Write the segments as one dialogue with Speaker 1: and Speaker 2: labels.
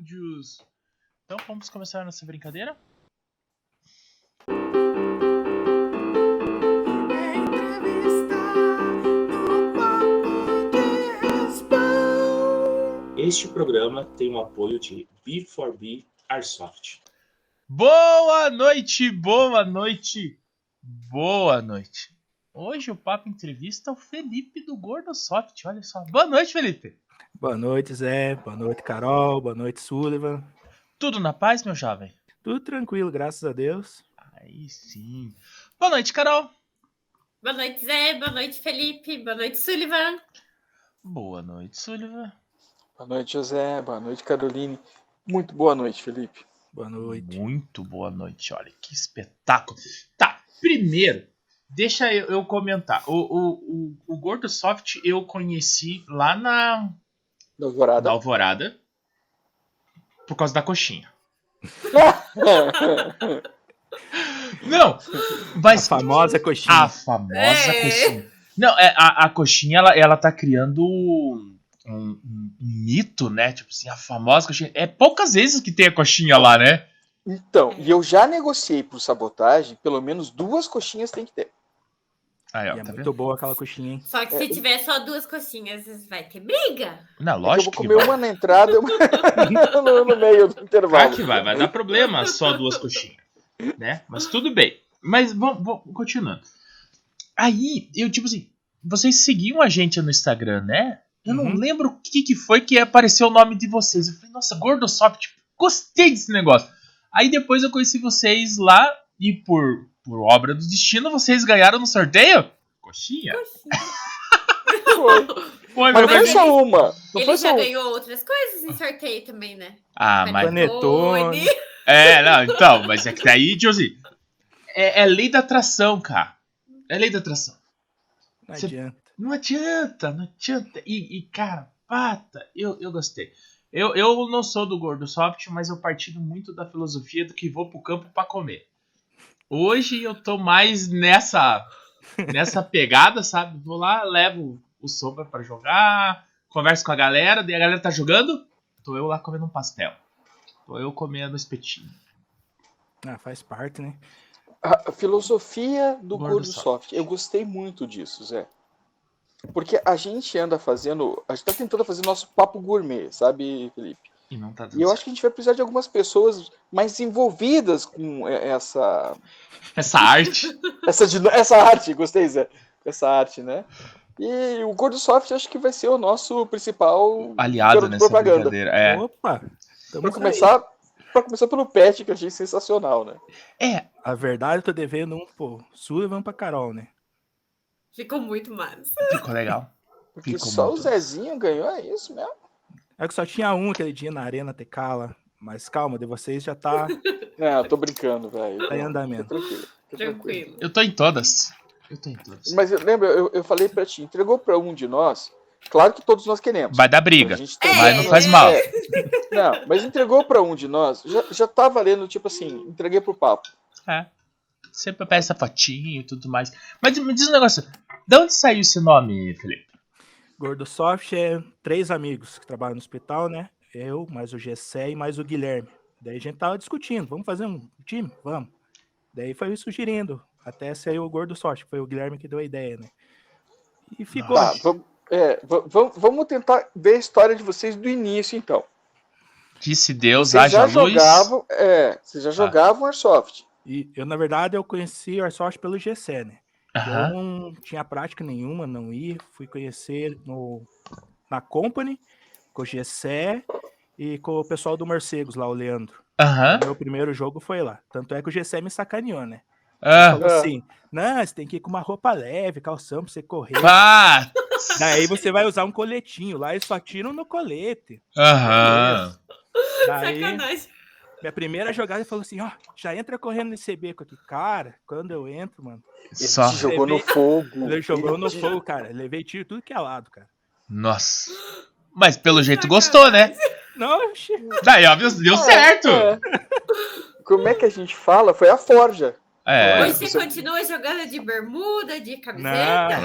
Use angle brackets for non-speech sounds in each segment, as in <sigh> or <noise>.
Speaker 1: áudios. Então vamos começar nossa brincadeira?
Speaker 2: Este programa tem o apoio de B4B Airsoft.
Speaker 1: Boa noite, boa noite, boa noite. Hoje o Papo Entrevista é o Felipe do Gordosoft, olha só. Boa noite, Felipe.
Speaker 3: Boa noite, Zé. Boa noite, Carol. Boa noite, Sullivan.
Speaker 1: Tudo na paz, meu jovem?
Speaker 3: Tudo tranquilo, graças a Deus.
Speaker 1: Aí sim. Boa noite, Carol.
Speaker 4: Boa noite, Zé. Boa noite, Felipe. Boa noite, Sullivan.
Speaker 1: Boa noite, Sullivan.
Speaker 5: Boa noite, José. Boa noite, Caroline. Muito boa noite, Felipe.
Speaker 3: Boa noite.
Speaker 1: Muito boa noite, olha que espetáculo. Tá, primeiro, deixa eu, eu comentar. O, o, o, o Gordo Soft eu conheci lá na,
Speaker 5: Da
Speaker 1: na
Speaker 5: Alvorada.
Speaker 1: Alvorada por causa da coxinha. Não,
Speaker 3: A
Speaker 1: mas Ah,
Speaker 3: famosa
Speaker 1: A
Speaker 3: coxinha.
Speaker 1: famosa
Speaker 4: É.
Speaker 1: coxinha. Não, é, a, a coxinha, ela, ela tá criando um, um- um mito, né? Tipo assim, a famosa coxinha. É poucas vezes que tem a coxinha lá, né?
Speaker 5: <laughs> então, e eu já negociei por sabotagem, pelo menos duas coxinhas tem que ter.
Speaker 1: Aí, ó,
Speaker 3: E é
Speaker 1: tá
Speaker 3: muito
Speaker 1: vendo?
Speaker 3: boa aquela coxinha, hein?
Speaker 4: Só que se tiver só duas coxinhas, vai ter briga.
Speaker 1: Não,
Speaker 5: É que eu
Speaker 1: lógico
Speaker 5: vou
Speaker 1: que
Speaker 5: comer
Speaker 1: vai.
Speaker 5: uma na entrada e uma <laughs> no, no meio do intervalo.
Speaker 1: Claro Ah, que vai, vai dar problema só duas coxinhas. Né? Mas tudo bem. Mas vamos, vamos continuando. Aí, eu, tipo assim, vocês seguiam a gente no Instagram, né? Eu não
Speaker 3: Uhum.
Speaker 1: lembro o que, que foi que apareceu o nome de vocês. Eu falei, nossa, Gordosoft, tipo, gostei desse negócio. Aí depois eu conheci vocês lá e por, por obra do destino, vocês ganharam no sorteio? Coxinha? <laughs>
Speaker 5: Foi.
Speaker 1: Foi,
Speaker 5: Mas não
Speaker 1: é meu
Speaker 5: foi
Speaker 4: Mas
Speaker 5: só uma. Não
Speaker 4: Ele
Speaker 5: foi só um.
Speaker 4: já
Speaker 5: uma.
Speaker 4: ganhou outras coisas em sorteio também, né?
Speaker 1: Ah, mas.
Speaker 3: Panetone.
Speaker 1: É, não, então, mas é que daí, tipo assim, é, é lei da atração, cara. É lei da atração.
Speaker 3: Não
Speaker 1: Você-
Speaker 3: adianta.
Speaker 1: Não adianta, não adianta. E, e, cara, pata, eu, eu gostei. Eu, eu não sou do Gordo Soft, mas eu partilho muito da filosofia do que vou pro campo pra comer. Hoje eu tô mais nessa nessa pegada, sabe? Vou lá, levo o sombra pra jogar, converso com a galera, daí a galera tá jogando, tô eu lá comendo um pastel. Tô eu comendo um espetinho.
Speaker 3: Ah, faz parte, né?
Speaker 5: A filosofia do
Speaker 1: Gordo
Speaker 5: Gordo
Speaker 1: Soft.
Speaker 5: Soft. Eu gostei muito disso, Zé. Porque a gente anda fazendo. A gente tá tentando fazer nosso papo gourmet, sabe, Felipe?
Speaker 1: E não tá dando
Speaker 5: E eu
Speaker 1: certo.
Speaker 5: acho que a gente vai precisar de algumas pessoas mais envolvidas com e- essa,
Speaker 1: Essa arte.
Speaker 5: essa, dino- essa arte, gostei, Zé. Essa arte, né? E o Gordo Soft acho que vai ser o nosso principal.
Speaker 1: Aliado
Speaker 5: Garoto
Speaker 1: nessa
Speaker 5: propaganda.
Speaker 1: brincadeira. É.
Speaker 3: Opa!
Speaker 5: Pra
Speaker 3: Estamos começar.
Speaker 5: começar, pra começar pelo pet, que eu achei sensacional, né?
Speaker 1: é,
Speaker 3: A verdade, eu tô devendo um pô. Sullivan pra Carol, né?
Speaker 4: Ficou muito massa.
Speaker 1: ficou legal.
Speaker 5: Porque
Speaker 1: Ficou
Speaker 5: só o
Speaker 1: muito.
Speaker 5: Zezinho ganhou, é isso mesmo.
Speaker 3: É que só tinha um aquele dia na Arena Tecala. Mas calma, de vocês já tá,
Speaker 5: Não, É, eu tô brincando, velho.
Speaker 3: tá em
Speaker 5: Fica
Speaker 3: andamento.
Speaker 5: tranquilo. fica
Speaker 4: Tranquilo.
Speaker 1: Eu tô em todas. Eu tô em todas.
Speaker 5: Mas eu- lembra, eu, eu falei pra ti, entregou pra um de nós, claro que todos nós queremos.
Speaker 1: Vai dar
Speaker 5: A
Speaker 1: briga.
Speaker 5: gente
Speaker 4: É,
Speaker 5: tem-
Speaker 1: Mas não faz mal.
Speaker 5: É. Não, mas entregou pra um de nós, já, já tá valendo, tipo assim, entreguei pro papo.
Speaker 1: É. Sempre peça fotinho e tudo mais. Mas me diz um negócio. De onde saiu esse nome, Felipe?
Speaker 3: Gordo Soft é três amigos que trabalham no hospital, né? Eu, mais o Gessé e mais o Guilherme. Daí a gente tava discutindo, vamos fazer um time? Vamos. Daí foi sugerindo, até saiu o Gordo Soft, foi o Guilherme que deu a ideia, né? E ficou.
Speaker 5: Tá, vamos, é, va- va- vamos tentar ver a história de vocês do início, então.
Speaker 1: Disse Deus,
Speaker 5: Vocês
Speaker 1: haja
Speaker 5: já
Speaker 1: luz. Tá.
Speaker 5: jogavam, é, vocês já jogavam Airsoft.
Speaker 3: E eu, na verdade, eu conheci o Airsoft pelo Gessé, né?
Speaker 1: Aham.
Speaker 3: Eu não tinha prática nenhuma, não ia. Fui conhecer no, na Company, com o Gessé e com o pessoal do Morcegos lá, o Leandro.
Speaker 1: Aham.
Speaker 3: Meu primeiro jogo foi lá. Tanto é que o Gessé me sacaneou, né?
Speaker 1: Ah.
Speaker 3: falou
Speaker 5: Ah.
Speaker 3: assim: não, você tem que ir com uma roupa leve, calção pra você correr.
Speaker 1: Ah.
Speaker 3: Daí você vai usar um coletinho lá e só tiram no colete.
Speaker 1: Aham.
Speaker 3: Daí,
Speaker 4: Sacanagem.
Speaker 3: minha primeira jogada ele falou assim: ó, já entra correndo nesse beco aqui. Cara, quando eu entro, mano,
Speaker 5: Ele
Speaker 1: Só.
Speaker 5: te jogou no fogo.
Speaker 3: ele jogou no
Speaker 5: te-
Speaker 3: fogo, cara. Levei tiro tudo que é lado, cara.
Speaker 1: Nossa. Mas pelo jeito gostou, né?
Speaker 3: Não, oxi.
Speaker 1: Daí, ó, viu? deu
Speaker 5: É,
Speaker 1: certo.
Speaker 5: é. Como é que a gente fala? Foi a forja.
Speaker 1: É.
Speaker 4: Hoje você
Speaker 5: você-
Speaker 4: continua jogando de bermuda, de camiseta?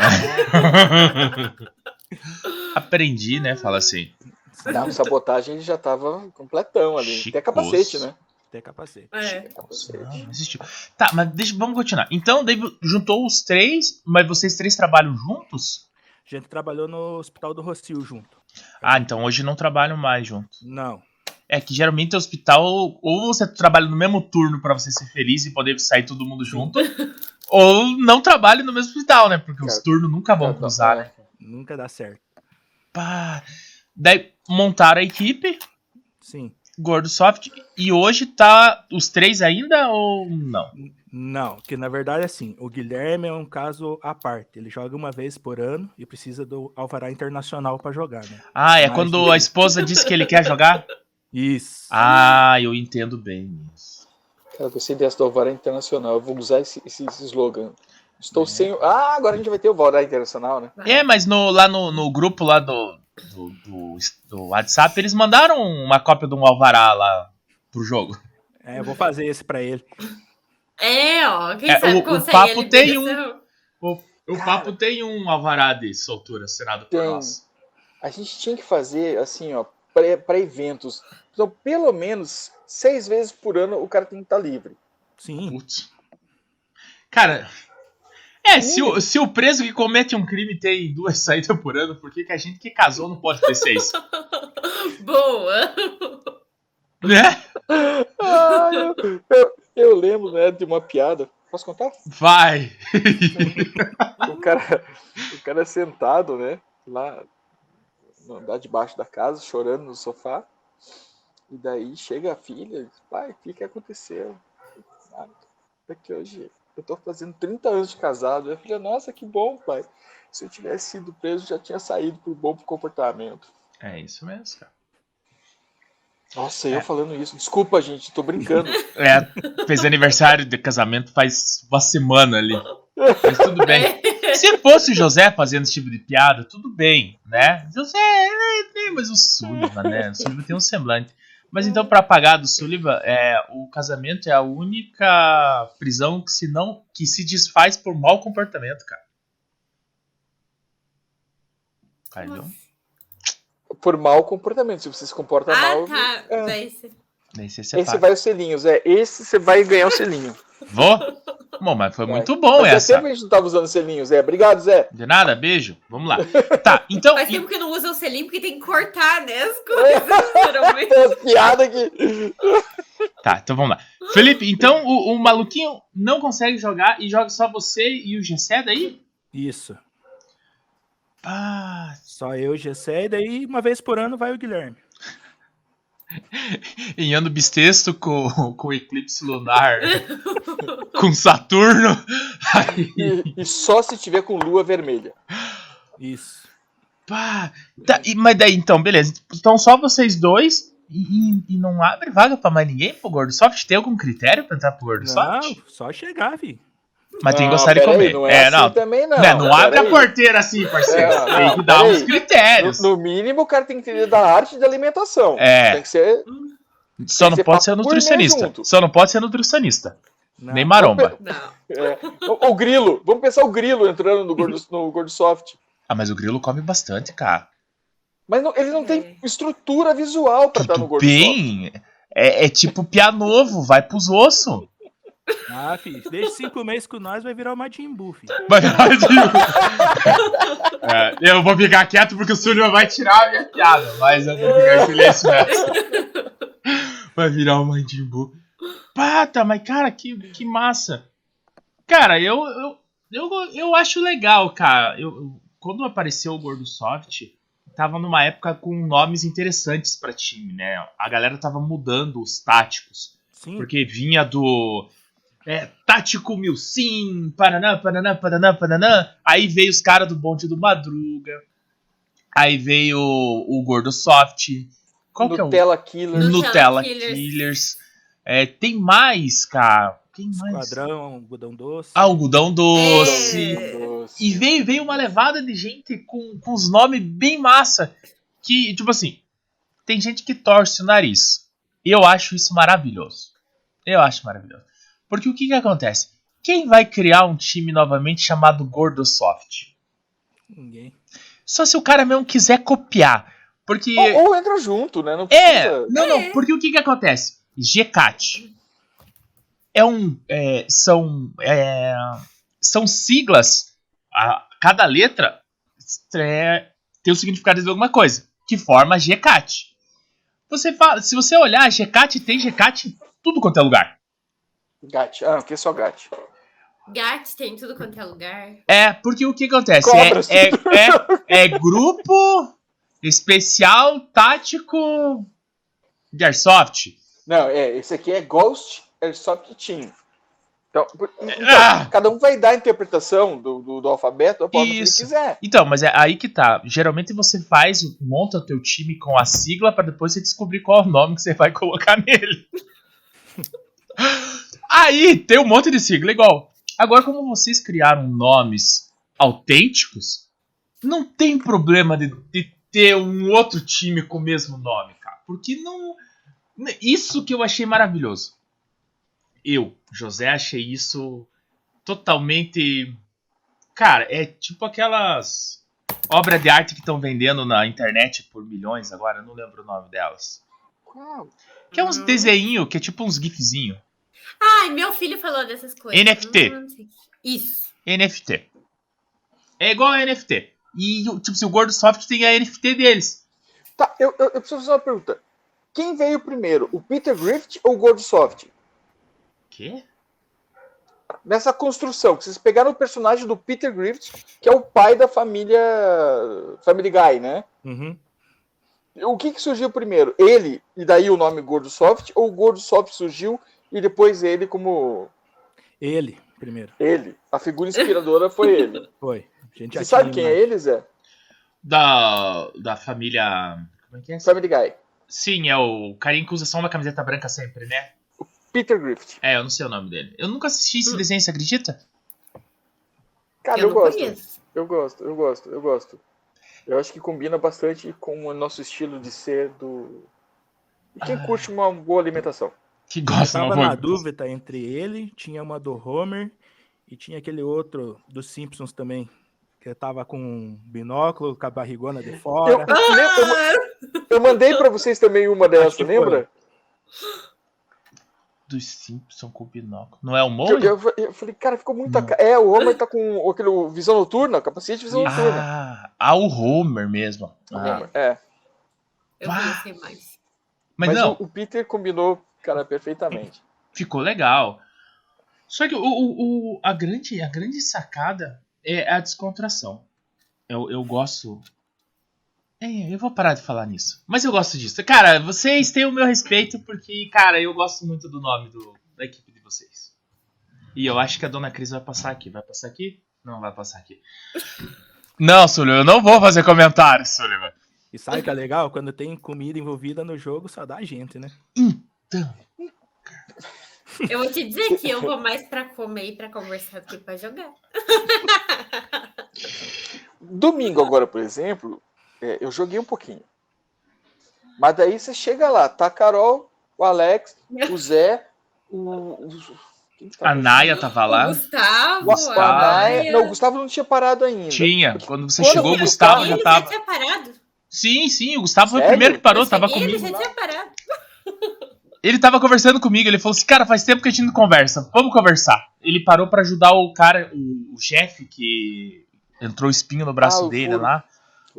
Speaker 3: Não.
Speaker 1: <laughs> Aprendi, né? Fala assim.
Speaker 5: <laughs> Na sabotagem ele já tava completão ali. Até
Speaker 1: Chicoso.
Speaker 5: capacete, né?
Speaker 3: Até capacete.
Speaker 4: É.
Speaker 1: Não,
Speaker 5: Capacete.
Speaker 1: não existiu. Tá, mas deixa, vamos continuar. Então, daí juntou os três, mas vocês três trabalham juntos?
Speaker 3: A gente trabalhou no Hospital do Rocio junto.
Speaker 1: Ah, então hoje não trabalham mais junto.
Speaker 3: Não.
Speaker 1: É que geralmente o hospital, ou você trabalha no mesmo turno pra você ser feliz e poder sair todo mundo junto, ou não trabalha no mesmo hospital, né? Porque os
Speaker 5: Cara,
Speaker 1: turnos nunca vão cruzar, né?
Speaker 3: Nunca dá certo.
Speaker 1: Pá. Daí montaram a equipe,
Speaker 3: Sim.
Speaker 1: Gordo Soft, e hoje tá os três ainda ou não?
Speaker 3: Não, que na verdade é assim, o Guilherme é um caso à parte. Ele joga uma vez por ano e precisa do Alvará Internacional pra jogar, né?
Speaker 1: Ah, é
Speaker 3: Mais
Speaker 1: quando
Speaker 3: dois.
Speaker 1: a esposa diz que ele quer jogar?
Speaker 3: Isso.
Speaker 1: Ah, eu entendo bem isso.
Speaker 5: Cara, gostei dessa do Alvará Internacional. Eu vou usar esse, esse, esse slogan. Estou sem. Ah, agora a gente vai ter o Alvará Internacional, né?
Speaker 1: É, mas no- lá no, no grupo lá do, do, do- do WhatsApp, eles mandaram uma cópia de um alvará lá pro jogo.
Speaker 3: É, eu vou fazer esse pra ele.
Speaker 4: É, ó. Quem
Speaker 1: É,
Speaker 4: sabe
Speaker 1: o- o
Speaker 4: consegue
Speaker 1: papo
Speaker 4: a
Speaker 1: tem um.
Speaker 4: liberação.
Speaker 1: O
Speaker 5: Cara.
Speaker 1: Papo tem um alvará de soltura assinado por
Speaker 5: Tem.
Speaker 1: nós.
Speaker 5: A gente tinha que fazer, assim, ó, pré- pra eventos. Então, pelo menos seis vezes por ano o cara tem que estar livre.
Speaker 3: Sim.
Speaker 1: Putz. Cara, é, se o, se o preso que comete um crime tem duas <laughs> saídas por ano, por que, que a gente que casou não pode ter seis?
Speaker 4: Boa.
Speaker 1: <laughs> né?
Speaker 5: Ah, eu, eu- eu lembro, né, de uma piada. Posso contar?
Speaker 1: Vai.
Speaker 5: o cara, o cara sentado, né? Lá no andar de baixo da casa, chorando no sofá. E daí chega a filha e diz, pai, o que, que aconteceu? Nada. É que hoje eu tô fazendo 30 anos de casado. E a filha, nossa, que bom, pai. Se eu tivesse sido preso, já tinha saído por bom comportamento.
Speaker 1: É isso mesmo, cara.
Speaker 5: Nossa, eu falando isso. Desculpa, gente, tô <laughs> brincando.
Speaker 1: É, fez aniversário de casamento faz uma semana ali. Mas tudo bem.
Speaker 4: É.
Speaker 1: Se fosse o José fazendo esse tipo de piada, tudo bem, né? José é, é, é, mas o Sullivan, né? O Sullivan tem um semblante. Mas então, para apagar do Sullivan, é, o casamento é a única prisão que se não que se desfaz por mau comportamento, cara. Perdão.
Speaker 5: por mau comportamento. Se você se comporta
Speaker 4: Ah,
Speaker 5: mal,
Speaker 4: tá.
Speaker 5: É.
Speaker 4: Daí você-
Speaker 1: Daí você separa.
Speaker 5: esse vai os selinhos. É, esse você vai ganhar o selinho.
Speaker 1: Vou? Bom, mas foi
Speaker 5: Vai.
Speaker 1: muito bom
Speaker 5: Fazia
Speaker 1: essa.
Speaker 5: tempo que a gente não tava usando selinhos, Zé. Obrigado, Zé.
Speaker 1: De nada, beijo. Vamos lá. Tá, então.
Speaker 4: Faz
Speaker 1: e-
Speaker 4: tempo que não usa o selim porque tem que cortar, né? As
Speaker 5: <laughs>
Speaker 4: coisas, geralmente.
Speaker 5: Tem <laughs> piada que.
Speaker 1: Tá, então vamos lá. Felipe, então o, o maluquinho não consegue jogar e joga só você e o Gessé daí?
Speaker 3: Isso.
Speaker 1: Ah,
Speaker 3: Só eu, Gessé, e daí uma vez por ano vai o Guilherme.
Speaker 1: em ano bissexto com, com eclipse
Speaker 5: <laughs>
Speaker 1: lunar, com Saturno. Aí,
Speaker 5: E, e só se tiver com lua vermelha.
Speaker 3: Isso.
Speaker 1: pá. Tá, e- mas daí então, beleza. Então só vocês dois e, e- e não abre vaga pra mais ninguém pro Gordsoft? Tem algum critério pra entrar pro Gordsoft?
Speaker 3: Não, só chegar, vi.
Speaker 1: Mas Ah, tem que
Speaker 5: Não,
Speaker 1: gostar de
Speaker 5: peraí,
Speaker 1: comer.
Speaker 5: não
Speaker 1: é,
Speaker 5: é, assim
Speaker 1: não.
Speaker 5: também, não.
Speaker 1: Né, não abre a
Speaker 5: Peraí.
Speaker 1: porteira assim, parceiro.
Speaker 5: É,
Speaker 1: tem
Speaker 5: não,
Speaker 1: que dar
Speaker 5: peraí.
Speaker 1: uns critérios.
Speaker 5: No, no mínimo, o cara tem que entender da arte da alimentação.
Speaker 1: É.
Speaker 5: Tem que ser.
Speaker 1: Só não pode
Speaker 5: ser papo é
Speaker 1: ser
Speaker 5: gourmet
Speaker 1: nutricionista.
Speaker 5: junto.
Speaker 1: Só não pode ser nutricionista.
Speaker 3: Não.
Speaker 1: Nem maromba.
Speaker 4: Não.
Speaker 5: é, o, o grilo. Vamos pensar o grilo entrando no gordo, no gordo soft.
Speaker 1: Ah, mas o grilo come bastante, cara.
Speaker 5: Mas não- ele não tem estrutura visual pra estar no
Speaker 1: Tudo
Speaker 5: gordo soft.
Speaker 1: bem. É, é tipo piá novo, vai pros ossos.
Speaker 3: Ah, fi, deixa cinco meses com nós, vai virar o Majin Buu, fi.
Speaker 1: Mas- <laughs> É, eu vou ficar quieto porque o Sullivan vai tirar a minha piada, mas eu vou ficar em silêncio nessa. Vai virar o Mandimbu. Pata, mas cara, que, que massa. Cara, eu, eu, eu, eu acho legal, cara. Eu- Eu, quando apareceu o Gordo Soft, tava numa época com nomes interessantes pra time, né? A galera tava mudando os táticos.
Speaker 3: Sim.
Speaker 1: Porque vinha do. É, tático Milsim, Paraná, Paraná, Paraná, Paraná. Aí veio os caras do bonde do Madruga. Aí veio o, o Gordo Soft. Qual que é
Speaker 5: Nutella
Speaker 1: o.
Speaker 5: Killer.
Speaker 1: Nutella
Speaker 4: Nutella
Speaker 1: Killers.
Speaker 4: Killers.
Speaker 1: É, tem mais, cara. Quem mais?
Speaker 3: Esquadrão, algodão doce.
Speaker 1: Algodão Doce.
Speaker 4: É.
Speaker 1: E veio, veio uma levada de gente com, com os nomes bem massa. Que, tipo assim, tem gente que torce o nariz. Eu acho isso maravilhoso. Eu acho maravilhoso. Porque o que, que acontece? Quem vai criar um time novamente chamado Gordosoft?
Speaker 3: Ninguém.
Speaker 1: Só se o cara mesmo quiser copiar. Porque.
Speaker 5: Ou, ou entra junto, né? Não
Speaker 1: É,
Speaker 5: precisa.
Speaker 1: não, não, porque o que que acontece? GCAT é um, é, são, é, são siglas, a, cada letra é, tem o significado de alguma coisa, que forma GCAT. Você fala, se você olhar, GCAT tem GCAT em tudo quanto é lugar.
Speaker 5: Gat. Ah, porque é só gat.
Speaker 4: Gat tem em tudo quanto é lugar.
Speaker 1: É, porque o que acontece? É-
Speaker 5: Cobras.
Speaker 1: É, é, é grupo especial tático de airsoft.
Speaker 5: Não, é, esse aqui é Ghost Airsoft Team. Então, por- então,
Speaker 1: Ah!
Speaker 5: cada um vai dar a interpretação do, do, do alfabeto da forma que ele
Speaker 1: Isso.
Speaker 5: quiser.
Speaker 1: Então, mas é aí que tá. Geralmente você faz, monta o teu time com a sigla pra depois você descobrir qual é o nome que você vai <laughs> colocar nele. aí tem um monte de sigla igual. Agora, como vocês criaram nomes autênticos, não tem problema de, de ter um outro time com o mesmo nome, cara. Porque não. né, Isso que eu achei maravilhoso. Eu, José, achei isso totalmente Cara, é tipo aquelas obras de arte que estão vendendo na internet por milhões agora, eu não lembro o nome delas. Que é uns
Speaker 4: Uhum.
Speaker 1: desenho, que é tipo uns gifzinho.
Speaker 4: Ai, meu filho falou dessas coisas.
Speaker 1: NFT.
Speaker 4: Hum, não sei. Isso.
Speaker 1: NFT. É igual a NFT. E, tipo, se o Gordo Soft tem a NFT deles.
Speaker 5: Tá, eu, eu, eu preciso fazer uma pergunta. Quem veio primeiro, o Peter Griffith ou o Goldsoft?
Speaker 1: Quê?
Speaker 5: Nessa construção, que vocês pegaram o personagem do Peter Griffith, que é o pai da família Family Guy, né?
Speaker 3: Uhum.
Speaker 5: O que, que surgiu primeiro? Ele, e daí o nome Gordsoft, ou o Gordsoft surgiu e depois ele como
Speaker 3: Ele, primeiro.
Speaker 5: ele? A figura
Speaker 1: <laughs>
Speaker 5: inspiradora foi ele.
Speaker 3: Foi. A gente já
Speaker 5: Você sabe
Speaker 3: tinha
Speaker 5: quem
Speaker 3: uma-
Speaker 5: é ele, Zé?
Speaker 1: Da, da família... Como é que é?
Speaker 5: Family Guy.
Speaker 1: Sim, é o carinha que usa só uma camiseta branca sempre, né?
Speaker 5: Peter Griffith.
Speaker 1: É, eu não sei o nome dele. Eu nunca assisti esse desenho, você acredita?
Speaker 5: Cara,
Speaker 4: Ah,
Speaker 5: eu,
Speaker 4: eu não
Speaker 5: gosto.
Speaker 4: conheço.
Speaker 5: Eu gosto, eu gosto, eu gosto. Eu acho que combina bastante com o nosso estilo de ser do. E quem
Speaker 3: Ah.
Speaker 5: curte uma boa alimentação.
Speaker 1: Que
Speaker 3: Eu
Speaker 1: gosta,
Speaker 3: tava
Speaker 1: não
Speaker 3: na
Speaker 1: vou...
Speaker 3: dúvida entre ele, tinha uma do Homer e tinha aquele outro dos Simpsons também, que tava com um binóculo, com a barrigona de
Speaker 5: Eu,
Speaker 3: fora.
Speaker 5: eu-
Speaker 4: Ah,
Speaker 5: eu mandei pra vocês também uma
Speaker 3: Acho
Speaker 5: dessas,
Speaker 3: que foi.
Speaker 5: lembra?
Speaker 1: Dos Simpsons com o binóculo. Não é o
Speaker 5: Eu,
Speaker 1: Moe?
Speaker 5: eu, eu falei, cara, ficou muita.
Speaker 3: Hum.
Speaker 1: Não.
Speaker 5: ca- É, o Homer tá com aquele visão noturna, capacete de visão
Speaker 1: Ah,
Speaker 5: noturna.
Speaker 1: ah, o Homer mesmo. Ah.
Speaker 5: O Homer, É.
Speaker 4: eu conheci mais.
Speaker 1: Mas,
Speaker 5: Mas
Speaker 1: não,
Speaker 5: o, o Peter combinou, cara, perfeitamente.
Speaker 1: ficou legal. Só que o, o- o- a, grande, a grande sacada é a descontração. Eu, eu gosto. É, eu vou parar de falar nisso. Mas eu gosto disso. Cara, vocês têm o meu respeito porque, cara, eu gosto muito do nome do- da equipe de vocês. E eu acho que a dona Cris vai passar aqui. Vai passar aqui? Não vai passar
Speaker 5: <laughs>
Speaker 1: aqui. Não, Sullivan, eu não vou fazer comentário, Sullivan.
Speaker 3: E sabe o que é legal? Quando tem comida envolvida no jogo, só dá gente, né?
Speaker 4: Eu vou te dizer que eu <laughs> vou mais pra comer e pra conversar do que pra jogar.
Speaker 5: Domingo agora, por exemplo, é, eu joguei um pouquinho. Mas daí você chega lá, tá a Carol, o Alex, o Zé, o. o quem que tá
Speaker 1: A Naya tava lá.
Speaker 4: O Gustavo.
Speaker 5: O
Speaker 1: Gustavo.
Speaker 4: a
Speaker 5: Anaia.
Speaker 4: Maia.
Speaker 5: Não, o Gustavo não tinha parado ainda.
Speaker 1: Tinha. Quando você
Speaker 5: Quando
Speaker 1: chegou, o
Speaker 5: eu
Speaker 1: Gustavo
Speaker 5: tava,
Speaker 1: já
Speaker 4: Ele
Speaker 1: tava.
Speaker 4: já tinha parado.
Speaker 1: Sim, sim, o Gustavo foi o
Speaker 5: Sério?
Speaker 1: primeiro que parou,
Speaker 4: Eu
Speaker 1: tava
Speaker 4: cheguei,
Speaker 1: comigo.
Speaker 4: Ele já tinha parado.
Speaker 1: Ele tava conversando comigo, ele falou assim, cara, faz tempo que a gente não conversa, vamos conversar. Ele parou pra ajudar o cara, o, o chefe que entrou espinho no braço
Speaker 5: Ah, o
Speaker 1: dele
Speaker 5: furo.
Speaker 1: lá.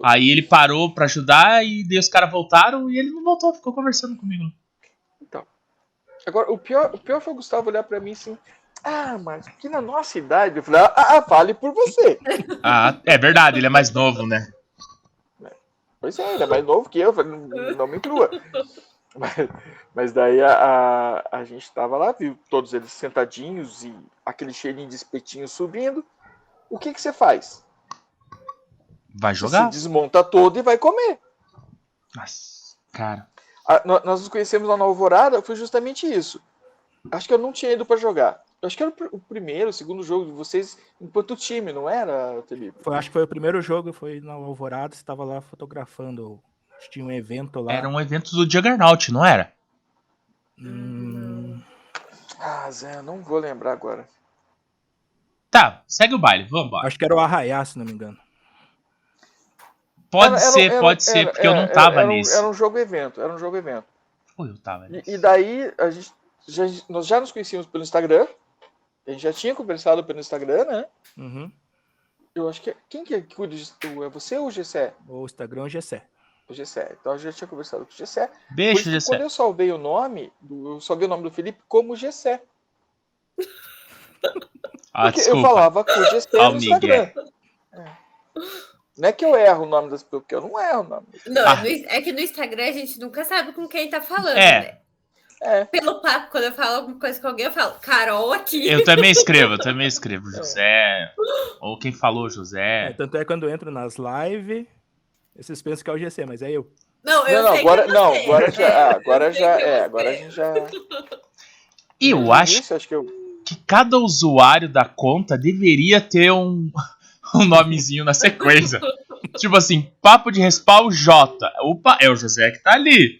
Speaker 1: Aí ele parou pra ajudar e daí os caras voltaram e ele não voltou, ficou conversando comigo.
Speaker 5: Agora, o pior, o pior foi o Gustavo olhar pra mim assim. Ah, mas que na nossa idade, eu falei, ah, ah, fale por você.
Speaker 1: Ah, é verdade, ele é mais novo, né?
Speaker 5: Pois é, ele é mais novo que eu, eu falei, não, não me inclua. Mas, mas daí a, a, a gente tava lá, viu todos eles sentadinhos e aquele cheirinho de espetinho subindo. O que que você faz?
Speaker 1: Vai
Speaker 5: Você
Speaker 1: jogar?
Speaker 5: se desmonta todo e vai comer.
Speaker 1: Nossa, cara.
Speaker 5: Ah, nó- nós nos conhecemos lá na Alvorada, foi justamente isso. Acho que eu não tinha ido pra jogar. Eu acho que era o pr- o primeiro, o segundo jogo de vocês enquanto time, não era, Felipe?
Speaker 3: Foi, acho que foi o primeiro jogo, foi na Alvorada, você tava lá fotografando. Tinha um evento lá.
Speaker 1: Era um evento do Juggernaut, não era?
Speaker 3: Hum,
Speaker 5: Ah, Zé, eu não vou lembrar agora.
Speaker 1: Tá, segue o baile, vambora.
Speaker 3: acho que era o Arraiá, se não me engano.
Speaker 1: Pode
Speaker 5: Era- era-
Speaker 1: ser,
Speaker 5: era- um,
Speaker 1: pode ser,
Speaker 5: era-
Speaker 1: porque eu não
Speaker 5: era-
Speaker 1: tava
Speaker 5: era um-
Speaker 1: nesse.
Speaker 5: Era um jogo evento, era um jogo evento.
Speaker 1: Pô, eu tava
Speaker 5: E,
Speaker 1: nesse.
Speaker 5: e daí, a gente, já, nós já nos conhecíamos pelo Instagram. A gente já tinha conversado pelo Instagram, né?
Speaker 3: Uhum.
Speaker 5: Eu acho que. Quem que é que cuida disso? Tu? É você ou o Gessé?
Speaker 3: O Instagram é o Gessé.
Speaker 5: O Gessé. Então a gente já tinha conversado com o Gessé. Por isso
Speaker 1: Beijo,
Speaker 5: que
Speaker 1: Gessé.
Speaker 5: Quando eu salvei o nome, do, eu salvei o nome do Felipe como Gessé.
Speaker 1: Ah,
Speaker 5: porque eu
Speaker 1: desculpa.
Speaker 5: falava com o Gessé
Speaker 1: Ah, o
Speaker 5: no Instagram. É. Não é que eu erro o nome das pessoas, porque eu não erro o nome.
Speaker 4: Não,
Speaker 1: Ah.
Speaker 4: no- é que no Instagram a gente nunca sabe com quem tá falando,
Speaker 1: É.
Speaker 4: né?
Speaker 5: É.
Speaker 4: Pelo papo, quando eu falo alguma coisa com alguém, eu falo, Carol aqui.
Speaker 1: Eu também escrevo, eu também escrevo. José. Ou quem falou, José.
Speaker 3: É, tanto é que quando eu entro nas lives, vocês pensam que é o Gessé, mas é eu.
Speaker 4: Não, eu
Speaker 5: Não, não,
Speaker 4: sei
Speaker 5: agora,
Speaker 4: que
Speaker 5: não,
Speaker 4: você.
Speaker 5: agora já. ah,
Speaker 4: Eu
Speaker 5: Agora
Speaker 4: sei
Speaker 5: já.
Speaker 4: que
Speaker 5: É,
Speaker 4: você.
Speaker 5: agora a gente já.
Speaker 1: E eu
Speaker 5: no
Speaker 1: acho
Speaker 5: início, acho que eu.
Speaker 1: que cada usuário da conta deveria ter um, <laughs> um nomezinho na sequência. tipo assim, papo de respawn J. Opa, é o José que tá ali.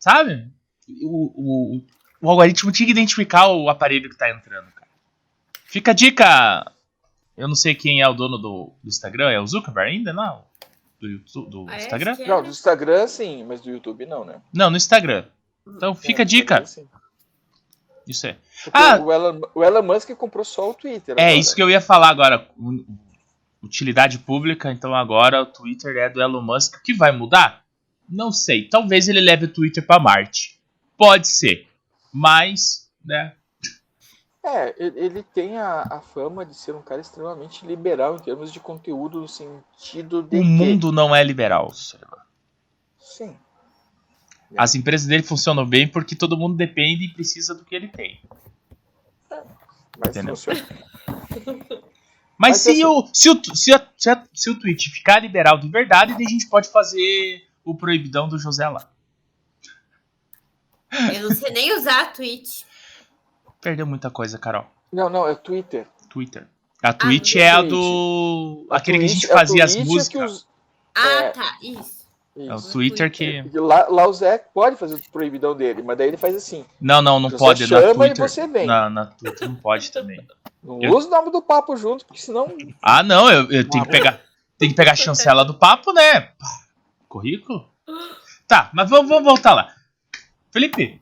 Speaker 1: Sabe? O, o, o algoritmo tinha que identificar o aparelho que tá entrando, cara. Fica a dica. Eu não sei quem é o dono do, do Instagram, é o Zuckerberg ainda? Não. Do, YouTube- do
Speaker 4: Ah, é?
Speaker 1: Instagram?
Speaker 4: Acho que
Speaker 5: Não, do
Speaker 4: era.
Speaker 5: Instagram sim, mas do YouTube não, né?
Speaker 1: Não, no Instagram. Então fica a
Speaker 5: É, do Instagram,
Speaker 1: dica.
Speaker 5: sim.
Speaker 1: Isso é.
Speaker 5: Porque
Speaker 1: Ah!
Speaker 5: o, Elon, o Elon Musk comprou só o Twitter. né,
Speaker 1: É isso que eu ia falar agora. u- Utilidade pública, então agora o Twitter é do Elon Musk. O que vai mudar? Não sei. Talvez ele leve o Twitter pra Marte. Pode ser. Mas, né?
Speaker 5: É, ele ele tem a, a fama de ser um cara extremamente liberal em termos de conteúdo, no sentido de.
Speaker 1: O
Speaker 5: que-
Speaker 1: mundo não é liberal. Sérgio.
Speaker 5: Sim.
Speaker 1: As empresas dele funcionam bem porque todo mundo depende e precisa do que ele tem.
Speaker 5: Mas
Speaker 1: Entendeu?
Speaker 5: funciona.
Speaker 1: Mas
Speaker 5: Mas
Speaker 1: se,
Speaker 5: assim-
Speaker 1: o, se, o, tu- se, a- se, a- se o Twitch ficar liberal de verdade, daí a gente pode fazer o proibidão do José lá.
Speaker 4: Eu não sei nem usar a Twitch.
Speaker 1: Perdeu muita coisa, Carol.
Speaker 5: Não, não, é o Twitter.
Speaker 1: Twitter. A Twitch
Speaker 4: do
Speaker 1: é a
Speaker 5: Twitch.
Speaker 1: do.
Speaker 5: A
Speaker 1: aquele que a gente
Speaker 5: Twitch- a
Speaker 1: fazia as
Speaker 5: Twitch é que
Speaker 1: músicas.
Speaker 5: os-
Speaker 4: Ah,
Speaker 5: É.
Speaker 4: tá, isso.
Speaker 1: É o
Speaker 5: Isso.
Speaker 1: Twitter que.
Speaker 5: E Lá, lá o Zé pode fazer o proibidão dele, mas daí ele faz assim.
Speaker 1: Não, não, não
Speaker 5: Você
Speaker 1: pode. Na
Speaker 5: chama e
Speaker 1: Twitter.
Speaker 5: você vem.
Speaker 1: Na, na Twitter não
Speaker 5: <laughs>
Speaker 1: pode também.
Speaker 5: Não
Speaker 1: Eu-
Speaker 5: usa o nome do papo junto,
Speaker 1: <laughs>
Speaker 5: porque senão.
Speaker 1: Ah, não, eu, eu tenho que
Speaker 3: Ah,
Speaker 1: pegar. Tem que pegar a chancela do papo, né? Pá, Currículo? Tá, mas vamos, vamos voltar lá. Felipe,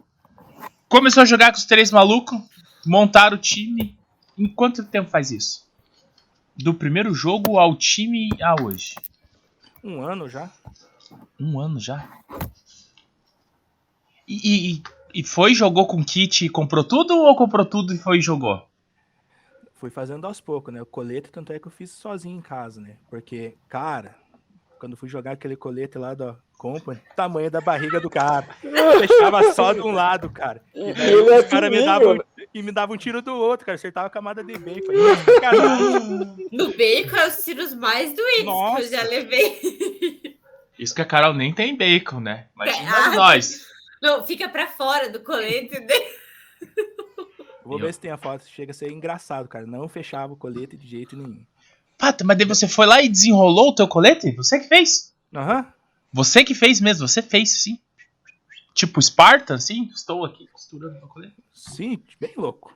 Speaker 1: começou a jogar com os três malucos, montaram o time. Em quanto tempo faz isso? Do primeiro jogo ao time a hoje?
Speaker 3: Um ano já.
Speaker 1: Um ano já? E, e- e foi, jogou com kit e comprou tudo? Ou comprou tudo e foi e jogou?
Speaker 3: Fui fazendo aos poucos, né? O colete, tanto é que eu fiz sozinho em casa, né? Porque, cara, quando fui jogar aquele colete lá da Company, tamanho da barriga do
Speaker 5: <laughs>
Speaker 3: cara. Fechava só de um lado, cara.
Speaker 5: E, e
Speaker 3: Daí
Speaker 5: ele é
Speaker 3: os cara me
Speaker 5: fininho,
Speaker 3: dava um-
Speaker 5: né?
Speaker 3: e me dava um tiro do outro, cara. Acertava a camada de bacon. Ih, Caralho.
Speaker 1: <laughs>
Speaker 4: No bacon é os tiros mais doídos que eu
Speaker 3: Nossa.
Speaker 4: já levei. <laughs>
Speaker 1: Isso que a Carol nem tem bacon, né? Imagina
Speaker 4: Ah.
Speaker 1: nós.
Speaker 4: Não, fica pra fora do colete. né? <laughs>
Speaker 3: Vou
Speaker 1: Eu-
Speaker 3: ver se tem a foto. Chega a ser engraçado, cara. Não fechava o colete de jeito nenhum.
Speaker 1: Pata, mas daí você foi lá e desenrolou o teu colete? Você que fez?
Speaker 3: Aham.
Speaker 1: Você que fez mesmo, você fez, sim. Tipo Esparta, assim? Estou aqui costurando meu colete.
Speaker 3: Sim, bem louco.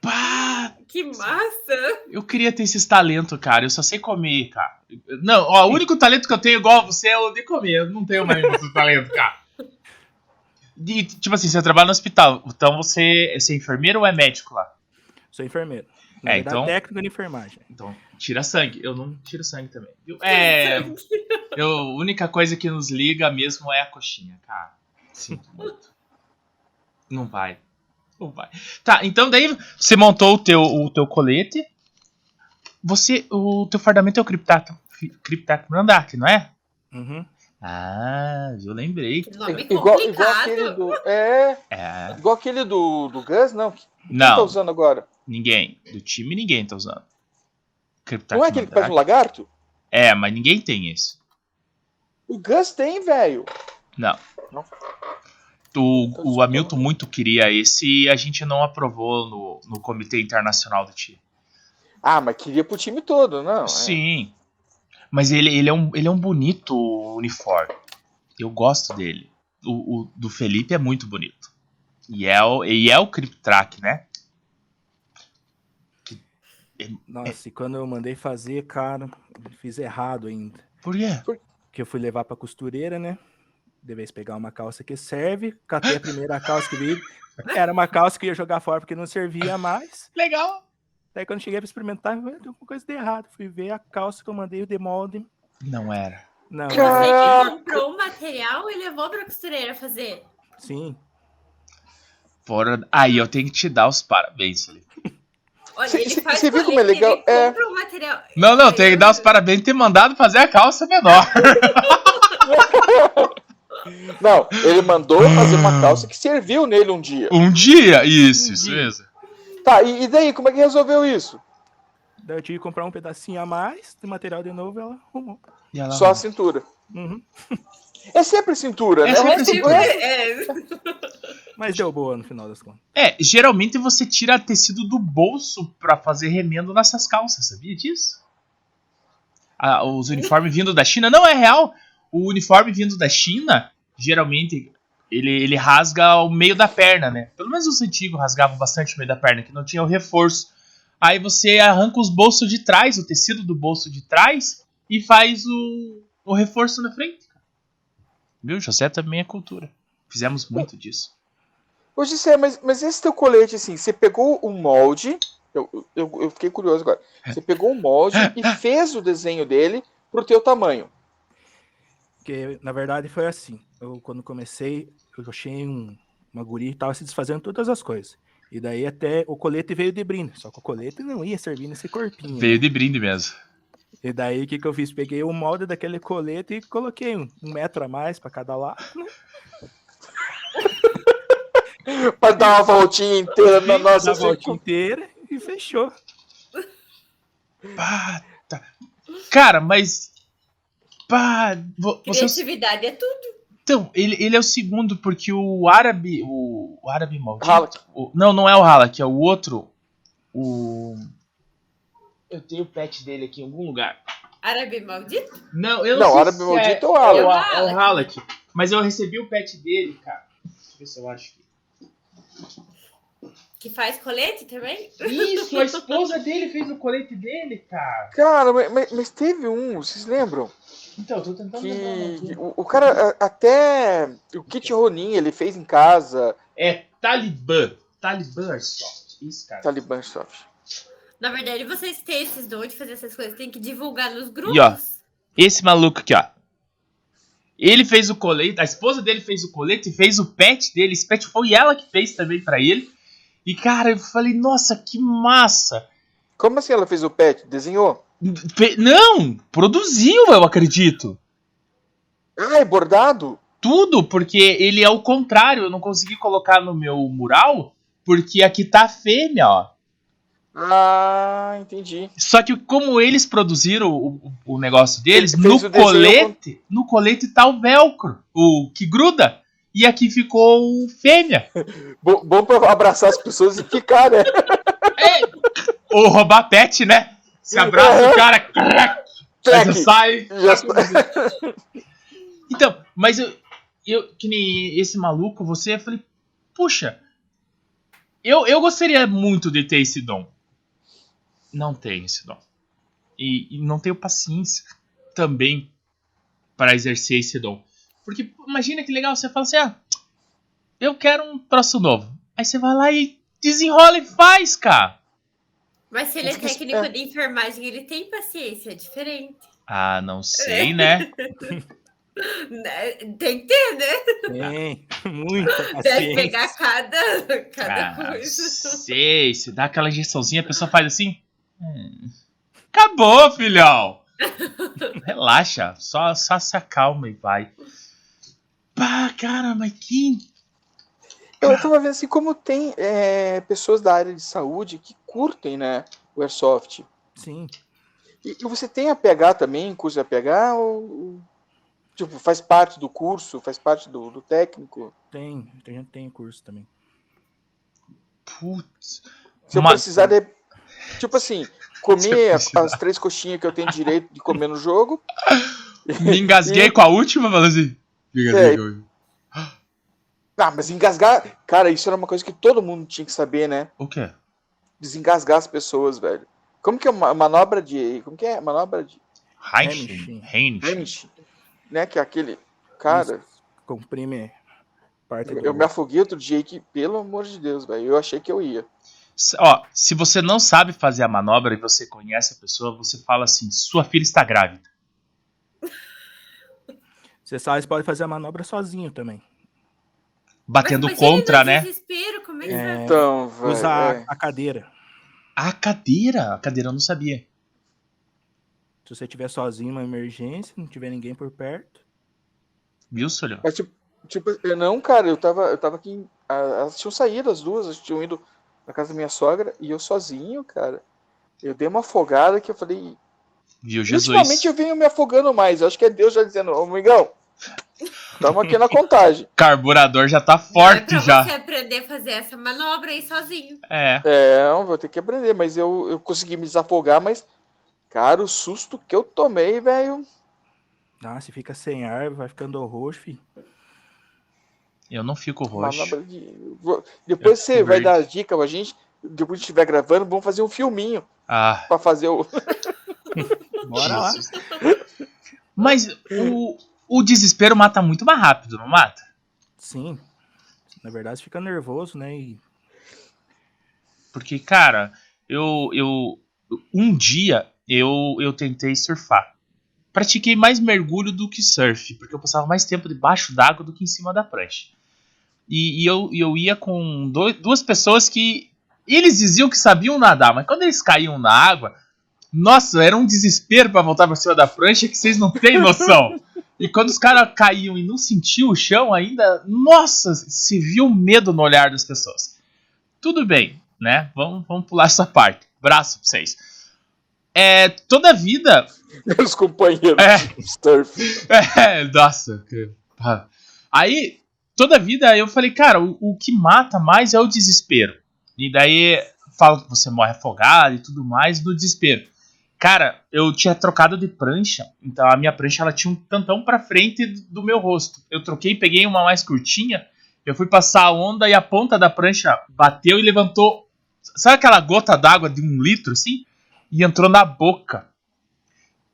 Speaker 1: Pá,
Speaker 4: Que massa!
Speaker 1: eu queria ter esses talentos, cara. Eu só sei comer, cara. Não, ó, o único talento que eu tenho igual a você é o de comer. Eu não tenho mais esse talento, cara. E, tipo assim, você trabalha no hospital, então você, você é enfermeiro ou é médico lá?
Speaker 3: Sou enfermeiro.
Speaker 1: É,
Speaker 3: Na verdade,
Speaker 1: então-
Speaker 3: técnico de enfermagem.
Speaker 1: Então, tira sangue. Eu não tiro sangue também. Eu- é. Eu, a única coisa que nos liga mesmo é a coxinha, cara. Sinto muito. Não vai. Não vai. Tá, então daí você montou o teu, o teu colete. Você. O teu fardamento é o criptato. Criptato Brandarte, não é?
Speaker 3: Uhum.
Speaker 1: Ah, eu lembrei.
Speaker 4: Que nome
Speaker 5: Igual,
Speaker 4: complicado.
Speaker 5: igual aquele do. É,
Speaker 1: É.
Speaker 5: igual aquele do, do Gus, não. Quem tá
Speaker 1: Não,
Speaker 5: usando agora?
Speaker 1: ninguém. Do time ninguém tá usando. Criptato
Speaker 5: Não é
Speaker 1: tá
Speaker 5: aquele que faz um lagarto?
Speaker 1: É, mas ninguém tem esse.
Speaker 5: O Gus tem, velho.
Speaker 1: Não.
Speaker 5: Não?
Speaker 1: O, o Hamilton muito queria esse e a gente não aprovou no, no Comitê Internacional do time.
Speaker 5: Ah, mas queria pro time todo, não? é.
Speaker 1: Sim. Mas ele, ele, é um, ele é um bonito uniforme. Eu gosto dele. O, o do Felipe é muito bonito. E é o, e é o Cryptrack, né?
Speaker 3: Nossa, e quando eu mandei fazer, cara, fiz errado ainda.
Speaker 1: Por quê?
Speaker 3: Porque que eu fui levar pra costureira, né? Devesse pegar uma calça que serve. Catei a primeira calça que vi. Era uma calça que eu ia jogar fora porque não servia mais.
Speaker 1: Legal.
Speaker 3: Daí quando cheguei pra experimentar, falei, tem alguma coisa de errado. Fui ver a calça que eu mandei o demolde.
Speaker 1: Não era.
Speaker 3: Não,
Speaker 4: Você
Speaker 5: Cara-
Speaker 4: que
Speaker 5: Caraca.
Speaker 4: comprou o material e levou pra costureira fazer.
Speaker 3: né? sim.
Speaker 1: Fora... Aí eu tenho que te dar os parabéns, Felipe.
Speaker 4: Olha,
Speaker 5: Cê-
Speaker 4: ele
Speaker 5: cê-
Speaker 4: faz
Speaker 5: cê viu
Speaker 4: colete,
Speaker 5: como é legal?
Speaker 4: Ele
Speaker 5: É.
Speaker 4: compra o material.
Speaker 1: Não, não, tenho que dar os parabéns de ter mandado fazer a calça menor. <laughs>
Speaker 5: Não, ele mandou fazer
Speaker 1: Ah.
Speaker 5: uma calça que serviu nele um dia.
Speaker 1: Um dia, isso, isso
Speaker 3: dia.
Speaker 1: mesmo.
Speaker 5: Tá, e, e daí, como é que resolveu isso?
Speaker 3: Daí eu tive que comprar um pedacinho a mais de material de novo ela arrumou.
Speaker 1: E ela-
Speaker 5: Só a cintura.
Speaker 3: Uhum.
Speaker 5: É sempre cintura,
Speaker 1: É
Speaker 5: né?
Speaker 1: sempre
Speaker 5: O resto-
Speaker 1: cintura.
Speaker 5: o resto-
Speaker 4: É,
Speaker 3: Mas deu boa no final das contas.
Speaker 1: É, geralmente você tira tecido do bolso pra fazer remendo nessas calças, sabia disso? Ah, os uniformes vindo da China. Não, é real. O uniforme vindo da China, geralmente, ele, ele rasga o meio da perna, né? Pelo menos os antigos rasgavam bastante o meio da perna, que não tinha o reforço. Aí você arranca os bolsos de trás, o tecido do bolso de trás, e faz o, o reforço na frente. cara. Viu? José também é cultura. Fizemos muito disso.
Speaker 5: Hoje você é, mas, mas esse teu colete, assim, você pegou um molde. Eu, eu, eu fiquei curioso agora. Você pegou um molde
Speaker 1: <laughs>
Speaker 5: e fez o desenho dele pro teu tamanho.
Speaker 3: Porque, na verdade, foi assim. Eu, quando comecei, eu achei um, uma guria e tava se desfazendo todas as coisas. E daí até o colete veio de brinde. Só que o colete não ia servir nesse corpinho.
Speaker 1: Veio de brinde mesmo.
Speaker 3: E daí, o que que eu fiz? Peguei o molde daquele colete e coloquei um, um metro a mais pra cada lado.
Speaker 5: Pra dar uma voltinha inteira na nossa
Speaker 3: Dá a volta
Speaker 5: cintura.
Speaker 3: inteira e fechou.
Speaker 1: Pá, tá. Cara, mas. Pá, vo- você.
Speaker 4: Criatividade é tudo.
Speaker 1: Então, ele, ele é o segundo, porque o árabe. O, o árabe maldito.
Speaker 5: Halak.
Speaker 1: o- não, não é o Halak, é o outro. O. Eu tenho o pet dele aqui em algum lugar.
Speaker 4: Árabe maldito.
Speaker 1: Não, eu não,
Speaker 5: Não,
Speaker 1: sei
Speaker 5: árabe
Speaker 1: se
Speaker 5: maldito
Speaker 1: é,
Speaker 5: é o
Speaker 1: É o,
Speaker 4: Halak.
Speaker 1: é o Halak. Mas eu recebi o pet dele, cara. Deixa eu ver se eu acho. aqui.
Speaker 4: Que faz colete também?
Speaker 1: Isso, a esposa dele fez o colete dele, cara.
Speaker 5: Cara, mas- mas, mas teve um, vocês lembram?
Speaker 1: Então, eu tô tentando lembrar.
Speaker 5: Que
Speaker 1: aqui.
Speaker 5: o, o cara, a- até o Kit Ronin ele fez em casa,
Speaker 1: É Talibã. Talibã Airsoft. Isso, cara.
Speaker 5: Taliban Soft.
Speaker 4: Na verdade, vocês têm esses dons de fazer essas coisas, tem que divulgar nos grupos.
Speaker 1: E, ó. Esse maluco aqui, ó. Ele fez o colete, a esposa dele fez o colete, fez o pet dele, esse pet foi ela que fez também pra ele. E cara, eu falei, nossa, que massa!
Speaker 5: Como assim ela fez o pet? Desenhou?
Speaker 1: Fe- Não, produziu, eu acredito.
Speaker 5: Ah, é bordado?
Speaker 1: Tudo, porque ele é o contrário, eu não consegui colocar no meu mural, porque aqui tá a fêmea, ó.
Speaker 5: Ah, entendi.
Speaker 1: Só que como eles produziram o, o- o negócio deles,
Speaker 5: Ele
Speaker 1: no
Speaker 5: fez o desenho
Speaker 1: colete, no colete tá o velcro, o que gruda. E aqui ficou o fêmea.
Speaker 5: Bo- bom pra abraçar as pessoas e ficar, né?
Speaker 1: Ou roubar pet, né? Se abraça o cara, crack, <laughs> mas eu
Speaker 5: Track.
Speaker 1: <laughs> sai.
Speaker 5: Já sa-
Speaker 1: Então, mas eu, eu, que nem esse maluco, você, eu falei, puxa, eu, eu gostaria muito de ter esse dom. Não tenho esse dom. E, e não tenho paciência também para exercer esse dom. Porque pô, imagina que legal, você fala assim, ah, eu quero um troço novo. Aí você vai lá e desenrola e faz, cara.
Speaker 4: Mas se ele é
Speaker 5: Acho que isso-
Speaker 4: técnico
Speaker 5: é.
Speaker 4: de enfermagem, ele tem paciência, é diferente.
Speaker 1: Ah, não sei, né?
Speaker 4: Né? Tem que ter, né?
Speaker 3: Tem <laughs> muita
Speaker 4: Deve
Speaker 3: paciência.
Speaker 4: pegar cada, cada
Speaker 1: Assim. Ah,
Speaker 4: coisa.
Speaker 1: sei, se dá aquela injeçãozinha, a pessoa faz assim. "Hum, Acabou, filhão! <laughs> Relaxa, só, só se acalma e vai. Pá, cara, mas que.
Speaker 5: <laughs> Eu tava vendo assim, como tem é, pessoas da área de saúde que curtem, né? O Airsoft.
Speaker 3: Sim.
Speaker 5: E, e você tem a PH também, curso de APH? Ou, tipo, faz parte do curso, faz parte do, do técnico?
Speaker 3: Tem, a gente tem curso também.
Speaker 1: Putz.
Speaker 5: Se eu
Speaker 1: Uma-
Speaker 5: precisar de. Tipo assim, comer as-
Speaker 1: precisar.
Speaker 5: as três coxinhas que eu tenho direito de comer no jogo.
Speaker 1: Me engasguei com a última, falando assim. Me engasguei
Speaker 5: É.
Speaker 1: com a última.
Speaker 5: Ah, mas engasgar. Cara, isso era uma coisa que todo mundo tinha que saber, né?
Speaker 1: O quê?
Speaker 5: Desengasgar as pessoas, velho. Como que é uma manobra de. Como que é? Manobra de.
Speaker 1: Heinchen.
Speaker 3: Heinchen.
Speaker 1: Heinchen.
Speaker 5: Heinrich. né? Que é aquele. Cara,
Speaker 3: Comprime parte
Speaker 5: eu,
Speaker 3: do-
Speaker 5: eu me afoguei outro dia que, pelo amor de Deus, velho, eu achei que eu ia.
Speaker 1: Se- Ó, se você não sabe fazer a manobra e você conhece a pessoa, você fala assim: sua filha está grávida.
Speaker 3: Você sabe, você pode fazer a manobra sozinho também.
Speaker 1: Batendo
Speaker 4: Mas imagina
Speaker 1: contra,
Speaker 4: no
Speaker 1: né?
Speaker 4: Desespero, como é que
Speaker 3: É,
Speaker 5: Então, velho.
Speaker 3: Usa a-
Speaker 5: é.
Speaker 3: a cadeira.
Speaker 1: A cadeira. A cadeira eu não sabia.
Speaker 3: Se você tiver sozinho, uma emergência, não tiver ninguém por perto.
Speaker 1: Viu, Solhão?
Speaker 5: Mas tipo, tipo, eu não, cara, eu tava, eu tava aqui. em- a- Elas tinham saído as duas, elas tinham ido na casa da minha sogra e eu sozinho, cara. Eu dei uma afogada que eu falei.
Speaker 1: Viu, Jesus?
Speaker 5: Ultimamente eu venho me afogando mais. Eu acho que é Deus já dizendo, ô Migão, tamo aqui na contagem. <laughs>
Speaker 1: Carburador já tá
Speaker 4: Não é
Speaker 1: forte
Speaker 4: pra
Speaker 1: já.
Speaker 4: você aprender a fazer essa manobra aí sozinho.
Speaker 1: É.
Speaker 5: É, eu vou ter que aprender, mas eu, eu consegui me desafogar, mas. Cara, o susto que eu tomei, velho.
Speaker 3: Ah, se fica sem ar, vai ficando roxo, filho.
Speaker 1: Eu não fico roxo.
Speaker 5: manobra de- vou- Depois
Speaker 1: Eu
Speaker 5: você vai
Speaker 1: verde.
Speaker 5: dar as dicas pra gente. Depois que estiver gravando, vamos fazer um filminho
Speaker 1: Ah,
Speaker 5: pra fazer o. <laughs>
Speaker 3: Bora lá.
Speaker 1: Jesus. Mas o, o desespero mata muito mais rápido, não mata?
Speaker 3: Sim. Na verdade, você fica nervoso, né? E
Speaker 1: Porque, cara, eu, eu um dia eu, eu tentei surfar. Pratiquei mais mergulho do que surf, porque eu passava mais tempo debaixo d'água do que em cima da prancha. E, e eu, e eu ia com doi- duas pessoas que eles diziam que sabiam nadar, mas quando eles caíam na água, nossa, era um desespero pra voltar pra cima da prancha que vocês não têm noção. e quando os caras caíam e não sentiam o chão ainda, nossa, se viu um medo no olhar das pessoas tudo bem, né? Vamos, vamos pular essa parte. Braço pra vocês. É, toda vida.
Speaker 5: Os companheiros
Speaker 1: É.
Speaker 5: de surf.
Speaker 1: É, nossa. que- pá. Aí, toda vida eu falei, cara, o, o que mata mais é o desespero. E daí falam que você morre afogado e tudo mais do desespero. Cara, eu tinha trocado de prancha, então a minha prancha ela tinha um tantão pra frente do meu rosto. Eu troquei, peguei uma mais curtinha, eu fui passar a onda e a ponta da prancha bateu e levantou. Sabe aquela gota d'água de um litro assim? E entrou na boca.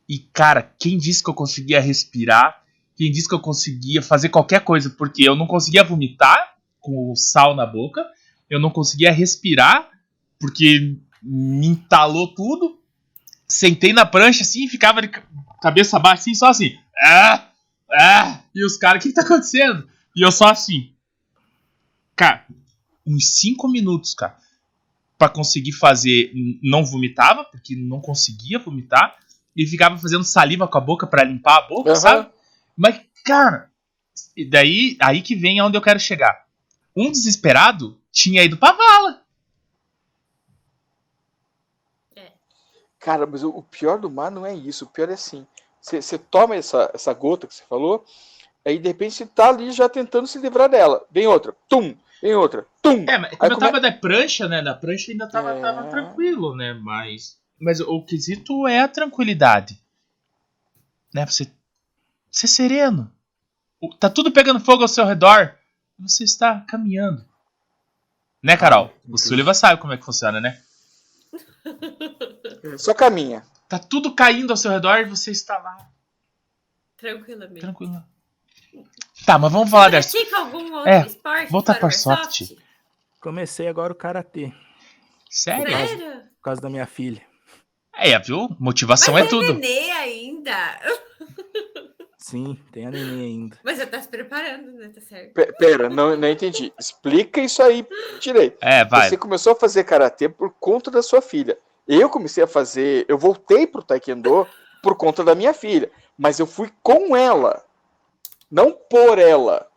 Speaker 1: E cara, quem disse que eu conseguia respirar? Quem disse que eu conseguia fazer qualquer coisa? Porque eu não conseguia vomitar com o sal na boca, eu não conseguia respirar porque me entalou tudo. Sentei na prancha assim, e ficava de ca- cabeça baixa assim, só assim. Ah, ah, e os caras, o que, que tá acontecendo? E eu só assim. Cara, uns cinco minutos, cara, pra conseguir fazer, n- não vomitava, porque não conseguia vomitar, e ficava fazendo saliva com a boca pra limpar a boca,
Speaker 5: Aham.
Speaker 1: sabe? Mas, cara, e daí aí que vem aonde eu quero chegar. Um desesperado tinha ido pra vala.
Speaker 5: Cara, mas o- o pior do mar não é isso. O pior é assim. Você você toma essa, essa gota que você falou, aí de repente você tá ali já tentando se livrar dela. Vem outra, tum, vem outra, tum.
Speaker 1: É, mas
Speaker 5: Aí
Speaker 1: como eu
Speaker 5: como é-
Speaker 1: tava da prancha, né? Da prancha ainda tava,
Speaker 5: É.
Speaker 1: tava tranquilo, né? Mas, mas o o quesito é a tranquilidade. Né? Você ser sereno. O- Tá tudo pegando fogo ao seu redor. Você está caminhando. Né, Carol? O Sullivan sabe como é que funciona, né?
Speaker 5: Só caminha.
Speaker 1: Tá tudo caindo ao seu redor e você está lá,
Speaker 4: Tranquilamente.
Speaker 1: tranquilo. Tá, mas vamos falar dessa.
Speaker 4: Pratica algum outro
Speaker 1: É,
Speaker 4: esporte?
Speaker 1: volta
Speaker 4: fora
Speaker 1: pra
Speaker 4: o airsoft?
Speaker 1: soft.
Speaker 3: comecei agora o karatê,
Speaker 1: Sério?
Speaker 4: Sério?
Speaker 3: por causa da minha filha.
Speaker 1: É, viu? Motivação
Speaker 4: Mas né?
Speaker 1: é tudo.
Speaker 4: Nenê ainda. <laughs>
Speaker 3: Sim, tem a neném ainda.
Speaker 4: Mas já tá se preparando, né? Tá certo.
Speaker 5: Pe- Pera, não, não entendi. Explica isso aí direito.
Speaker 1: É, vai.
Speaker 5: Você começou a fazer karatê por conta da sua filha. Eu comecei a fazer, eu voltei pro taekwondo por conta da minha filha, mas eu fui com ela, não por ela.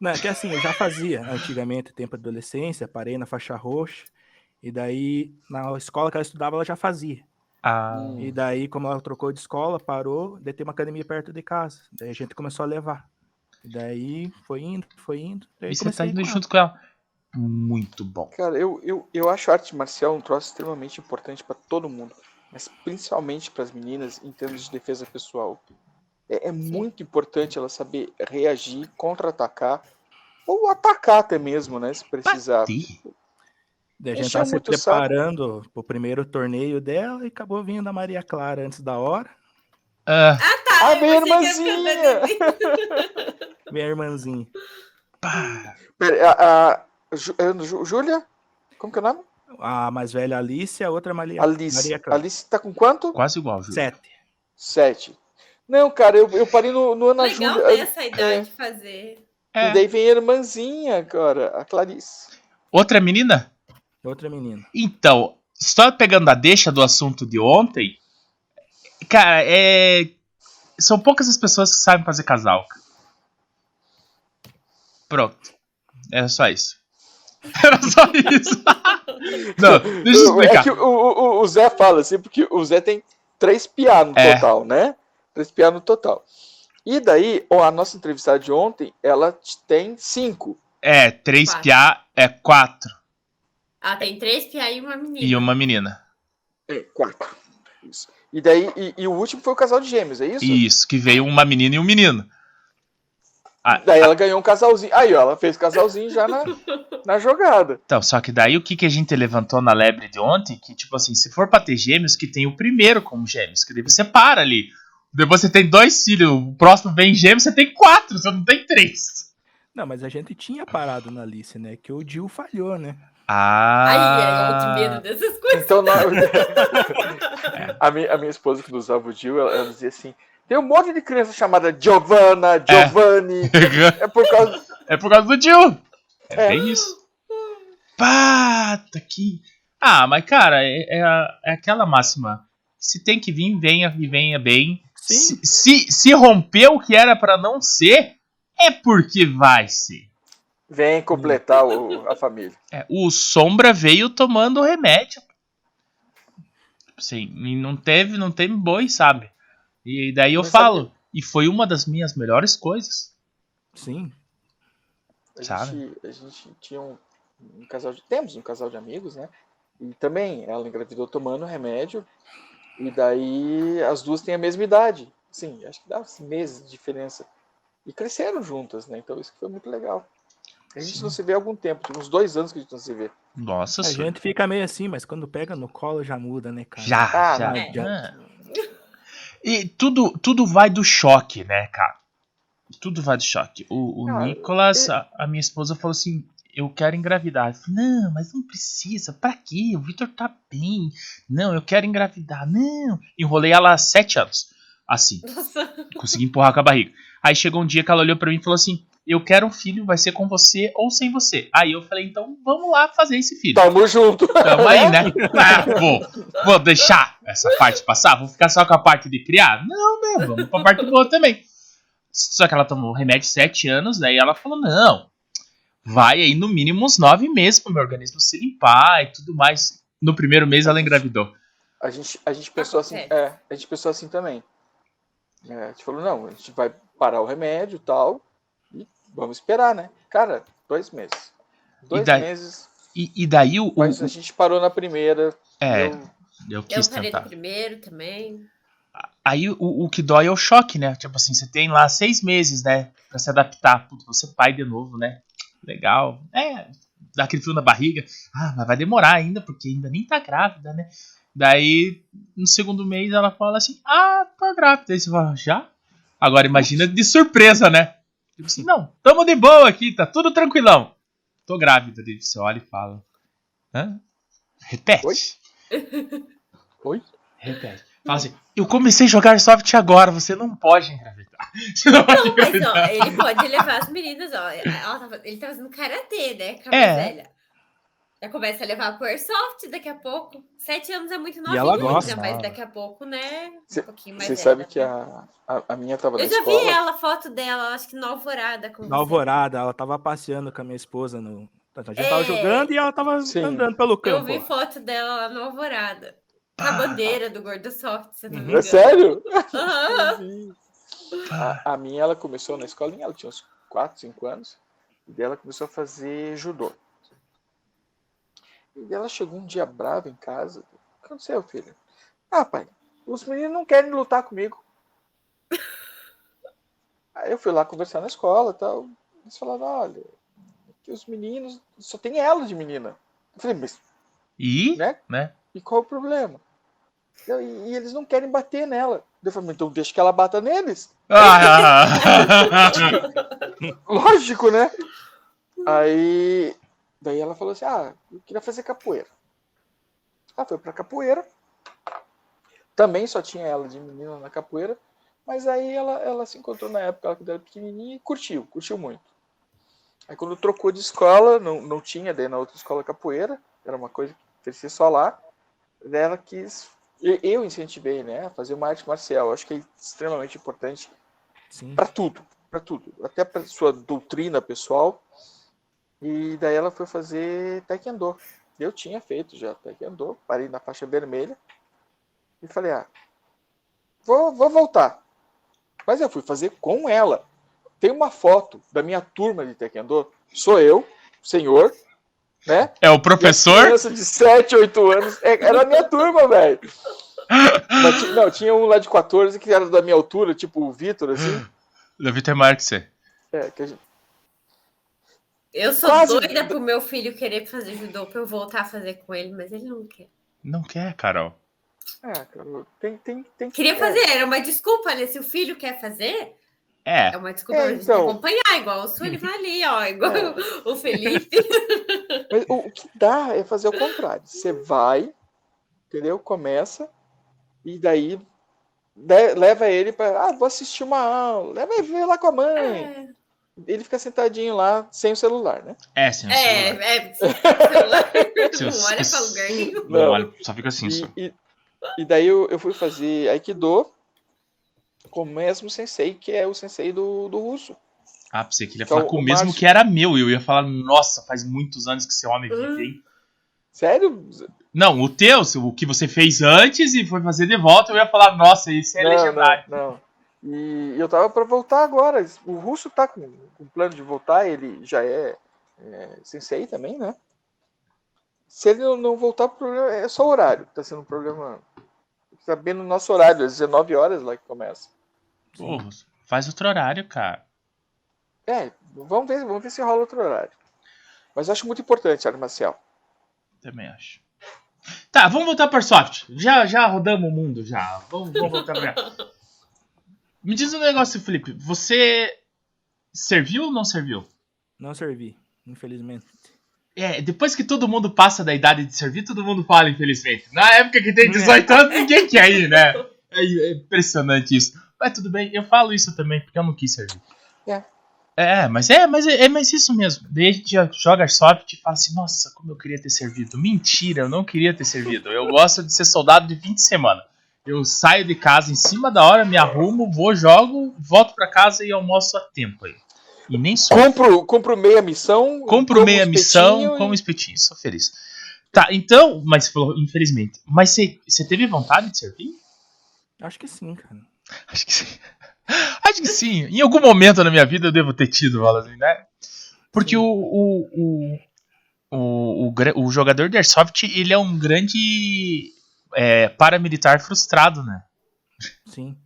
Speaker 3: Não, é que assim, eu já fazia antigamente, tempo de adolescência, parei na faixa roxa. E daí, na escola que ela estudava, ela já fazia.
Speaker 1: Ah,
Speaker 3: E daí, como ela trocou de escola, parou, daí tem uma academia perto de casa. Daí a gente começou a levar. E daí foi indo, foi indo. Daí
Speaker 1: e você tá
Speaker 3: comecei
Speaker 1: indo
Speaker 3: com ela.
Speaker 1: junto com ela. Muito bom.
Speaker 5: Cara, eu, eu, eu acho a arte marcial um troço extremamente importante para todo mundo, mas principalmente para as meninas em termos de defesa pessoal. É, é muito importante ela saber reagir, contra-atacar ou atacar até mesmo, né? Se precisar.
Speaker 1: Ih,
Speaker 3: Daí a gente
Speaker 5: Encheu
Speaker 3: tava se
Speaker 5: é muito o saco.
Speaker 3: preparando pro primeiro torneio dela e acabou vindo a Maria Clara antes da hora.
Speaker 1: Ah,
Speaker 5: Ah,
Speaker 4: tá, eu
Speaker 5: minha
Speaker 4: pensei que ia ficar
Speaker 5: irmãzinha!
Speaker 4: dando-
Speaker 3: Minha irmãzinha.
Speaker 1: pá.
Speaker 5: Pera, a, a, Ju- é, Ju- Júlia? Como que é o nome?
Speaker 3: A mais velha Alice, a outra é Maria,
Speaker 5: Alice.
Speaker 3: Maria Clara.
Speaker 5: Alice tá com quanto?
Speaker 1: Quase igual, Júlio.
Speaker 3: Sete.
Speaker 5: Sete. Não, cara, eu, eu parei no, no Ana
Speaker 4: Legal
Speaker 5: Júlia.
Speaker 4: ter
Speaker 5: Eu-
Speaker 1: é.
Speaker 4: essa idade fazer.
Speaker 5: E daí vem a irmãzinha, cara, a Clarice.
Speaker 1: Outra menina?
Speaker 3: Outra menina.
Speaker 1: Então, só pegando a deixa do assunto de ontem, cara, é. São poucas as pessoas que sabem fazer casal. cara. Pronto. Era só isso. <laughs> Era só isso. Não, deixa eu
Speaker 5: É
Speaker 1: explicar.
Speaker 5: que o, o- o Zé fala assim, porque o Zé tem três piá no
Speaker 1: É.
Speaker 5: total, né? Três piá no total. E daí, ó, a nossa entrevistada de ontem, ela t- tem cinco.
Speaker 1: É, três
Speaker 4: Quatro.
Speaker 1: piá é quatro
Speaker 4: Ah, tem três piá e uma menina.
Speaker 1: e uma menina.
Speaker 5: É, quatro. Isso. E daí, e, e o último foi o casal de gêmeos, é isso?
Speaker 1: Isso, que veio uma menina e um menino. Ah,
Speaker 5: Daí ela ganhou um casalzinho. Aí, ó, ela fez casalzinho já na, na jogada.
Speaker 1: Então, só que daí o que, que a gente levantou na lebre de ontem, que tipo assim, se for pra ter gêmeos, que tem o primeiro como gêmeos, que daí você para ali. Depois você tem dois filhos, o próximo vem gêmeos, você tem quatro, você não tem três.
Speaker 3: Não, mas a gente tinha parado na Alice, né? Que o Dil falhou, né?
Speaker 4: Ai, é eu
Speaker 1: Ah,
Speaker 4: te medo dessas coisas.
Speaker 1: <laughs>
Speaker 5: Então, na- a, minha, a minha esposa que nos abudiu, ela, ela dizia assim: tem um monte de criança chamada Giovanna, Giovanni. É, por causa.
Speaker 1: <laughs> é por causa do Jill. É
Speaker 5: É.
Speaker 1: bem isso. Pata, que. Ah, mas cara, é, é a- é aquela máxima. Se tem que vir, venha e venha bem.
Speaker 3: Sim.
Speaker 1: Se, se, se romper o que era pra não ser, é porque vai ser.
Speaker 5: Vem completar o- a família.
Speaker 1: É, o Sombra veio tomando o remédio. Sim, e não teve, não teve boi, sabe? E daí eu
Speaker 5: Mas sabe-
Speaker 1: falo, e foi uma das minhas melhores coisas.
Speaker 3: Sim.
Speaker 5: A
Speaker 1: Sabe?
Speaker 5: gente, a gente tinha um, um casal de. Temos um casal de amigos, né? E também ela engravidou tomando remédio. E daí as duas têm a mesma idade. Sim, acho que dá uns meses de diferença. E cresceram juntas, né? Então isso que foi muito legal. A gente
Speaker 1: Sim.
Speaker 5: não se vê há algum tempo, tem uns dois anos que a gente não se vê.
Speaker 1: Nossa
Speaker 3: A
Speaker 1: senhora.
Speaker 3: gente fica meio assim, mas quando pega no colo já muda, né, cara?
Speaker 1: Já,
Speaker 5: Ah,
Speaker 1: já.
Speaker 5: não
Speaker 1: já. E tudo, tudo vai do choque, né, cara? Tudo vai do choque. O, o
Speaker 5: Cara,
Speaker 1: Nicolas, a, a minha esposa falou assim: eu quero engravidar. Eu falei, não, mas não precisa, pra quê? O Vitor tá bem. Não, eu quero engravidar. Não. Enrolei ela há sete anos. Assim.
Speaker 4: Nossa,
Speaker 1: Consegui empurrar com a barriga. Aí chegou um dia que ela olhou pra mim e falou assim: Eu quero um filho, vai ser com você ou sem você. Aí eu falei: Então vamos lá fazer esse filho.
Speaker 5: Tamo junto!
Speaker 1: Tamo aí, né? Ah, vou, vou deixar essa parte passar? Vou ficar só com a parte de criar? Não, né? Vamos pra parte boa também. Só que ela tomou remédio sete anos, né? E ela falou: Não, vai aí no mínimo uns nove meses pro meu organismo se limpar e tudo mais. No primeiro mês ela engravidou.
Speaker 5: A gente, a gente pensou assim,
Speaker 4: Acontece.
Speaker 5: é, a gente pensou assim também. É, a gente falou, não, a gente vai parar o remédio e tal, e vamos esperar, né? Cara, dois meses. Dois
Speaker 1: daí-
Speaker 5: meses,
Speaker 1: E, e daí o. o-
Speaker 5: mas a gente parou na primeira.
Speaker 1: é,
Speaker 5: deu-
Speaker 1: eu
Speaker 4: eu
Speaker 1: quis
Speaker 4: parei
Speaker 1: tentar.
Speaker 4: no primeiro também.
Speaker 1: Aí o, o que dói é o choque, né? Tipo assim, você tem lá seis meses, né? Pra se adaptar. Putz, você pai de novo, né? Legal. É, dá aquele frio na barriga. Ah, mas vai demorar ainda, porque ainda nem tá grávida, né? Daí, no segundo mês, ela fala assim: Ah, tá grávida. Aí você fala: Já? Agora imagina de surpresa, né? Tipo assim, não, tamo de boa aqui, tá tudo tranquilão. Tô grávida. Daí você olha e fala: Hã? Repete. <laughs>
Speaker 5: Oi? Oi?
Speaker 1: Repete. Fala assim, eu comecei a jogar soft agora, você não pode engravidar. <laughs> Você não pode
Speaker 4: Não, mas ó,
Speaker 1: engravidar.
Speaker 4: ele pode levar as meninas, ó. ela tá- ele tá fazendo karatê, né? Com a
Speaker 1: É.
Speaker 4: mais velha. Já começa a levar pro Airsoft daqui a pouco. Sete anos é muito novinha
Speaker 3: ela
Speaker 4: ainda,
Speaker 3: gosta.
Speaker 4: mas daqui a pouco, né? Um
Speaker 5: Cê-
Speaker 4: pouquinho mais
Speaker 5: Você
Speaker 4: velha.
Speaker 5: sabe que a, a, a minha tava na
Speaker 4: Eu já
Speaker 5: escola.
Speaker 4: vi ela, a foto dela, acho que na Alvorada. Com
Speaker 3: Na Alvorada, ela tava passeando com a minha esposa no. A gente
Speaker 4: É.
Speaker 3: tava jogando e ela tava
Speaker 5: Sim.
Speaker 3: andando pelo
Speaker 4: Você. Eu
Speaker 3: campo.
Speaker 4: vi
Speaker 3: lá.
Speaker 4: foto dela lá na Alvorada. Com a bandeira do Gordo Soft, se eu não me engano.
Speaker 5: É sério?
Speaker 4: Aham.
Speaker 5: A, a minha, ela começou na escolinha, ela tinha uns 4, 5 anos, e daí ela começou a fazer judô. E daí ela chegou um dia brava em casa. O que aconteceu, filha? Ah, pai, os meninos não querem lutar
Speaker 4: <laughs>
Speaker 5: comigo. Aí eu fui lá conversar na escola e tal. Eles falaram, olha, que os meninos, só tem ela de menina. Eu falei, mas
Speaker 1: E?
Speaker 5: né?
Speaker 1: Né?
Speaker 5: E qual o problema? Não, E, e eles não querem bater nela. Eu falei, então deixa que ela bata neles.
Speaker 1: Ah,
Speaker 5: Lógico, né? Aí. Daí ela falou assim: ah, eu queria fazer capoeira. Ela foi pra capoeira. Também só tinha ela de menina na capoeira. Mas aí ela, ela se encontrou na época, ela quando era pequenininha, e curtiu, curtiu muito. Aí quando trocou de escola, não, não tinha, daí na outra escola capoeira, era uma coisa que crescia só lá. Daí ela quis. e- Eu incentivei, né? a Fazer uma arte marcial. Eu Acho que é extremamente importante
Speaker 3: Sim.
Speaker 5: para tudo, para tudo, até para sua doutrina pessoal. E daí ela foi fazer taekwondo. Eu tinha feito já taekwondo, parei na faixa vermelha e falei: "Ah, vou, vou voltar". Mas eu fui fazer com ela. Tem uma foto da minha turma de taekwondo, sou eu, senhor, né?
Speaker 1: é o
Speaker 5: Uma
Speaker 1: professor?
Speaker 5: criança de 7, 8 anos. É, Era a minha turma, velho. Mas ti- Não, tinha um lá de 14 que era da minha altura, tipo o Vitor, assim.
Speaker 1: Levitor Marx.
Speaker 5: É, que a gente-
Speaker 4: Eu sou
Speaker 5: Quase-
Speaker 4: doida pro meu filho querer fazer judô pra eu voltar a fazer com ele, mas ele não quer.
Speaker 1: Não quer, Carol.
Speaker 5: Ah, cara, tem, tem, tem que-
Speaker 4: Queria
Speaker 5: é,
Speaker 4: fazer, era uma desculpa, né? Se o filho quer fazer, é
Speaker 1: É.
Speaker 4: uma desculpa
Speaker 5: É,
Speaker 4: pra gente
Speaker 5: então.
Speaker 4: acompanhar, igual o Sully vai ali, ó, igual
Speaker 5: É.
Speaker 4: o
Speaker 5: <laughs>
Speaker 4: Felipe.
Speaker 5: mas o, o que dá é fazer o contrário. Você vai, entendeu? Começa, e daí de- leva ele pra. Ah, vou assistir uma aula. Leva ele ver lá com a mãe.
Speaker 4: É,
Speaker 5: Ele fica sentadinho lá, sem o celular, né?
Speaker 1: É, sim.
Speaker 4: é, é, se o celular
Speaker 1: Se
Speaker 4: não
Speaker 1: os-
Speaker 4: olha pra
Speaker 1: os-
Speaker 4: lugar nenhum.
Speaker 1: Não,
Speaker 5: Não.
Speaker 1: olha, só fica assim. Só.
Speaker 5: E, e, e daí eu, eu fui fazer Aikido com o mesmo sensei, que é o sensei do, do russo.
Speaker 1: Ah, pensei que ele ia
Speaker 5: Então,
Speaker 1: falar com o
Speaker 5: o
Speaker 1: mesmo
Speaker 5: Márcio-
Speaker 1: que era meu. E eu ia falar, nossa, faz muitos anos que esse homem vive, hein?
Speaker 5: Sério?
Speaker 1: Não, o teu, se- o que você fez antes e foi fazer de volta, eu ia falar, nossa, esse é
Speaker 5: não,
Speaker 1: legendário.
Speaker 5: não, não. E eu tava pra voltar agora. O russo tá com com o plano de voltar, ele já é, é, sensei também, né? Se ele não- não voltar, o problema é só o horário. Tá sendo um problema. Tá bem no nosso horário, às 19 horas lá que começa.
Speaker 1: Porra, faz outro horário, cara.
Speaker 5: É, vamos ver, vamos ver se rola outro horário. Mas eu acho muito importante a arte marcial.
Speaker 1: Também acho. Tá, vamos voltar para Soft. Já, já rodamos o mundo, já. Vamos, vamos voltar pra Me diz um negócio, Felipe. Você serviu ou não serviu?
Speaker 3: Não servi, infelizmente.
Speaker 1: É, depois que todo mundo passa da idade de servir, todo mundo fala, infelizmente. Na época que tem 18 anos, ninguém quer ir, né? É, é impressionante isso. Mas tudo bem, eu falo isso também, porque eu não quis servir.
Speaker 5: É.
Speaker 1: É, mas é, mas é, é mas isso mesmo. Daí a gente já joga soft e fala assim, nossa, como eu queria ter servido. Mentira, eu não queria ter servido. Eu gosto de ser soldado de 20 semanas. Eu saio de casa em cima da hora, me arrumo, vou, jogo, volto pra casa e almoço a tempo aí. E nem sou.
Speaker 5: Compro, compro meia missão.
Speaker 1: Compro
Speaker 5: como
Speaker 1: meia
Speaker 5: um espetinho
Speaker 1: missão,
Speaker 5: e-
Speaker 1: como espetinho, sou feliz. Tá, então, mas você falou, infelizmente. Mas você você teve vontade de servir?
Speaker 3: Acho que sim, cara.
Speaker 1: Acho que sim. <laughs> Acho que sim. Em algum momento na minha vida eu devo ter tido, fala assim, né? Porque
Speaker 3: Sim.
Speaker 1: o, o, o, o, o gra- o jogador de Airsoft, ele é um grande é, paramilitar frustrado, né?
Speaker 3: Sim.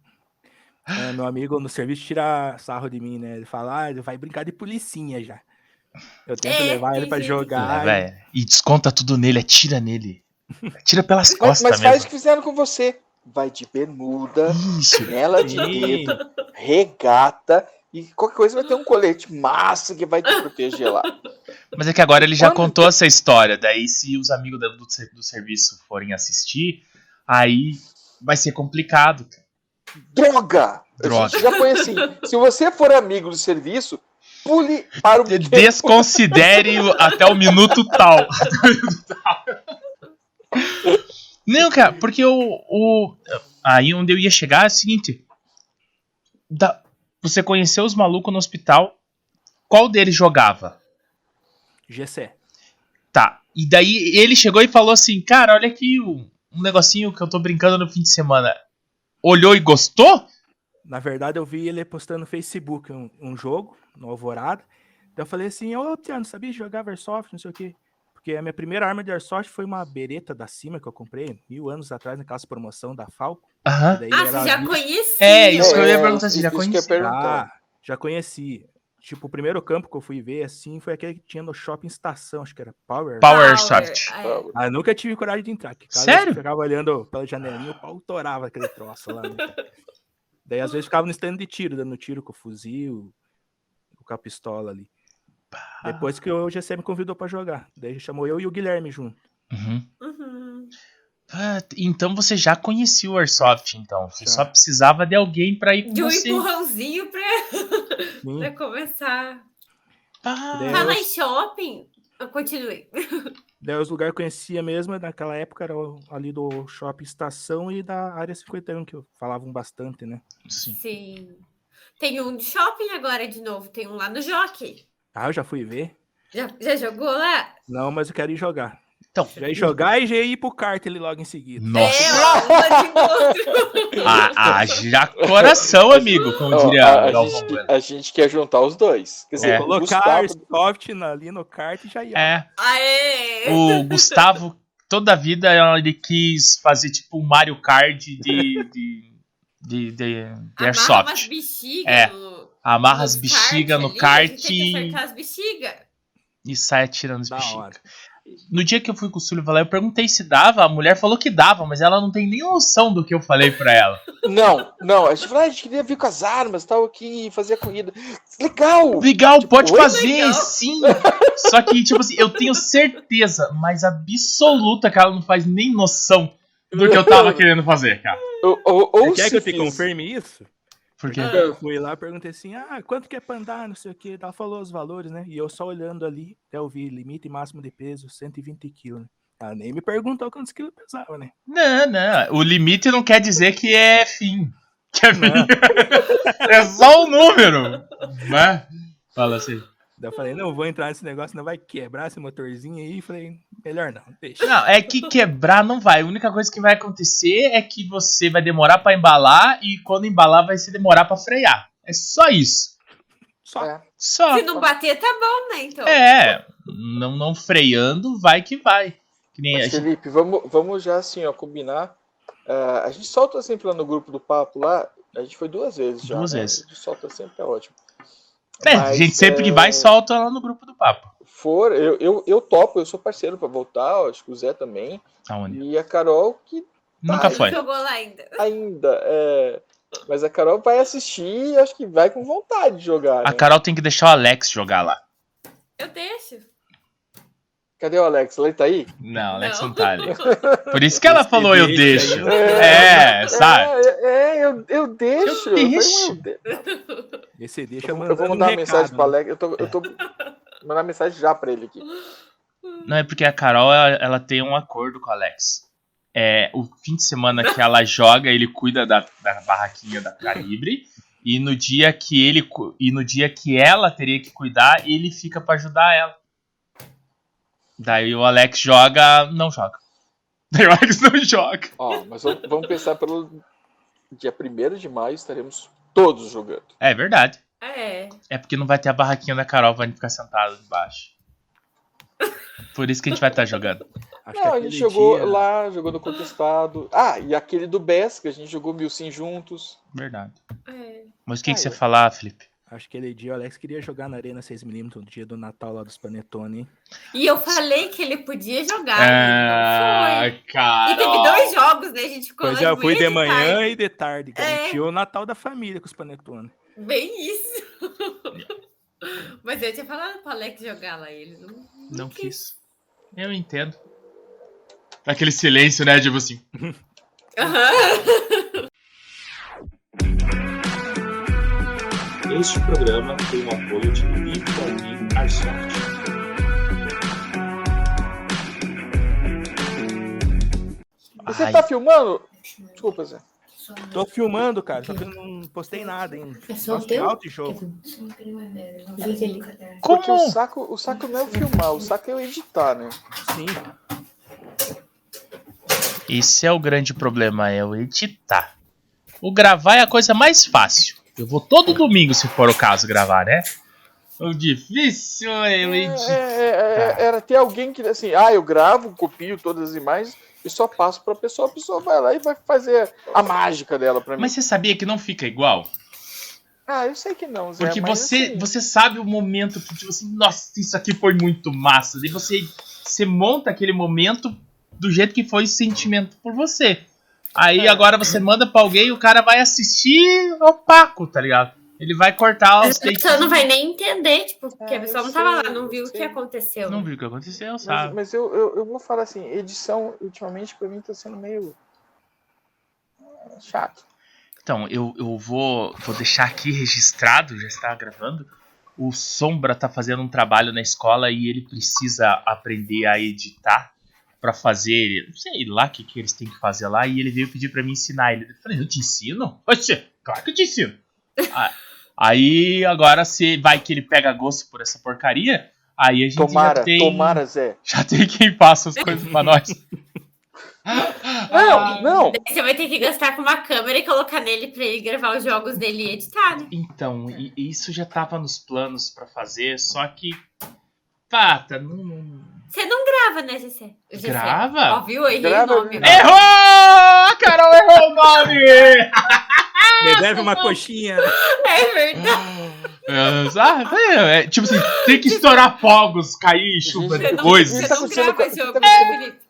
Speaker 3: É, meu amigo no serviço tira sarro de mim, né? Ele fala, ah, ele vai brincar de policinha já. Eu tento
Speaker 4: É,
Speaker 3: levar ele pra
Speaker 4: tem gente
Speaker 1: É,
Speaker 3: jogar.
Speaker 1: velho. e desconta tudo nele, atira nele. Atira pelas
Speaker 5: Mas,
Speaker 1: costas
Speaker 5: mas faz o
Speaker 1: mesmo.
Speaker 5: que fizeram com você. Vai de bermuda,
Speaker 1: Isso.
Speaker 5: chinela de
Speaker 1: Sim.
Speaker 5: dedo, regata e qualquer coisa vai ter um colete massa que vai te proteger
Speaker 1: <laughs>
Speaker 5: lá.
Speaker 1: Mas é que agora ele já
Speaker 5: Quando-
Speaker 1: contou essa história. Daí, se os amigos da- do, ser- do serviço forem assistir, aí vai ser complicado. cara.
Speaker 5: Droga! A
Speaker 1: Droga.
Speaker 5: gente já foi assim. Se você for amigo do serviço, pule para o
Speaker 1: De- Desconsidere o- até o minuto tal. Até o minuto tal. Não, cara, porque o, o- Aí onde eu ia chegar é o seguinte. Da- você conheceu os malucos no hospital. Qual deles jogava?
Speaker 3: GC.
Speaker 1: Tá. E daí ele chegou e falou assim: Cara, olha aqui um, um negocinho que eu tô brincando no fim de semana. Olhou e gostou?
Speaker 3: Na verdade, eu vi ele postando no Facebook um, um jogo, no Alvorada. Daí eu falei assim, ô, Tiano, sabia jogar Airsoft, não sei o quê. Porque a minha primeira arma de Airsoft foi uma bereta da Cima que eu comprei mil anos atrás, naquela promoção da Falco.
Speaker 1: Aham.
Speaker 3: Daí
Speaker 4: Ah,
Speaker 3: era
Speaker 4: você já
Speaker 3: vi-
Speaker 4: conhecia.
Speaker 1: É, isso que eu ia
Speaker 5: É,
Speaker 1: perguntar se
Speaker 5: isso-
Speaker 1: já
Speaker 5: isso que eu ia
Speaker 1: conhecia.
Speaker 5: perguntar.
Speaker 3: Já, já conheci. Tipo, o primeiro campo que eu fui ver, assim, foi aquele que tinha no shopping estação, acho que era Power.
Speaker 1: Powersoft.
Speaker 4: Power,
Speaker 5: Tá,
Speaker 3: Ah, eu nunca tive coragem de entrar. Que cada
Speaker 1: Sério?
Speaker 3: vez que eu ficava olhando pela janelinha, o pau torava aquele troço lá. né, cara? Daí, às vezes, ficava no stand de tiro, dando tiro com o fuzil, com a pistola ali. Depois que o GC me convidou pra jogar. Daí chamou eu e o Guilherme junto.
Speaker 1: Uhum.
Speaker 4: é. Uhum.
Speaker 1: Ah, então você já conhecia o Airsoft, então. Você
Speaker 3: Já.
Speaker 1: só precisava de alguém pra ir com
Speaker 4: De um
Speaker 1: você.
Speaker 4: empurrãozinho pra,
Speaker 3: Sim.
Speaker 4: pra começar.
Speaker 1: Pá.
Speaker 3: É,
Speaker 4: Fala
Speaker 3: eu-
Speaker 4: em shopping. Eu Continue.
Speaker 3: Daí os lugares que eu conhecia mesmo, naquela época era o- ali do Shopping Estação e da Área 51, que eu falavam bastante, né?
Speaker 1: Sim.
Speaker 4: Sim. Tem um de shopping agora de novo. Tem um lá no Jockey.
Speaker 3: Ah, eu já fui ver.
Speaker 4: Já, já jogou lá?
Speaker 3: Não, mas eu quero ir jogar.
Speaker 1: Então,
Speaker 5: <laughs>
Speaker 3: Já ir jogar e já ir pro kart ele logo em seguida.
Speaker 1: nossa.
Speaker 4: É, ó, um
Speaker 1: <laughs>
Speaker 4: de outro.
Speaker 1: Ah, haja coração, amigo, como
Speaker 5: Ó,
Speaker 1: diria
Speaker 5: a, a
Speaker 1: Galvão
Speaker 5: gente,
Speaker 1: Bueno.
Speaker 5: a gente quer juntar os dois. Quer dizer,
Speaker 1: É.
Speaker 5: o
Speaker 3: Colocar
Speaker 5: Gustavo,
Speaker 3: Airsoft na- ali no kart e já ia.
Speaker 1: É,
Speaker 4: Aê! <laughs>
Speaker 1: o Gustavo, toda a vida, ele quis fazer tipo um Mario Kart de, de, de, de, de
Speaker 4: Amarra umas
Speaker 1: Airsoft.
Speaker 4: bexigas
Speaker 1: É.
Speaker 4: no,
Speaker 1: Amarra as
Speaker 4: no
Speaker 1: bexigas no
Speaker 4: ali, a
Speaker 1: kart
Speaker 4: gente Tem que
Speaker 1: e,
Speaker 4: acertar as bexigas.
Speaker 1: e sai atirando as
Speaker 3: Da
Speaker 1: bexigas.
Speaker 3: hora.
Speaker 1: No dia que eu fui com o Sullivan lá, eu perguntei se dava. A mulher falou que dava, mas ela não tem nem noção do que eu falei pra ela.
Speaker 5: Não, não, a gente falou, ah, a gente queria vir com as armas tal, aqui e fazer a corrida. Legal!
Speaker 1: Legal,
Speaker 4: Tipo,
Speaker 1: pode
Speaker 5: Oi,
Speaker 1: fazer,
Speaker 4: legal. <laughs>
Speaker 1: sim. Só que, tipo assim, eu tenho certeza, mas absoluta, que ela não faz nem noção do que eu tava querendo fazer, cara.
Speaker 5: Ou, ou, ou
Speaker 3: Você quer
Speaker 5: se
Speaker 3: que eu um te
Speaker 5: fiz-
Speaker 3: confirme isso?
Speaker 1: Porque.
Speaker 4: Ah.
Speaker 3: Eu fui lá, perguntei assim, ah, quanto que é pra andar, não sei o que, ela falou os valores, né? E eu só olhando ali, até eu vi limite máximo de peso, 120 quilos, né? Ela nem me perguntou quantos quilos pesava, né?
Speaker 1: Não, não. O limite não quer dizer que é fim. Que é, fim. <laughs>
Speaker 3: Não.
Speaker 1: é só um número. Né? Fala assim.
Speaker 3: Daí eu falei, não vou entrar nesse negócio, não vai quebrar esse motorzinho aí. Falei, melhor não, deixa.
Speaker 1: Não, é que quebrar não vai. A única coisa que vai acontecer é que você vai demorar pra embalar e quando embalar vai se demorar pra frear. É só isso.
Speaker 3: Só.
Speaker 5: É.
Speaker 1: Só.
Speaker 4: Se não bater, tá bom, né? Então.
Speaker 1: Ah. É, não, não freando, vai que vai. Que nem a
Speaker 5: Mas,
Speaker 1: gente-
Speaker 5: Felipe, vamos, vamos já assim, ó, combinar. Ah, a gente solta sempre lá no grupo do papo lá. A gente foi duas vezes já.
Speaker 1: Duas
Speaker 5: né?
Speaker 1: vezes.
Speaker 5: A gente solta sempre, é ótimo.
Speaker 1: É, a
Speaker 5: Mas,
Speaker 1: gente sempre que
Speaker 5: é,
Speaker 1: vai solta lá no grupo do papo.
Speaker 5: For, eu, eu, eu topo, eu sou parceiro pra voltar, ó, acho que o Zé também.
Speaker 1: Aonde?
Speaker 5: E a Carol, que
Speaker 1: Tá Nunca
Speaker 5: vai.
Speaker 1: foi.
Speaker 4: Jogou lá ainda.
Speaker 5: ainda. é, Mas a Carol vai assistir e acho que vai com vontade de jogar.
Speaker 1: A
Speaker 5: né?
Speaker 1: Carol tem que deixar o Alex jogar lá.
Speaker 4: Eu deixo.
Speaker 5: Cadê o Alex? Ele tá aí?
Speaker 1: Não, Alex não,
Speaker 4: Não.
Speaker 1: tá ali. Por isso que ela
Speaker 3: Esse
Speaker 1: falou eu
Speaker 3: deixa
Speaker 1: deixo.
Speaker 3: aí.
Speaker 1: É, sabe?
Speaker 5: É, é, eu, eu deixo.
Speaker 1: Eu
Speaker 5: Eu falei,
Speaker 1: deixo.
Speaker 5: "Ué, eu de-
Speaker 3: Esse deixa
Speaker 5: Eu vou,
Speaker 3: mandando
Speaker 5: eu vou mandar
Speaker 3: um
Speaker 5: uma mensagem pro
Speaker 3: recado, né?
Speaker 5: Alex. Eu tô, eu tô mandar mensagem já pra ele aqui.
Speaker 1: Não, é porque a Carol, ela, ela tem um acordo com o Alex. É, o fim de semana que ela joga, ele cuida da, da barraquinha da Calibre. E no dia que ele cu- e no dia que ela teria que cuidar, ele fica pra ajudar ela. Daí o Alex joga, não joga. <laughs> Daí o Alex não joga.
Speaker 5: Ó, mas vamos, vamos pensar pelo dia 1 de maio estaremos todos jogando.
Speaker 1: É verdade.
Speaker 4: É.
Speaker 1: É porque não vai ter a barraquinha da Carol, vai ficar sentado debaixo. Por isso que a gente vai estar jogando.
Speaker 3: Acho que
Speaker 5: Não, a
Speaker 3: aquele
Speaker 5: gente jogou
Speaker 3: dia- né?
Speaker 5: lá, jogou no Contestado. Ah, e aquele do BES, que a gente jogou mil sim juntos.
Speaker 1: Verdade.
Speaker 4: é.
Speaker 1: Mas o que, que você ia
Speaker 5: Aí.
Speaker 1: falar, Felipe?
Speaker 3: Acho que aquele dia o Alex queria jogar na Arena 6mm no dia do Natal lá dos Panetone, hein?
Speaker 4: E eu falei que ele podia jogar.
Speaker 1: Ah,
Speaker 4: ele não foi.
Speaker 1: cara.
Speaker 4: E teve dois jogos, né? A gente ficou
Speaker 3: Pois
Speaker 4: lá
Speaker 3: é, eu fui de
Speaker 4: manhã
Speaker 3: manhã
Speaker 4: tarde.
Speaker 3: e de tarde.
Speaker 6: É.
Speaker 3: Garantiu o Natal da família com os Panetone.
Speaker 4: Bem isso. <laughs> Mas eu tinha falado pro Alex jogar lá. Ele não, não,
Speaker 1: Não quis. Eu entendo. Aquele silêncio, né? Tipo assim.
Speaker 4: Aham.
Speaker 2: Este programa tem o apoio de Be For Me Airsoft.
Speaker 5: Você
Speaker 1: Ai,
Speaker 5: tá filmando? Desculpa, Zé.
Speaker 3: Tô filmando, cara, só que eu não postei nada ainda.
Speaker 6: É só o
Speaker 3: Nossa, que
Speaker 6: teu?
Speaker 3: alto jogo.
Speaker 5: Porque o
Speaker 1: como?
Speaker 5: saco, o saco não é eu filmar, o saco é eu editar, né?
Speaker 3: Sim.
Speaker 1: Esse é o grande problema, é o editar. O gravar é a coisa mais fácil. Eu vou todo domingo, se for o caso, gravar, né? O difícil é o
Speaker 5: É,
Speaker 1: editar.
Speaker 5: é, é, era ter alguém que assim, ah, eu gravo, copio todas as imagens e só passo pra pessoa, a pessoa vai lá e vai fazer a mágica dela pra mim.
Speaker 1: Mas você sabia que não fica igual?
Speaker 5: Ah, eu sei que não, Zé.
Speaker 1: Porque
Speaker 5: mas
Speaker 1: você,
Speaker 5: assim,
Speaker 1: você sabe o momento que, tipo assim, nossa, isso aqui foi muito massa. E você, você monta aquele momento do jeito que foi o sentimento por você. Aí
Speaker 5: É.
Speaker 1: agora você manda pra alguém e o cara vai assistir opaco, tá ligado? Ele vai cortar os
Speaker 4: A pessoa
Speaker 1: takes.
Speaker 4: É, não vai nem entender, tipo, porque
Speaker 5: Ah,
Speaker 4: a
Speaker 5: eu
Speaker 4: pessoa não tava lá,
Speaker 5: sei,
Speaker 4: não viu
Speaker 5: eu
Speaker 4: o que
Speaker 5: sei.
Speaker 4: aconteceu. né?
Speaker 1: Não viu o que aconteceu,
Speaker 4: Tá.
Speaker 5: Mas,
Speaker 1: sabe?
Speaker 5: mas eu, eu, eu vou falar assim, edição, ultimamente, pra mim, tá sendo meio. ah, chato.
Speaker 1: Então, eu, eu vou, vou deixar aqui registrado, já está gravando. O Sombra tá fazendo um trabalho na escola e ele precisa aprender a editar para fazer, não sei lá o que, que eles têm que fazer lá. E ele veio pedir para mim ensinar ele. Eu falei, eu te ensino? Oxê, claro que eu te ensino. Ah, Aí agora se vai que ele pega gosto por essa porcaria, aí a gente já
Speaker 5: Tomara,
Speaker 1: tem,
Speaker 5: tomara, Zé.
Speaker 1: já tem quem passa as coisas pra nós. <laughs>
Speaker 5: Não,
Speaker 4: Ah,
Speaker 5: não!
Speaker 4: Daí Você vai ter que gastar com uma câmera e colocar nele pra ele gravar os jogos dele e editar, né?
Speaker 1: Então, e- e isso já tava nos planos pra fazer, só que. tá Pata, não. não-
Speaker 4: Você não grava, né, GC? Ó,
Speaker 1: Grava?
Speaker 4: viu? Errei
Speaker 5: Grava, né?
Speaker 4: o nome. É,
Speaker 5: grava.
Speaker 4: ó.
Speaker 1: Errou! A Carol errou o <laughs> nome!
Speaker 3: Me deve
Speaker 6: Ah, tá
Speaker 3: uma coxinha. né?
Speaker 4: É verdade.
Speaker 1: É, sabe? É, é, tipo assim, tem que estourar fogos, cair, chuva
Speaker 4: Você
Speaker 1: de
Speaker 4: não,
Speaker 1: coisas.
Speaker 4: você não
Speaker 5: Isso tá acontecendo
Speaker 4: grava
Speaker 5: com-
Speaker 4: esse jogo,
Speaker 5: tá acontecendo-
Speaker 4: Felipe.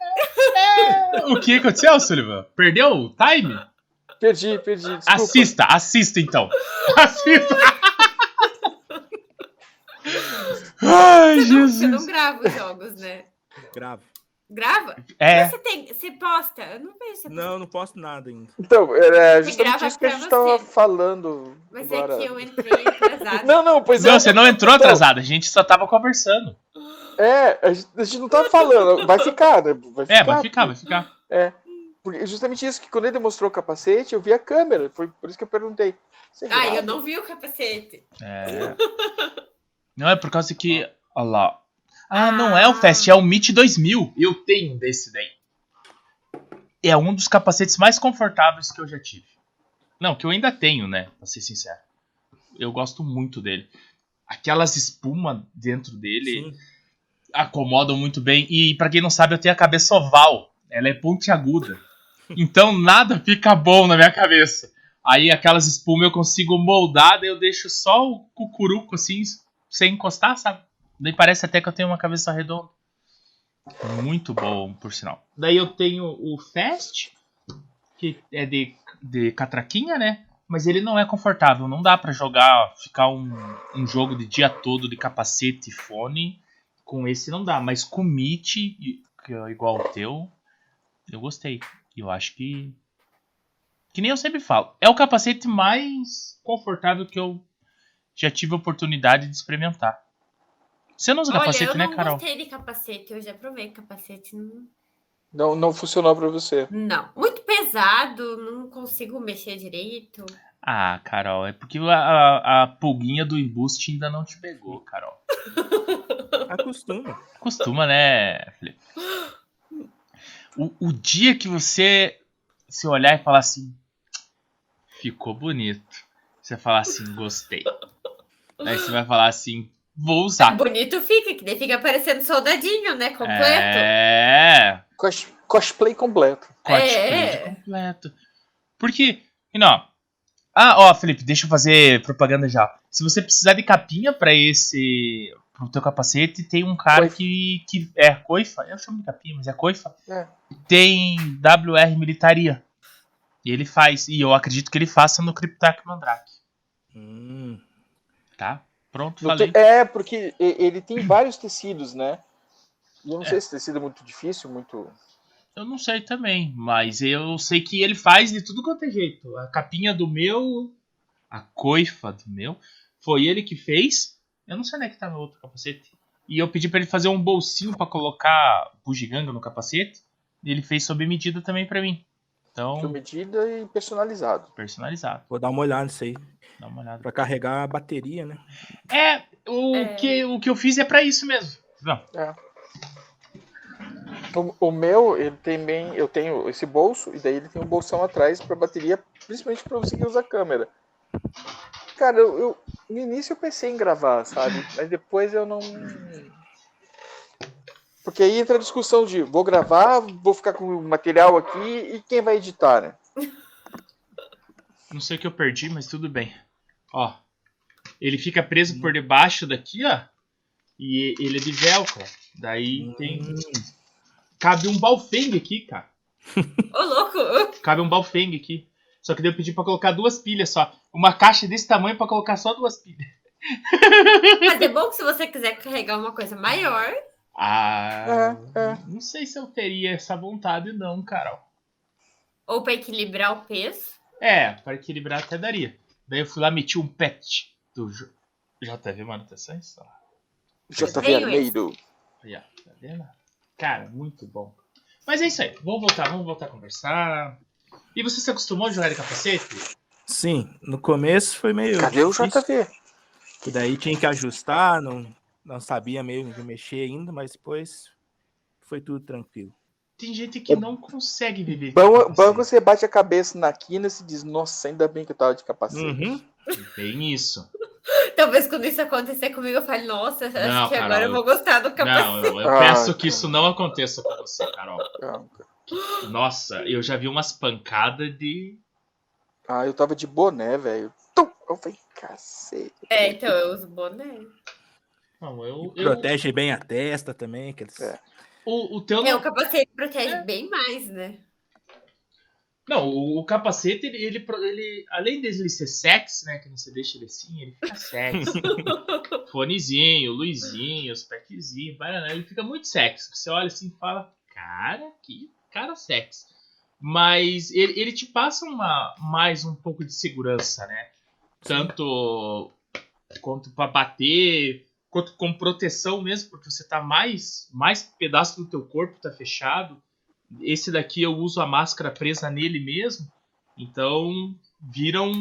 Speaker 1: O que aconteceu, Sullivan? Perdeu o time?
Speaker 5: Perdi, perdi. Desculpa.
Speaker 1: Assista, assista
Speaker 4: <laughs>
Speaker 1: então. Assista! Ai,
Speaker 4: Você não, você não
Speaker 1: Jesus.
Speaker 4: grava os jogos, né?
Speaker 3: Grave.
Speaker 4: Grava?
Speaker 1: É,
Speaker 4: Mas você tem. Você posta? Eu não vejo é você
Speaker 3: Não, não posto nada ainda.
Speaker 5: Então, era justamente
Speaker 4: grava
Speaker 5: isso que a
Speaker 4: pra
Speaker 5: gente tava
Speaker 4: você.
Speaker 5: falando.
Speaker 4: Mas
Speaker 5: agora.
Speaker 4: é que eu entrei atrasada.
Speaker 5: <laughs> Não, não, pois é.
Speaker 1: não, você não entrou
Speaker 5: Então,
Speaker 1: atrasado, a gente só tava conversando.
Speaker 5: É, a gente, a gente não tava falando. Vai ficar, né? Vai ficar.
Speaker 1: É, vai ficar, vai ficar.
Speaker 5: Porque é justamente isso, que quando ele mostrou o capacete, eu vi a câmera. Foi por isso que eu perguntei. Você
Speaker 4: Ah, eu
Speaker 5: grava?
Speaker 4: não vi o capacete.
Speaker 1: É. Não, é por causa que. Olha lá. Ah, não é o Fast, é o Meet 2000. Eu tenho um desse daí. É um dos capacetes mais confortáveis que eu já tive. Não, que eu ainda tenho, né? Pra ser sincero. Eu gosto muito dele. Aquelas espumas dentro dele
Speaker 3: Sim.
Speaker 1: acomodam muito bem. E pra quem não sabe, eu tenho a cabeça oval. Ela é pontiaguda. Então nada fica bom na minha cabeça. Aí aquelas espumas eu consigo moldar, daí eu deixo só o cucuruco assim, sem encostar, sabe? Daí parece até que eu tenho uma cabeça redonda. Muito bom, por sinal. Daí eu tenho o Fast, que é de, de catraquinha, né? Mas ele não é confortável, não dá pra jogar, ficar um, um jogo de dia todo de capacete e fone com esse não dá, mas com o Meet, i- que é igual ao teu, eu gostei. E Eu acho que. Que nem eu sempre falo. É o capacete mais confortável que eu já tive a oportunidade de experimentar. Você não usa
Speaker 4: Olha,
Speaker 1: capacete,
Speaker 4: eu
Speaker 1: né,
Speaker 4: não
Speaker 1: Carol?
Speaker 4: gostei de capacete. Eu já provei capacete. Não.
Speaker 5: não. Não funcionou pra você.
Speaker 4: não. Muito pesado, não consigo mexer direito.
Speaker 1: Ah, Carol, é porque a, a, a pulguinha do embuste ainda não te pegou, Carol.
Speaker 3: Acostuma.
Speaker 1: Costuma, né, Felipe? O, o dia que você se olhar e falar assim, ficou bonito. Você falar assim, gostei. Aí você vai falar assim, vou usar.
Speaker 4: Bonito fica, que daí fica parecendo soldadinho, né? Completo.
Speaker 1: É,
Speaker 5: Cos- cosplay completo.
Speaker 1: corte
Speaker 4: É.
Speaker 1: preto completo. Porque, não. Ah, ó, Felipe, deixa eu fazer propaganda já. Se você precisar de capinha pra esse, pro teu capacete, tem um cara
Speaker 5: Coifa.
Speaker 1: que, que é coifa. Eu chamo de capinha, mas é coifa.
Speaker 5: É.
Speaker 1: Tem WR Militaria. E ele faz, e eu acredito que ele faça no Cryptark Mandrake,
Speaker 3: Hum,
Speaker 1: tá? Pronto,
Speaker 5: Não
Speaker 1: falei.
Speaker 5: tem- é, porque e- ele tem vários tecidos, né? E eu não sei se tecido é muito difícil, muito.
Speaker 1: Eu não sei também, mas eu sei que ele faz de tudo quanto é jeito. A capinha do meu, a coifa do meu, foi ele que fez. Eu não sei onde é que tá meu outro capacete. E eu pedi pra ele fazer um bolsinho pra colocar bugiganga no capacete. E ele fez sob medida também pra mim.
Speaker 5: por
Speaker 1: Então,
Speaker 5: medida e personalizado.
Speaker 1: personalizado.
Speaker 3: vou dar uma olhada nisso aí.
Speaker 1: Dá uma olhada.
Speaker 3: Pra carregar a bateria, né?
Speaker 1: É, o,
Speaker 4: É.
Speaker 1: Que, o que eu fiz é pra isso mesmo. Não,
Speaker 5: O, o meu, ele também, eu tenho esse bolso e daí ele tem um bolsão atrás para bateria, principalmente para você que usa câmera. Cara, eu, eu- no início eu pensei em gravar, sabe? Mas depois eu não Porque aí entra a discussão de vou gravar, vou ficar com o material aqui e quem vai editar, né?
Speaker 1: não sei o que eu perdi, mas tudo bem. Ó, Ele fica preso por debaixo daqui, ó. E ele é de velcro. Daí tem. Cabe um balfeng aqui, cara.
Speaker 4: Ô, louco!
Speaker 1: Cabe um balfeng aqui. Só que daí eu pedi pra colocar duas pilhas só. Uma caixa desse tamanho pra colocar só duas pilhas.
Speaker 4: Mas é bom que se você quiser carregar uma coisa maior,
Speaker 1: Ah.
Speaker 5: É, é.
Speaker 1: Não sei se eu teria essa vontade, não, Carol.
Speaker 4: ou pra equilibrar o peso. <laughs>
Speaker 1: É, pra equilibrar até daria. Daí eu fui lá meti um pet do J- JV Manutenções. sei lá.
Speaker 5: JV
Speaker 4: Veio
Speaker 5: Armeiro.
Speaker 1: Aí, ó, tá vendo? Cara, muito bom. Mas é isso aí. Vamos voltar, vamos voltar a conversar. E você se acostumou a jogar de capacete?
Speaker 3: Sim, no começo foi meio.
Speaker 5: Cadê o
Speaker 3: difícil,
Speaker 5: JV?
Speaker 3: que daí tinha que ajustar, não, não sabia meio de mexer ainda, mas depois foi tudo tranquilo.
Speaker 1: Tem gente que não consegue viver. de
Speaker 5: Bom,
Speaker 1: capacete.
Speaker 5: bom que você bate a cabeça na quina e se diz, nossa, ainda bem que eu tava de capacete.
Speaker 3: Uhum.
Speaker 1: Tem É isso.
Speaker 4: Talvez quando isso acontecer comigo, eu fale, nossa,
Speaker 1: Não,
Speaker 4: acho que
Speaker 1: Carol,
Speaker 4: agora eu vou gostar do capacete.
Speaker 1: Não, eu, eu
Speaker 5: Ah,
Speaker 1: peço que
Speaker 5: cara.
Speaker 1: isso não aconteça com você, Carol. Nossa, eu já vi umas pancadas de.
Speaker 5: Ah, eu tava de boné, velho. Tum! Eu falei, cacete.
Speaker 4: É, então eu uso boné.
Speaker 1: Não, eu.
Speaker 3: E
Speaker 1: eu
Speaker 3: Protege bem a testa também. Aqueles...
Speaker 5: É.
Speaker 1: o, o teu
Speaker 4: É,
Speaker 1: não É.
Speaker 4: o capacete protege bem mais, né?
Speaker 1: Não, o, o capacete, ele, ele, pro- ele- além dele ser sexy, né? Que não você deixa ele assim, ele fica sexy. Fonezinho, luzinho, os petzinhos, baraná, ele fica muito sexy. Você olha assim e fala, cara, que cara sexy. Mas ele, ele te passa uma, mais um pouco de segurança, né? Tanto quanto pra bater, quanto com proteção mesmo, porque você tá mais, mais pedaço do teu corpo tá fechado. Esse daqui eu uso a máscara presa nele mesmo. Então vira um,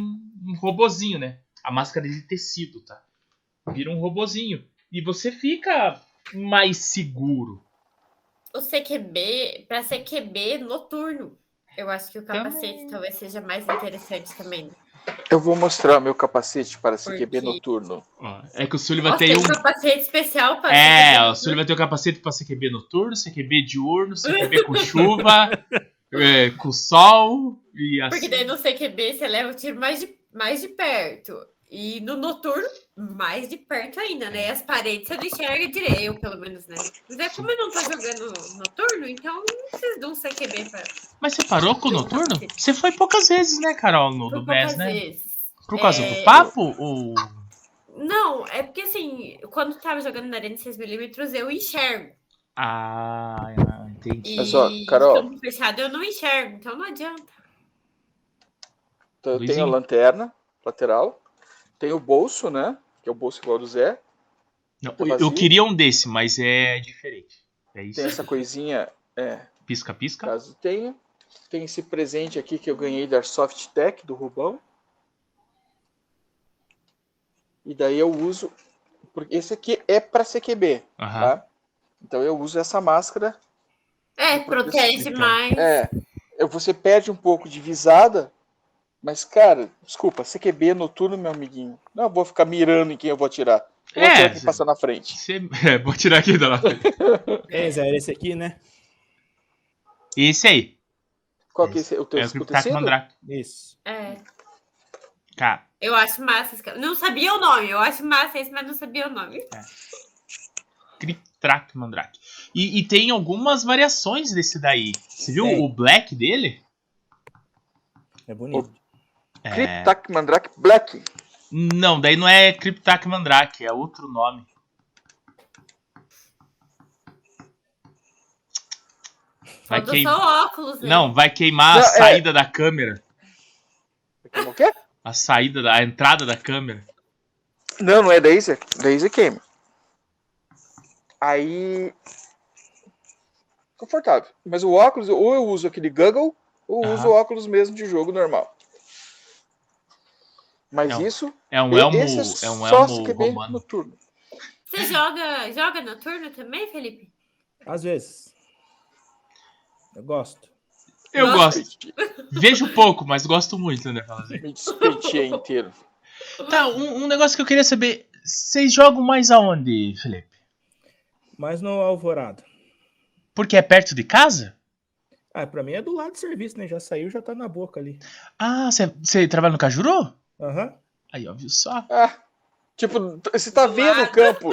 Speaker 1: um robozinho, né? A máscara de tecido, tá? Vira um robozinho. E você fica mais seguro.
Speaker 4: O CQB, pra CQB noturno, eu acho que o
Speaker 1: Também.
Speaker 4: capacete talvez seja mais interessante também.
Speaker 5: Eu vou mostrar meu capacete para CQB
Speaker 4: Porque-
Speaker 5: noturno.
Speaker 1: Ó, É que o Sullivan
Speaker 4: Nossa,
Speaker 1: tem
Speaker 4: tem
Speaker 1: um.
Speaker 4: um capacete especial para
Speaker 1: É, o
Speaker 4: CQB.
Speaker 1: Sullivan tem o capacete pra CQB noturno, CQB diurno, CQB com
Speaker 4: <laughs>
Speaker 1: chuva, é, com sol e assim.
Speaker 4: Porque daí no CQB você leva o tiro mais de, mais de perto. E no noturno, mais de perto ainda,
Speaker 1: É.
Speaker 4: né? E as paredes você não enxerga direito, eu pelo menos, né? Mas é como eu não tô jogando noturno, então não preciso de um CQB pra
Speaker 1: Mas você parou com o noturno? Você foi poucas vezes, né, Carol, no
Speaker 4: por
Speaker 1: do BES,
Speaker 4: poucas
Speaker 1: né?
Speaker 4: vezes.
Speaker 1: Por causa
Speaker 4: É.
Speaker 1: do papo ou.
Speaker 4: Não, é porque assim, quando tava jogando na Arena 6mm, eu enxergo.
Speaker 1: Ah, entendi.
Speaker 4: E
Speaker 5: Mas, ó, Carol.
Speaker 4: campo fechado eu não enxergo, então não adianta.
Speaker 5: Então eu tenho
Speaker 1: Luizinho.
Speaker 5: a lanterna lateral. Tenho o bolso, né? Que é o bolso igual do Zé.
Speaker 1: Não,
Speaker 5: Tá
Speaker 1: eu- eu
Speaker 5: vazio?
Speaker 1: queria um desse, mas é diferente. É isso.
Speaker 5: Tem essa coisinha, é,
Speaker 1: Pisca, pisca.
Speaker 5: caso tenha. Tem esse presente aqui que eu ganhei da Soft Tech, do Rubão. E daí eu uso. Porque esse aqui é para CQB,
Speaker 1: Aham.
Speaker 5: tá? Então eu uso essa máscara
Speaker 4: É,
Speaker 5: Então,
Speaker 4: protege
Speaker 1: então,
Speaker 4: mais.
Speaker 5: É, eu- você perde um pouco de visada, mas, cara, desculpa, CQB noturno, meu amiguinho. Não, eu vou ficar mirando em quem eu vou atirar. Eu vou
Speaker 1: É,
Speaker 5: atirar quem
Speaker 1: Zé.
Speaker 5: passar na frente.
Speaker 1: Você- <laughs> é, vou tirar aqui da lata.
Speaker 3: É, Zé, era esse aqui, né?
Speaker 1: Esse aí.
Speaker 5: Qual que é esse- o teu
Speaker 1: É o
Speaker 5: o
Speaker 1: Cryptac
Speaker 5: tecido?
Speaker 1: Mandrake.
Speaker 3: Isso.
Speaker 4: É,
Speaker 1: Cara,
Speaker 4: eu acho massa. esse ca- Não sabia o nome, eu acho massa esse, mas não sabia o nome.
Speaker 1: Cryptac Mandrake. E, e tem algumas variações desse daí. Você viu
Speaker 3: Tem.
Speaker 1: o black dele?
Speaker 3: É bonito.
Speaker 1: É...
Speaker 5: Cryptac Mandrake Black.
Speaker 1: Não, daí não é Cryptac Mandrake, é outro nome. Vai
Speaker 4: Faltou
Speaker 1: queim-
Speaker 4: só óculos, né?
Speaker 1: Não, vai queimar a
Speaker 5: Não, é-
Speaker 1: saída da câmera.
Speaker 5: Como que é?
Speaker 1: A saída, da, a entrada da câmera.
Speaker 5: Não, não é Daisy. Daisy queima. Aí. Confortável. Mas o óculos, ou eu uso aquele goggle, ou eu
Speaker 1: Aham.
Speaker 5: uso o óculos mesmo de jogo normal. Mas
Speaker 1: Não.
Speaker 5: isso.
Speaker 1: É um elmo,
Speaker 5: esse
Speaker 1: é um
Speaker 5: só
Speaker 1: elmo
Speaker 5: CQB
Speaker 1: romano.
Speaker 5: noturno.
Speaker 4: Você joga, joga noturno também, Felipe?
Speaker 3: Às vezes. Eu gosto.
Speaker 1: Eu
Speaker 4: Nossa.
Speaker 1: gosto. Vejo pouco, mas gosto muito, né? fala assim.
Speaker 5: <laughs> Me despenteei inteiro.
Speaker 1: Tá, um, um negócio que eu queria saber. Vocês jogam mais aonde, Felipe?
Speaker 3: Mas no Alvorada.
Speaker 1: Porque é perto de casa?
Speaker 3: Ah, pra mim é do lado do serviço, né? Já saiu, já tá na boca ali.
Speaker 1: Ah, você trabalha no Cajuru?
Speaker 3: Aham.
Speaker 1: Aí, ó, viu só?
Speaker 5: Ah, Tipo, t- você tá vendo o campo.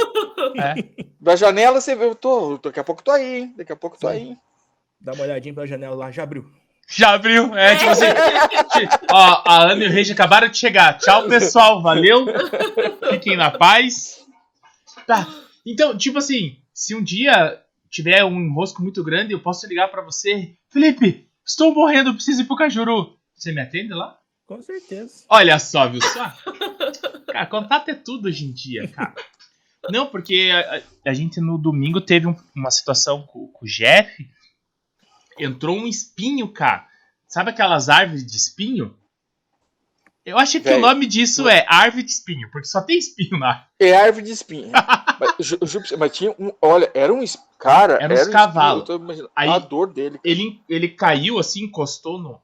Speaker 1: É.
Speaker 5: Da janela você vê, eu tô, daqui a pouco eu tô aí, hein? Daqui a pouco eu tô
Speaker 3: Sim.
Speaker 5: aí. hein?
Speaker 3: Dá uma olhadinha pela janela lá, já abriu.
Speaker 1: Já abriu. É, tipo assim. ti- Ó, a Ana e o Regi acabaram de chegar. Tchau, pessoal. Valeu. Fiquem na paz. Tá. Então, tipo assim, se um dia tiver um enrosco muito grande, eu posso ligar pra você. Felipe, estou morrendo, eu preciso ir pro Cajuru. Você me atende lá?
Speaker 3: Com certeza.
Speaker 1: Olha só, viu só? Cara, contato é tudo hoje em dia, cara. Não, porque a, a- a gente no domingo teve um- uma situação com, com o Jeff. Entrou um espinho, cara. Sabe aquelas árvores de espinho? Eu acho que
Speaker 5: Véi,
Speaker 1: o nome disso é árvore de espinho, porque só tem espinho lá.
Speaker 5: É árvore de
Speaker 1: <laughs>
Speaker 5: espinho. mas, ju- juro pra você, mas tinha um. Olha, era um. es- Cara,
Speaker 1: Era uns
Speaker 5: um espinho,
Speaker 1: cavalo.
Speaker 5: eu tô imaginando
Speaker 1: Aí-
Speaker 5: A dor dele.
Speaker 1: Ele, ele caiu assim, encostou no.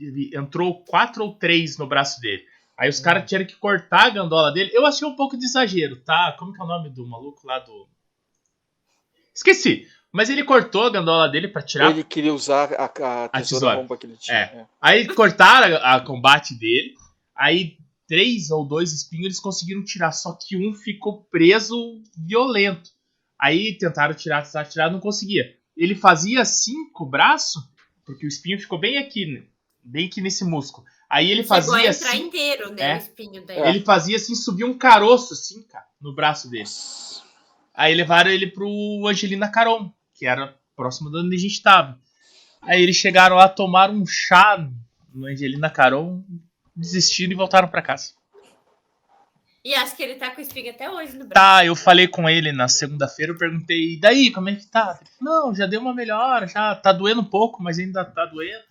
Speaker 1: Ele entrou quatro ou três no braço dele. Aí os caras tiveram que cortar a gandola dele. Eu achei um pouco de exagero, tá? Como que é o nome do maluco lá do. Esqueci. Mas ele cortou a gandola dele pra tirar.
Speaker 5: Ele queria usar a, a, tesoura,
Speaker 1: tesoura.
Speaker 5: bomba que ele tinha.
Speaker 1: É.
Speaker 5: né?
Speaker 1: Aí cortaram a, a combate dele. Aí três ou dois espinhos eles conseguiram tirar. Só que um ficou preso violento. Aí tentaram tirar, tirar, tirar, não conseguia. Ele fazia assim cinco braços, porque o espinho ficou bem aqui, né? bem aqui nesse músculo. Aí ele
Speaker 4: Chegou a
Speaker 1: fazia
Speaker 4: entrar
Speaker 1: assim,
Speaker 4: inteiro, né?
Speaker 1: É.
Speaker 4: O espinho dele.
Speaker 1: ele fazia assim, subia um caroço assim, cara, no braço dele.
Speaker 5: Nossa.
Speaker 1: Aí levaram ele pro Angelina Caron, que era próximo de onde a gente tava. Aí eles chegaram lá, tomaram um chá no Angelina Caron, desistiram e voltaram pra casa.
Speaker 4: E acho que ele tá com o espinho até hoje no braço.
Speaker 1: Tá, eu falei com ele na segunda-feira, eu perguntei, e daí, como é que tá? Ele falou, Não, já deu uma melhora, já tá doendo um pouco, mas ainda tá doendo.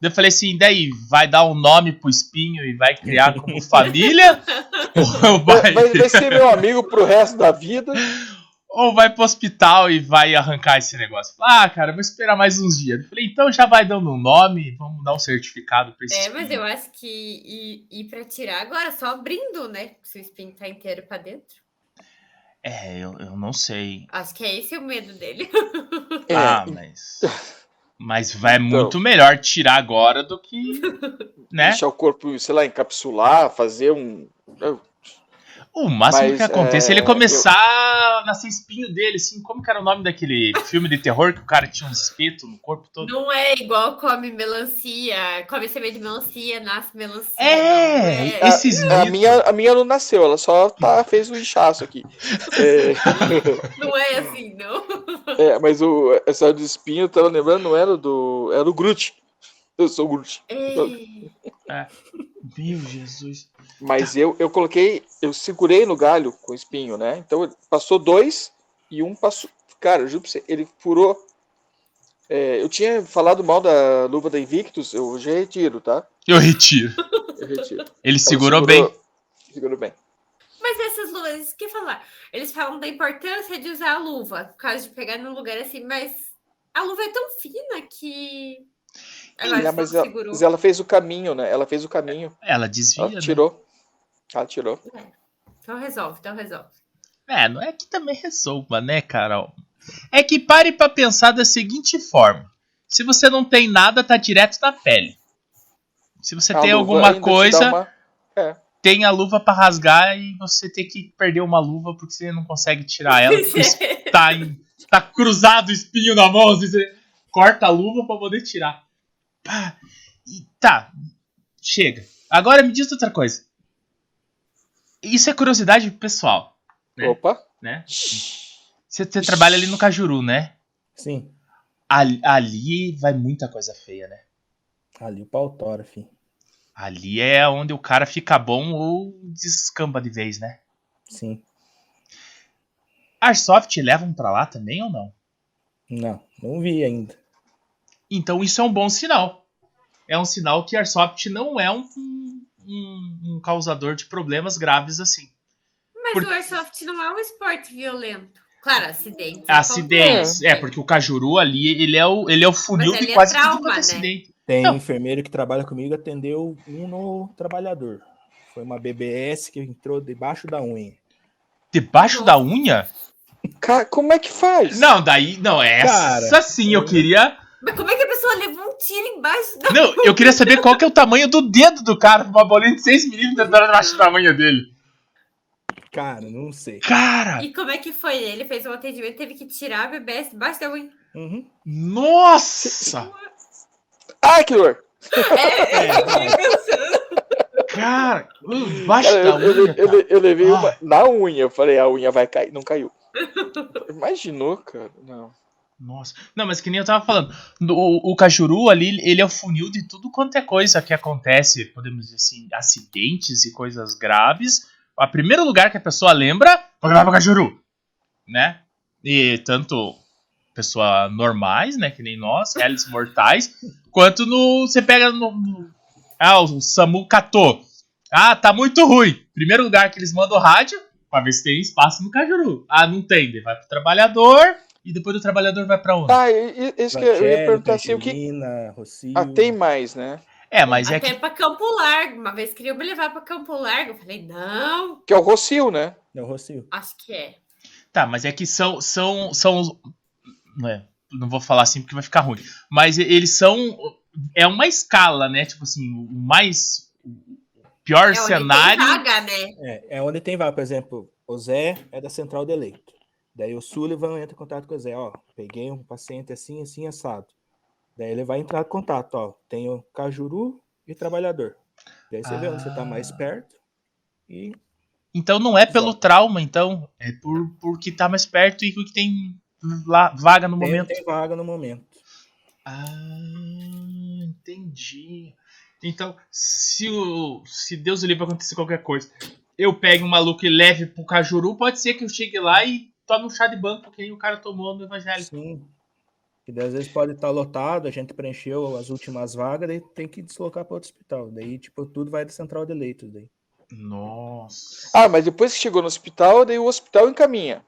Speaker 1: Daí Eu falei assim, e daí, vai dar um nome pro espinho e vai criar como família? Ou
Speaker 5: Vai, vai- vai ser meu amigo pro resto da vida.
Speaker 1: ou vai pro hospital e vai arrancar esse negócio. Fala, Ah, cara, vou esperar mais uns dias. Eu falei, então já vai dando um nome, vamos dar um certificado pra esse.
Speaker 4: É, mas eu acho que ir, ir pra tirar agora, só abrindo, né? Se o espinho tá inteiro pra dentro.
Speaker 1: É, eu, eu não sei.
Speaker 4: Acho que é esse o medo
Speaker 1: <laughs>
Speaker 4: dele.
Speaker 1: <laughs>
Speaker 5: É,
Speaker 1: ah,
Speaker 5: <laughs>
Speaker 1: mas. Mas vai
Speaker 5: Então.
Speaker 1: muito melhor tirar agora do
Speaker 5: <laughs>
Speaker 1: que. Né?
Speaker 5: É, Deixar o corpo, sei lá, encapsular, fazer um.
Speaker 1: O máximo
Speaker 5: Mas,
Speaker 1: que acontece é
Speaker 5: é,
Speaker 1: ele começar a nascer espinho dele, assim. Como que era o nome
Speaker 5: <laughs>
Speaker 1: daquele filme de terror que o cara tinha uns espetos no corpo todo?
Speaker 4: Não é igual come melancia, come semente de melancia, nasce melancia. não
Speaker 1: É,
Speaker 4: é.
Speaker 1: esses
Speaker 5: A
Speaker 1: mitos.
Speaker 5: minha, a minha não nasceu, ela só tá, fez um inchaço aqui. É,
Speaker 4: Não é assim, não.
Speaker 5: é, mas o, essa do espinho, eu tava lembrando, não era do. Era do Groot. Eu sou o Groot.
Speaker 4: É.
Speaker 1: Meu Jesus.
Speaker 5: Mas eu, eu coloquei, eu segurei no galho com o espinho, né? Então ele passou dois e um passou. Cara, eu juro pra você, ele furou. É, eu tinha falado mal da luva da Invictus, eu já retiro, tá?
Speaker 1: Eu retiro.
Speaker 5: Eu retiro. Ela
Speaker 1: Ele segurou bem.
Speaker 5: Segurou bem.
Speaker 4: Mas essas luvas, isso que falar. Eles falam da importância de usar a luva, por causa de pegar num lugar assim, mas a luva é tão fina que. Agora
Speaker 5: Ela-
Speaker 4: você
Speaker 5: mas,
Speaker 4: não
Speaker 5: ela,
Speaker 4: segurou.
Speaker 5: mas ela fez o caminho, né? Ela fez o caminho.
Speaker 1: Ela desvia,
Speaker 5: Ela
Speaker 1: né?
Speaker 5: tirou. Ela tirou.
Speaker 4: Então resolve, então resolve.
Speaker 1: É, não é que também resolva, né, Carol? É que pare pra pensar da seguinte forma: se você não tem nada, tá direto na pele. Se você
Speaker 5: A
Speaker 1: tem
Speaker 5: luva
Speaker 1: alguma
Speaker 5: ainda te dá
Speaker 1: coisa,
Speaker 5: uma-
Speaker 1: tem a luva pra rasgar e você tem que perder uma luva porque você não consegue
Speaker 4: <laughs>
Speaker 1: tirar ela. porque tá, em- tá cruzado o espinho na mão, assim, você corta a luva pra poder tirar. Pá, e tá, chega. Agora me diz outra coisa. Isso é curiosidade pessoal, né?
Speaker 5: Opa.
Speaker 1: né? Você, você trabalha ali no Cajuru, né?
Speaker 3: Sim.
Speaker 1: Ali, ali vai muita coisa feia, né?
Speaker 3: Ali o pau tora, filho.
Speaker 1: Ali é onde o cara fica bom ou descamba de vez, né?
Speaker 3: Sim.
Speaker 1: Arsoft levam pra lá também ou não?
Speaker 3: Não, não vi ainda.
Speaker 1: Então isso é um bom sinal. É um sinal que Arsoft não é um, um- um causador de problemas graves assim.
Speaker 4: Mas
Speaker 1: Por-
Speaker 4: o airsoft não é um esporte violento. Claro, acidente.
Speaker 1: Acidentes. É, porque o Cajuru ali, ele é o, ele é o funil
Speaker 4: Mas
Speaker 1: de
Speaker 4: ali é
Speaker 1: quase
Speaker 4: trauma,
Speaker 1: tudo quanto é
Speaker 4: né?
Speaker 1: acidente.
Speaker 3: Tem
Speaker 1: Não.
Speaker 3: enfermeiro que trabalha comigo, atendeu um no trabalhador. Foi uma BBS que entrou debaixo da unha.
Speaker 1: Debaixo da unha?
Speaker 5: Cara, como é que faz?
Speaker 1: Não, daí, não, essa
Speaker 3: Cara,
Speaker 1: sim eu queria...
Speaker 4: Mas como é que a pessoa levou um tiro embaixo da.
Speaker 1: Não, eu queria saber qual que é o tamanho do dedo do cara, uma bolinha de 6 milímetros dentro da tamanho dele.
Speaker 3: Cara, não sei.
Speaker 1: Cara!
Speaker 4: E como é que foi? Ele fez um atendimento, teve que tirar a bebê debaixo da unha.
Speaker 3: Uhum.
Speaker 1: Nossa!
Speaker 5: Ah, que dor!
Speaker 4: É, eu fiquei pensando.
Speaker 1: Cara! Baixa
Speaker 5: Cara,
Speaker 1: da
Speaker 5: eu, eu,
Speaker 1: unha,
Speaker 5: eu-
Speaker 1: cara.
Speaker 5: eu levei uma
Speaker 1: Ah.
Speaker 5: na unha. Eu falei, a unha vai cair. Não caiu. Imaginou, cara? Não.
Speaker 1: Nossa. Não, mas que nem eu tava falando. no- O, o Cajuru ali, ele é o funil de tudo quanto é coisa que acontece. Podemos dizer assim, acidentes e coisas graves. O primeiro lugar que a pessoa lembra, vai pro Cajuru. Né? E tanto pessoa normais, né? Que nem nós, réis mortais. Quanto no. Você pega no. no- ah, o Samu catou. Ah, tá muito ruim. Primeiro lugar que eles mandam o rádio, pra ver se tem espaço no Cajuru. Ah, não tem. Daí vai pro trabalhador. E depois do trabalhador vai pra onde?
Speaker 5: Ah, e- e- isso que eu ia perguntar assim, o que.
Speaker 3: Angelina, Rocio.
Speaker 5: Ah, tem mais, né?
Speaker 1: É, mas é
Speaker 4: Até
Speaker 1: que.
Speaker 4: pra Campo Largo. Uma vez queriam me levar pra Campo Largo. Eu falei, não,
Speaker 5: Que é o Rocio, né?
Speaker 3: Não, Rocio.
Speaker 4: acho que é.
Speaker 1: Tá, mas é que são. são, são os- não é, não vou falar assim porque vai ficar ruim. Mas e- eles são. É uma escala, né? Tipo assim, o mais. O pior
Speaker 4: É onde tem
Speaker 1: cenário.
Speaker 4: vaga, né?
Speaker 3: É, é onde tem vaga, por exemplo, o Zé é da central de leito. Daí o Sullivan entra em contato com o Zé, ó, peguei um paciente assim, assim, assado. Daí ele vai entrar em contato, ó, tem o Cajuru e Trabalhador. Daí você vê onde você tá mais
Speaker 1: Ah.
Speaker 3: perto e
Speaker 1: Então não é pelo
Speaker 3: Exato.
Speaker 1: trauma, então. É por, porque tá mais perto e que tem lá, vaga no
Speaker 3: tem-
Speaker 1: momento.
Speaker 3: tem vaga no momento.
Speaker 1: Ah, entendi. Então, se, o, se Deus livre acontecer qualquer coisa, eu pego um maluco e leve pro Cajuru, pode ser que eu chegue lá e tome um chá de banco que nem o cara tomou no Evangelho.
Speaker 3: Sim. E daí, às vezes pode estar lotado, a gente preencheu as últimas vagas, daí tem que deslocar para outro hospital. Daí, tipo, tudo vai da central de leitos. Daí.
Speaker 1: Nossa.
Speaker 5: Ah, mas depois que chegou no hospital, daí o hospital encaminha.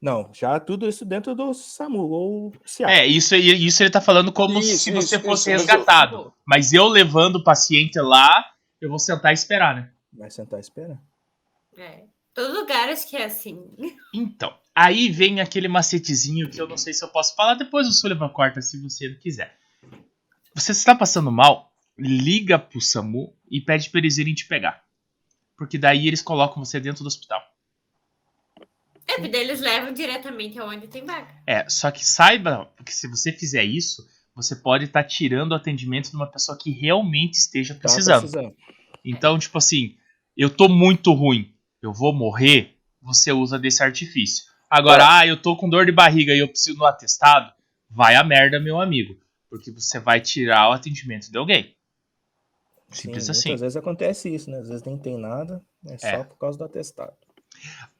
Speaker 3: Não, já tudo isso dentro do SAMU ou SIA.
Speaker 1: É, isso, aí- isso ele tá falando como
Speaker 5: Isso,
Speaker 1: se você
Speaker 5: isso,
Speaker 1: fosse
Speaker 5: isso, mas eu-
Speaker 4: Tipo,
Speaker 1: resgatado. Mas eu levando o paciente lá, eu vou sentar e esperar, né?
Speaker 3: Vai sentar e esperar.
Speaker 4: É. Todo lugar acho que é assim.
Speaker 1: Então, aí vem aquele macetezinho que eu não sei se eu posso falar. Depois o Sullivan corta se você não quiser. Você está passando mal? Liga pro SAMU e pede pra eles irem te pegar. Porque daí eles colocam você dentro do hospital.
Speaker 4: É, porque daí eles levam diretamente aonde tem vaga.
Speaker 1: É, só que saiba que se você fizer isso, você pode estar tirando o atendimento de uma pessoa que realmente esteja
Speaker 3: Tá
Speaker 1: precisando. Então, tipo assim, eu tô muito ruim, eu vou morrer, você usa desse artifício.
Speaker 3: É.
Speaker 1: Agora, ah, eu tô com dor de barriga e eu preciso no atestado, vai a merda, meu amigo. Porque você vai tirar o atendimento de alguém.
Speaker 3: Sim,
Speaker 1: Simples
Speaker 3: muitas
Speaker 1: assim.
Speaker 3: vezes acontece isso, né? Às vezes nem tem nada, é, só por causa do atestado.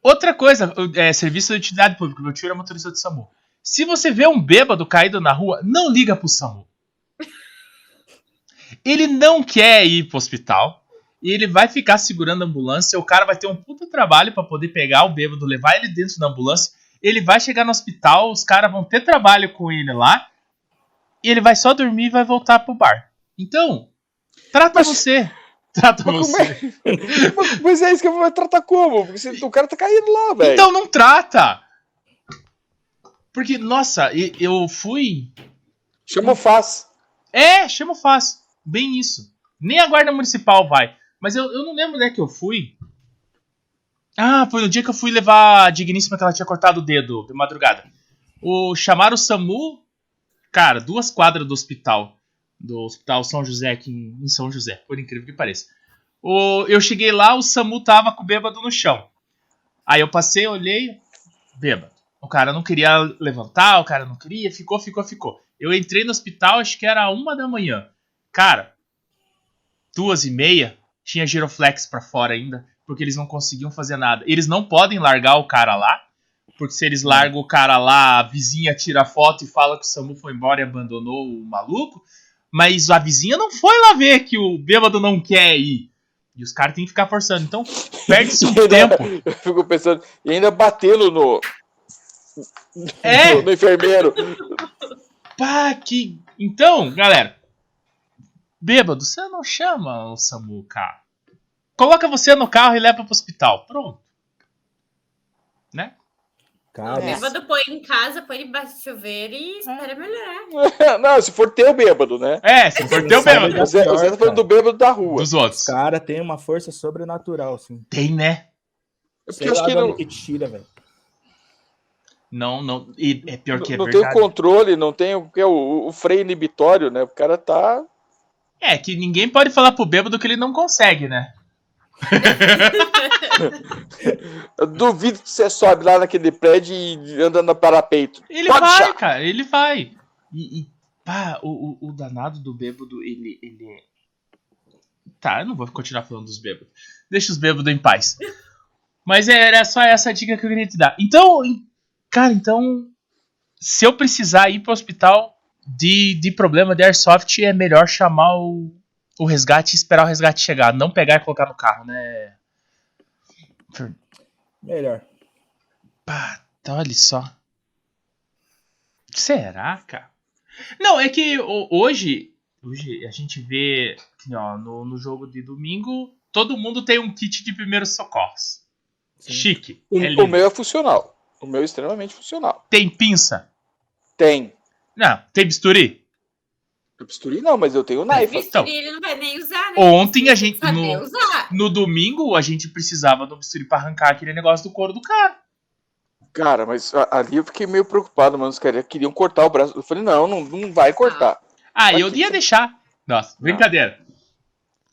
Speaker 1: Outra coisa, o- é, serviço de utilidade pública, meu tio era motorista do SAMU. Se você vê um bêbado caído na rua, não liga pro SAMU. Ele não quer ir pro hospital. E ele vai ficar segurando a ambulância. O cara vai ter um puta trabalho pra poder pegar o bêbado, levar ele dentro da ambulância. Ele vai chegar no hospital, os caras vão ter trabalho com ele lá. E ele vai só dormir e vai voltar pro bar. Então, trata
Speaker 5: Mas-
Speaker 1: você. <laughs> Trata
Speaker 5: Mas como
Speaker 1: você.
Speaker 5: é? Mas- Mas é isso que eu vou tratar como? Porque se- o cara tá caindo lá, velho.
Speaker 1: Então não trata! Porque, nossa, e- eu fui.
Speaker 5: Chamou faz. <laughs>
Speaker 1: É, chama o fácil. Bem isso. Nem a guarda municipal vai. Mas eu, eu não lembro onde é que eu fui. Ah, foi no dia que eu fui levar a digníssima que ela tinha cortado o dedo de madrugada. O, chamaram o SAMU, cara, duas quadras do hospital. Do hospital São José, aqui em, em São José, por incrível que pareça. O, eu cheguei lá, o SAMU tava com o bêbado no chão. Aí eu passei, olhei, bêbado. O cara não queria levantar, o cara não queria, ficou, ficou, ficou. Eu entrei no hospital, acho que era uma da manhã. Cara, duas e meia, tinha giroflex pra fora ainda, porque eles não conseguiam fazer nada. Eles não podem largar o cara lá, porque se eles largam o cara lá, a vizinha tira foto e fala que o Samu foi embora e abandonou o maluco. Mas a vizinha não foi lá ver que o bêbado não quer ir. E os caras têm que ficar forçando. Então, perde-se um tempo.
Speaker 5: Eu fico pensando, e ainda batendo no,
Speaker 1: É,
Speaker 5: no, no enfermeiro. <laughs>
Speaker 1: Pá, que. Então, galera. Bêbado, você não chama o SAMU, cara. Coloca você no carro e leva pro hospital. Pronto.
Speaker 4: O
Speaker 1: É.
Speaker 3: Cara,
Speaker 4: bêbado põe em casa, põe embaixo do chuveiro e
Speaker 5: É.
Speaker 4: espera melhorar.
Speaker 5: Não, se for teu bêbado, né?
Speaker 1: É, se for teu
Speaker 3: sabe
Speaker 1: bêbado
Speaker 5: O Zé, o Zé tá falando do é bêbado da rua.
Speaker 1: dos outros.
Speaker 3: os caras têm uma força sobrenatural, assim.
Speaker 1: Tem, né?
Speaker 5: É porque
Speaker 3: Sei
Speaker 5: eu acho
Speaker 3: lá
Speaker 5: que
Speaker 3: de onde
Speaker 5: não,
Speaker 3: que tira, velho.
Speaker 1: Não, não. E é pior que é
Speaker 5: não tem o
Speaker 1: verdade.
Speaker 5: controle, não tem o, que é o, o freio inibitório, né? O cara tá.
Speaker 1: É que ninguém pode falar pro bêbado que ele não consegue, né?
Speaker 5: Eu duvido que você sobe lá naquele prédio e anda no parapeito.
Speaker 1: Ele
Speaker 5: Pode
Speaker 1: vai,
Speaker 5: deixar.
Speaker 1: cara, ele vai. E, e, pá, o, o, o danado do bêbado, ele, ele. Tá, eu não vou continuar falando dos bêbados. Deixa os bêbados em paz. Mas é, era só essa dica que eu queria te dar. Então, em- cara, então. Se eu precisar ir pro hospital de, de problema de airsoft, é melhor chamar o, o resgate e esperar o resgate chegar. Não pegar e colocar no carro, né?
Speaker 3: Melhor.
Speaker 1: Pá, tá, olha só. Será, cara? Não, é que ho- hoje, hoje a gente vê que, ó, no, no jogo de domingo, todo mundo tem um kit de primeiros socorros.
Speaker 3: Sim.
Speaker 1: Chique.
Speaker 5: O,
Speaker 1: é
Speaker 5: o
Speaker 1: lindo.
Speaker 5: meu é funcional. O meu é extremamente funcional.
Speaker 1: Tem pinça?
Speaker 5: Tem.
Speaker 1: Não, tem bisturi?
Speaker 5: Eu bisturi não, mas eu tenho
Speaker 4: Mas
Speaker 5: knife.
Speaker 4: visto
Speaker 1: então.
Speaker 4: ele não vai nem usar, né?
Speaker 1: Ontem a gente.
Speaker 4: Saber
Speaker 1: No,
Speaker 4: usar.
Speaker 1: no domingo a gente precisava do bisturi pra arrancar aquele negócio do couro do cara.
Speaker 5: Cara, mas a- ali eu fiquei meio preocupado, mano. Os caras queriam cortar o braço. Eu falei, não, não, não vai cortar.
Speaker 1: Ah,
Speaker 5: Mas
Speaker 1: eu
Speaker 5: que
Speaker 1: ia
Speaker 5: que-
Speaker 1: deixar. Nossa, brincadeira.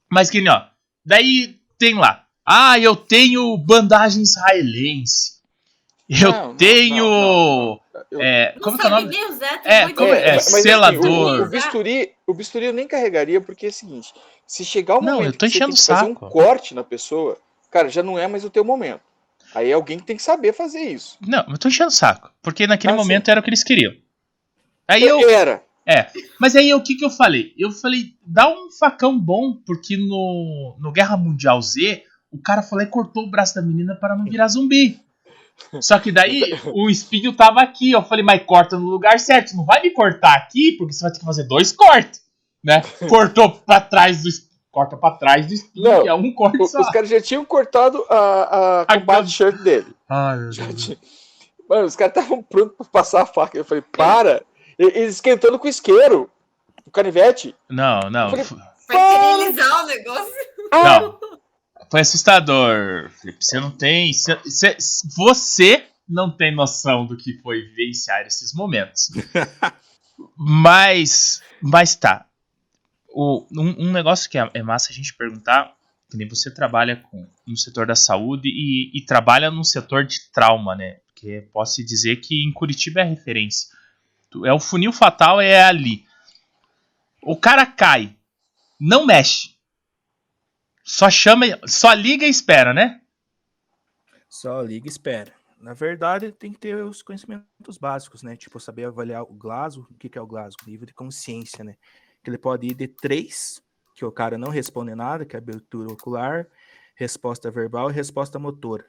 Speaker 1: Mas que, ó, daí tem lá. Ah, eu tenho bandagem israelense. Eu
Speaker 5: Não, não,
Speaker 1: tenho.
Speaker 5: não, Eu-
Speaker 1: é,
Speaker 4: Não
Speaker 1: como que é o
Speaker 4: sabe
Speaker 1: nome?
Speaker 4: nem usar, tem
Speaker 1: É,
Speaker 4: muito
Speaker 1: como- é,
Speaker 5: mas assim,
Speaker 1: selador.
Speaker 5: o, o bisturi, o bisturi eu nem carregaria, porque é o seguinte: se chegar o
Speaker 1: Não,
Speaker 5: momento
Speaker 1: eu tô
Speaker 5: que você tem
Speaker 1: enchendo
Speaker 5: que
Speaker 1: o
Speaker 5: fazer um
Speaker 1: saco.
Speaker 5: corte na pessoa, cara, já não é mais o teu momento. Aí é alguém que tem que saber fazer isso.
Speaker 1: Não, eu tô enchendo o saco. Porque naquele
Speaker 5: Ah, sim.
Speaker 1: momento era o que eles queriam. Aí eu. <laughs>
Speaker 5: Era.
Speaker 1: Mas aí o que, que eu falei? Eu falei, dá um facão bom, porque no, no Guerra Mundial Z, o cara falou e cortou o braço da menina para não virar
Speaker 5: <laughs>
Speaker 1: zumbi. Só que daí o espinho tava aqui. Eu falei, mas corta no lugar certo. Não vai me cortar aqui, porque você vai ter que fazer dois cortes.
Speaker 5: <laughs>
Speaker 1: Né? Cortou pra trás do espinho. Corta pra trás do espinho.
Speaker 5: Não,
Speaker 1: é um corte
Speaker 5: O-
Speaker 1: só.
Speaker 5: os caras já tinham cortado a, a
Speaker 1: A
Speaker 5: combat
Speaker 1: gam- Uhum.
Speaker 5: shirt dele.
Speaker 1: Ai, meu
Speaker 5: Já
Speaker 1: Deus.
Speaker 5: tinha- Mano, os caras estavam prontos pra passar a faca. Eu falei, para! E- Eles esquentando com isqueiro, o canivete.
Speaker 1: Não, não.
Speaker 5: Falei-
Speaker 1: f-
Speaker 4: Vai esterilizar o negócio.
Speaker 1: Não. Foi assustador, Felipe. Você não tem. Você, você- você não tem noção do que foi vivenciar esses momentos. mas. Mas tá. O- um, um negócio que é, é massa a gente perguntar. Que nem você trabalha com, no setor da saúde e, e trabalha num setor de trauma, né? Porque posso te dizer que em Curitiba é referência. Tu- É o funil fatal, é ali. O cara cai, não mexe. Só chama, só liga e espera, né?
Speaker 3: Só liga e espera. Na verdade, tem que ter os conhecimentos básicos, né? Tipo, saber avaliar o Glasgow. O que que é o Glasgow? Nível de consciência, né? Que ele pode ir de 3, que o cara não responde nada, que é abertura ocular, resposta verbal e resposta motora.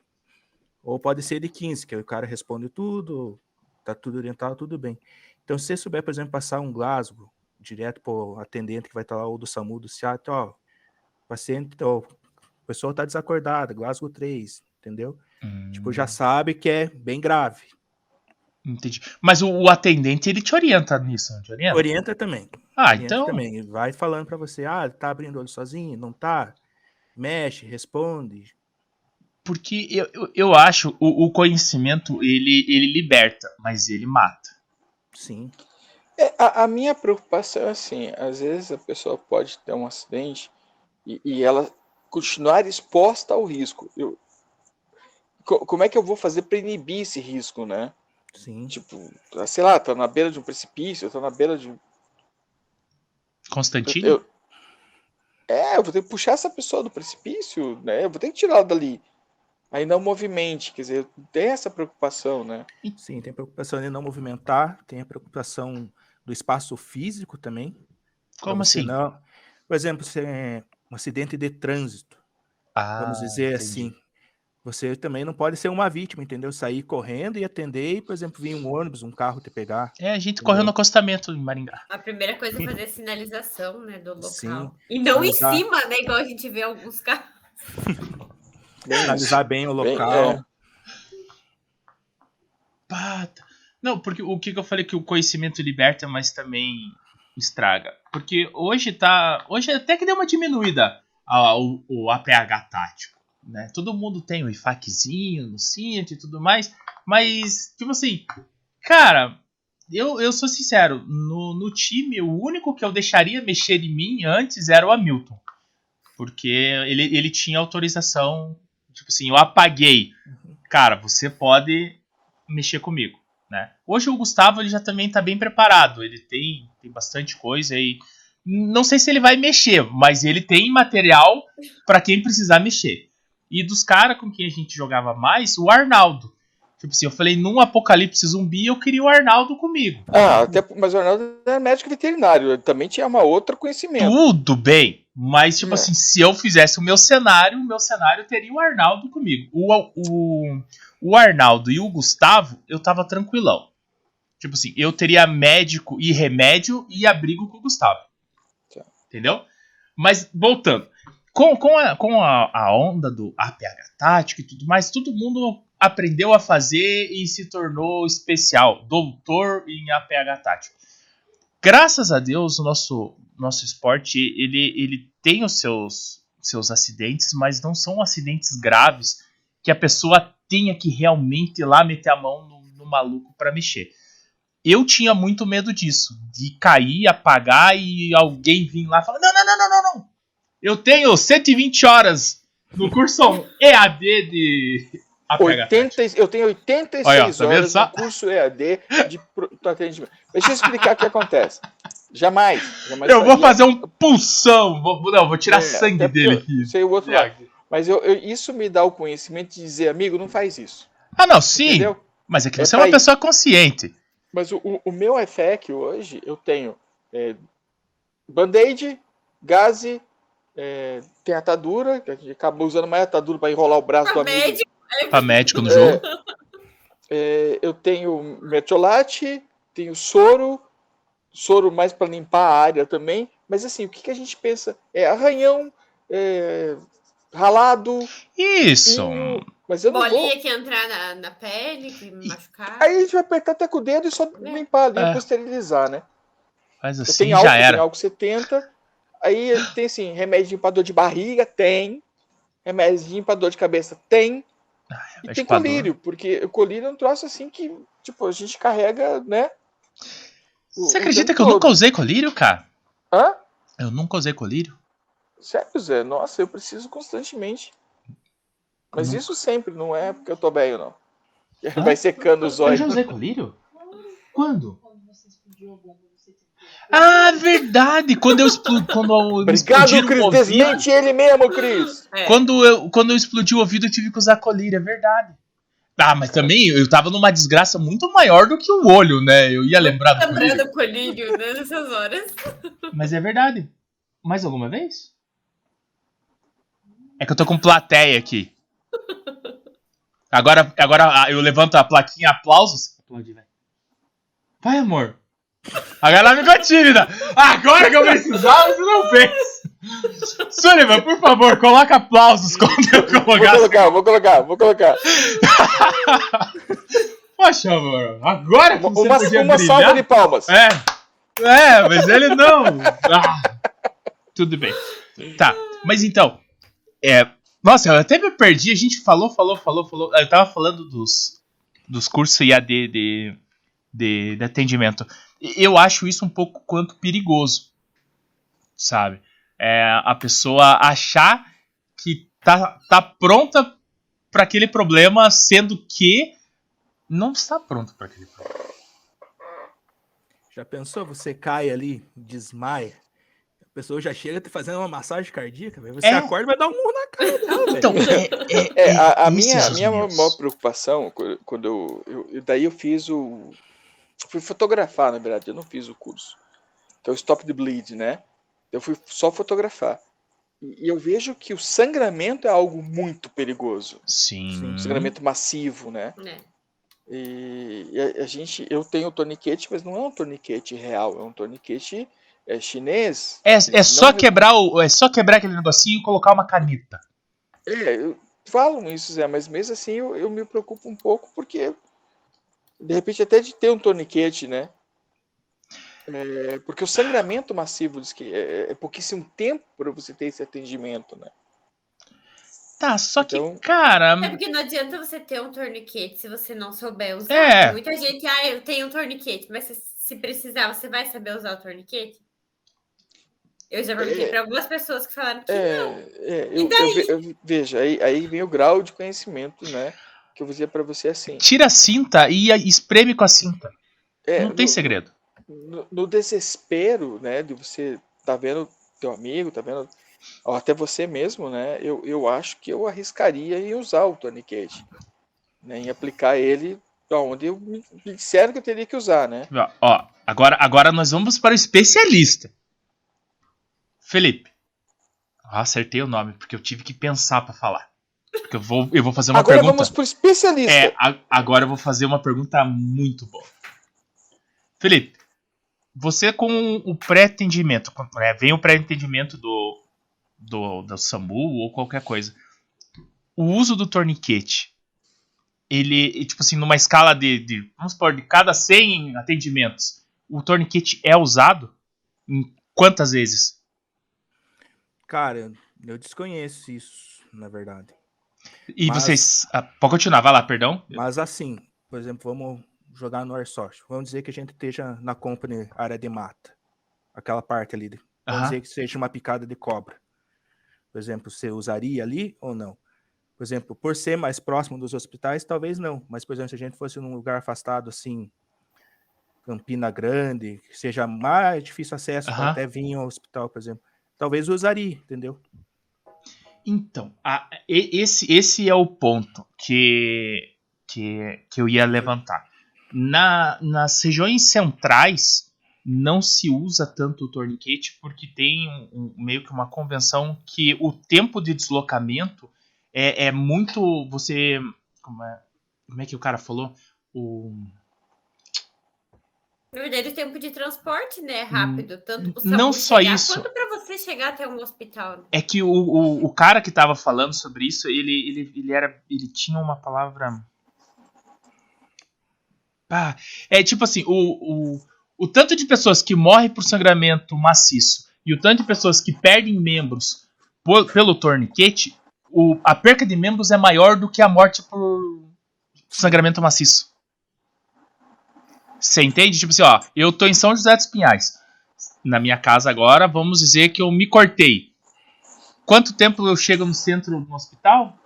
Speaker 3: Ou pode ser de 15, que o cara responde tudo, tá tudo orientado, tudo bem. Então, se você souber, por exemplo, passar um Glasgow direto pro atendente que vai estar lá, ou do SAMU, do SEAT, ó, paciente, ó, o pessoal tá desacordado, Glasgow 3, entendeu? Tipo, já sabe que é bem grave.
Speaker 1: Entendi. Mas o, o atendente, ele te orienta nisso, não te orienta?
Speaker 3: Orienta também.
Speaker 1: É. Ah,
Speaker 3: orienta
Speaker 1: então.
Speaker 3: também. e Vai falando pra você, ah, tá abrindo o olho sozinho, não tá? Mexe, responde.
Speaker 1: Porque eu, eu, eu acho o, o conhecimento, ele, ele liberta, mas ele mata.
Speaker 3: Sim.
Speaker 5: É, a, a minha preocupação é assim, às vezes a pessoa pode ter um acidente e, e ela continuar exposta ao risco. Eu, co- como é que eu vou fazer para inibir esse risco, né?
Speaker 3: Sim.
Speaker 5: Tipo, tá, sei lá, tá na beira de um precipício, tá na beira de um.
Speaker 1: Constantino?
Speaker 5: Eu, é, eu vou ter que puxar essa pessoa do precipício, né? Eu vou ter que tirar ela dali. Aí não movimente, quer dizer, eu tenho essa preocupação, né?
Speaker 3: Sim, tem preocupação de não movimentar, tem a preocupação do espaço físico também. pra
Speaker 1: Como
Speaker 3: você
Speaker 1: assim?
Speaker 3: Não... Por exemplo, se é um acidente de trânsito.
Speaker 1: Ah,
Speaker 3: vamos dizer
Speaker 1: entendi.
Speaker 3: assim. Você também não pode ser uma vítima, entendeu? Sair correndo e atender, e, por exemplo, vir um ônibus, um carro te pegar.
Speaker 1: É, a gente correu no acostamento em Maringá.
Speaker 4: A primeira coisa é fazer a sinalização, né, do local.
Speaker 3: Sim.
Speaker 4: E não em
Speaker 3: Usar-
Speaker 4: cima, né, igual a gente vê alguns carros.
Speaker 5: Ah,
Speaker 3: Analisar bem o
Speaker 5: É Bem,
Speaker 3: local.
Speaker 5: é.
Speaker 1: Pata. Não, porque o que, que eu falei que o conhecimento liberta, mas também estraga. Porque hoje tá. Hoje até que deu uma diminuída a- o, o APH tático. Né? Todo mundo tem o IFACzinho no cinto e tudo mais. Mas, tipo assim, cara, eu, eu sou sincero, no, no time, o único que eu deixaria mexer em mim antes era o Hamilton. Porque ele, ele tinha autorização, tipo assim, eu apaguei. Cara, você pode mexer comigo, né? Hoje o Gustavo ele já também tá bem preparado, ele tem, tem bastante coisa aí. Não sei se ele vai mexer, mas ele tem material para quem precisar mexer. E dos caras com quem a gente jogava mais, o Arnaldo. Tipo assim, eu falei, num apocalipse zumbi, eu queria o Arnaldo comigo.
Speaker 5: Ah, até, mas o Arnaldo era médico veterinário, ele também tinha uma outra conhecimento.
Speaker 1: Tudo bem. Mas, tipo
Speaker 5: É.
Speaker 1: assim, se eu fizesse o meu cenário, o meu cenário teria o Arnaldo comigo. O, o, o Arnaldo e o Gustavo, eu tava tranquilão. Tipo assim, eu teria médico e remédio e abrigo com o Gustavo.
Speaker 5: Tá.
Speaker 1: Entendeu? Mas, voltando. Com, com, a, com a, a onda do APH tático e tudo mais, todo mundo aprendeu a fazer e se tornou especial. Doutor em APH tático graças a Deus o nosso nosso esporte ele, ele tem os seus seus acidentes, mas não são acidentes graves que a pessoa tenha que realmente ir lá meter a mão no, no maluco para mexer. Eu tinha muito medo disso, de cair, apagar e alguém vir lá e falar: não, não, não, não, não, não. Eu tenho 120 horas no curso um EAD de apagar.
Speaker 5: 80, e- eu tenho 86
Speaker 1: Olha, ó, tá vendo
Speaker 5: horas
Speaker 1: só?
Speaker 5: no curso EAD de pro- do atendimento. Deixa eu explicar o que acontece. Jamais. jamais
Speaker 1: Eu vou
Speaker 5: faria.
Speaker 1: fazer um pulsão, vou, não, vou tirar
Speaker 5: É,
Speaker 1: sangue
Speaker 5: até porque
Speaker 1: dele
Speaker 5: eu
Speaker 1: aqui.
Speaker 5: Sei o outro lado. Mas eu, eu- isso me dá o conhecimento de dizer, amigo, não faz isso.
Speaker 1: Ah, não, sim.
Speaker 5: Entendeu?
Speaker 1: Mas é que
Speaker 5: É
Speaker 1: você é uma
Speaker 5: pra
Speaker 1: pessoa consciente.
Speaker 5: Mas o, o- o meu EFEC hoje, eu tenho é, band-aid, gaze, é, tem atadura, que a gente acaba usando mais atadura para enrolar o braço do amigo.
Speaker 4: Médico,
Speaker 1: Pra Tá médico no
Speaker 5: É.
Speaker 1: jogo.
Speaker 5: É, eu tenho metiolate, tenho soro, soro mais para limpar a área também. Mas assim, o que, que a gente pensa? É arranhão, é, ralado,
Speaker 1: Isso.
Speaker 5: pinho, mas eu não vou
Speaker 4: bolinha que entrar na, na pele, que machucar.
Speaker 5: Aí a gente vai apertar até com o dedo e só limpar ali,
Speaker 1: É.
Speaker 5: pra esterilizar, né?
Speaker 1: Faz
Speaker 5: Eu
Speaker 1: assim,
Speaker 5: tenho álcool,
Speaker 1: já
Speaker 5: tem
Speaker 1: era.
Speaker 5: álcool 70. Aí tem assim, remédio pra dor de barriga, tem. Remédio pra dor de cabeça, tem. E
Speaker 1: Mas
Speaker 5: tem
Speaker 1: com a dor-
Speaker 5: colírio, porque o colírio é um troço assim que, tipo, a gente carrega, né? o-
Speaker 1: Você
Speaker 5: o
Speaker 1: acredita
Speaker 5: tempo
Speaker 1: que eu nunca
Speaker 5: todo.
Speaker 1: usei colírio, cara?
Speaker 5: Hã?
Speaker 1: Eu nunca usei colírio?
Speaker 5: Sério, Zé? Nossa, eu preciso constantemente. Mas
Speaker 1: Não.
Speaker 5: isso sempre, não é porque eu tô velho, não. Vai secando os olhos.
Speaker 1: usei colírio? Quando? Ah, verdade! Quando eu
Speaker 5: <laughs>
Speaker 1: explodi. Quando eu
Speaker 5: Obrigado,
Speaker 1: explodiram
Speaker 5: Cris.
Speaker 1: o ouvido.
Speaker 5: Desmente ele mesmo, Cris.
Speaker 4: É.
Speaker 1: Quando eu, quando eu explodi o ouvido, eu tive que usar colírio, é verdade. Ah, mas também eu tava numa desgraça muito maior do que o olho, né? Eu ia lembrar do colírio.
Speaker 4: Lembrando o colírio né, nessas horas.
Speaker 1: Mas é verdade. Mais alguma vez? É que eu tô com plateia aqui. Agora, agora ah, eu levanto a plaquinha aplausos. Aplaude, velho. Vai, amor. Agora ela ficou tímida. Agora que eu precisava, você não fez. Sullivan, por favor, coloca aplausos <laughs> quando eu
Speaker 5: Vou
Speaker 1: colocar.
Speaker 5: colocar, vou colocar, vou colocar.
Speaker 1: Poxa, amor. Agora que
Speaker 5: Uma,
Speaker 1: você
Speaker 5: uma-
Speaker 1: podia
Speaker 5: uma
Speaker 1: brilhar.
Speaker 5: salva de palmas.
Speaker 1: É. É, mas ele não. Ah, tudo bem. Tá, mas então. É, nossa, eu até me perdi. A gente falou, falou, falou, falou. Ah, Eu tava falando dos, dos cursos IAD de, de, de atendimento. E Eu acho isso um pouco quanto perigoso. Sabe? É, a pessoa achar que tá, tá pronta para aquele problema, sendo que não está pronta para aquele problema.
Speaker 3: Já pensou? Você cai ali, desmaia. A pessoa já chega te fazendo uma massagem cardíaca, velho. Você
Speaker 1: É.
Speaker 3: acorda e vai dar um murro na
Speaker 1: <laughs>
Speaker 3: cara dela, velho.
Speaker 1: Então, é, é,
Speaker 5: É, a, a
Speaker 1: esses
Speaker 5: minha, a
Speaker 1: os
Speaker 5: minha
Speaker 1: meus.
Speaker 5: maior preocupação, quando- quando eu, eu- eu- Daí eu fiz o. Fui fotografar, na verdade, eu não fiz o curso. Que é o Stop the Bleed, né? Eu fui só fotografar. E, e eu vejo que o sangramento é algo muito perigoso.
Speaker 1: Sim.
Speaker 5: Sangramento massivo, né?
Speaker 4: Né?
Speaker 5: E, e a, a gente. Eu tenho o torniquete, mas não é um torniquete real, é um torniquete é, chinês.
Speaker 1: É, é
Speaker 5: Não
Speaker 1: só
Speaker 5: re-
Speaker 1: quebrar o, é só quebrar aquele negocinho e colocar uma caneta.
Speaker 5: É, eu- falam isso, Zé, mas mesmo assim eu, eu me preocupo um pouco porque de repente até de ter um torniquete, né? É, porque o sangramento massivo diz que é, é pouquíssimo tempo para você ter esse atendimento, né?
Speaker 1: Tá, só que,
Speaker 5: Então-
Speaker 1: cara.
Speaker 4: É porque não adianta você ter um torniquete se você não souber usar.
Speaker 1: É.
Speaker 4: Muita gente, ah, eu tenho um torniquete, mas se, se precisar, você vai saber usar o torniquete? Eu já perguntei
Speaker 5: É.
Speaker 4: para algumas pessoas que falaram que
Speaker 5: É,
Speaker 4: não.
Speaker 5: é,
Speaker 4: E
Speaker 5: eu,
Speaker 4: daí?
Speaker 5: eu ve- eu- veja, aí, aí vem o grau de conhecimento, né? Que eu vou dizer pra você assim.
Speaker 1: Tira a cinta e a- espreme com a cinta.
Speaker 5: É,
Speaker 1: não tem
Speaker 5: no-
Speaker 1: segredo.
Speaker 5: no, no desespero, né, de você tá vendo teu amigo, tá vendo ou até você mesmo, né? Eu, eu acho que eu arriscaria em usar o tourniquet, né, em aplicar ele aonde eu me me disseram que eu teria que usar, né?
Speaker 1: Ó, Ó, agora, agora nós vamos para o especialista. Felipe. Ah, acertei o nome, porque eu tive que pensar pra falar. Porque eu vou, eu vou fazer uma
Speaker 5: Agora
Speaker 1: pergunta.
Speaker 5: vamos pro especialista.
Speaker 1: É, a- agora eu vou fazer uma pergunta muito boa. Felipe, você com o pré-atendimento, com- né, vem o pré-atendimento do, do, do SAMU ou qualquer coisa, o uso do torniquete, ele, e, tipo assim, numa escala de, de, vamos supor, de cada 100 atendimentos, o torniquete é usado? Em quantas vezes?
Speaker 3: Cara, eu desconheço isso, na verdade.
Speaker 1: E
Speaker 3: Mas-
Speaker 1: vocês... ah, pode continuar, vai lá, perdão.
Speaker 3: Mas assim, por exemplo, vamos jogar no Airsoft. Vamos dizer que a gente esteja na company área de mata. Aquela parte ali. de- Vamos
Speaker 1: Aham.
Speaker 3: dizer que seja uma picada de cobra. Por exemplo, você usaria ali ou não? Por exemplo, por ser mais próximo dos hospitais, talvez não. Mas, por exemplo, se a gente fosse num lugar afastado, assim, Campina Grande, que seja mais difícil acesso pra
Speaker 1: Aham.
Speaker 3: até vir ao hospital, por exemplo, talvez usaria, entendeu?
Speaker 1: Então, a- e- esse, esse é o ponto que, que, que eu ia levantar. Na- nas regiões centrais, não se usa tanto o torniquete porque tem um- um- meio que uma convenção que o tempo de deslocamento é, é muito. Você. Como é, como é que o cara falou? O,
Speaker 4: Na verdade, o tempo de transporte né, é rápido. Tanto pro
Speaker 1: Hum, não
Speaker 4: SAMU
Speaker 1: só
Speaker 4: chegar,
Speaker 1: isso.
Speaker 4: Quanto para você chegar até um hospital?
Speaker 1: É que o, o, o cara que tava falando sobre isso, ele, ele, ele era. Ele tinha uma palavra. Pá, é tipo assim, o, o, o tanto de pessoas que morrem por sangramento maciço e o tanto de pessoas que perdem membros po- pelo torniquete, o, a perca de membros é maior do que a morte por sangramento maciço. Você entende? Tipo assim, ó, eu tô em São José dos Pinhais. Na minha casa agora, vamos dizer que eu me cortei. Quanto tempo eu chego no centro do hospital?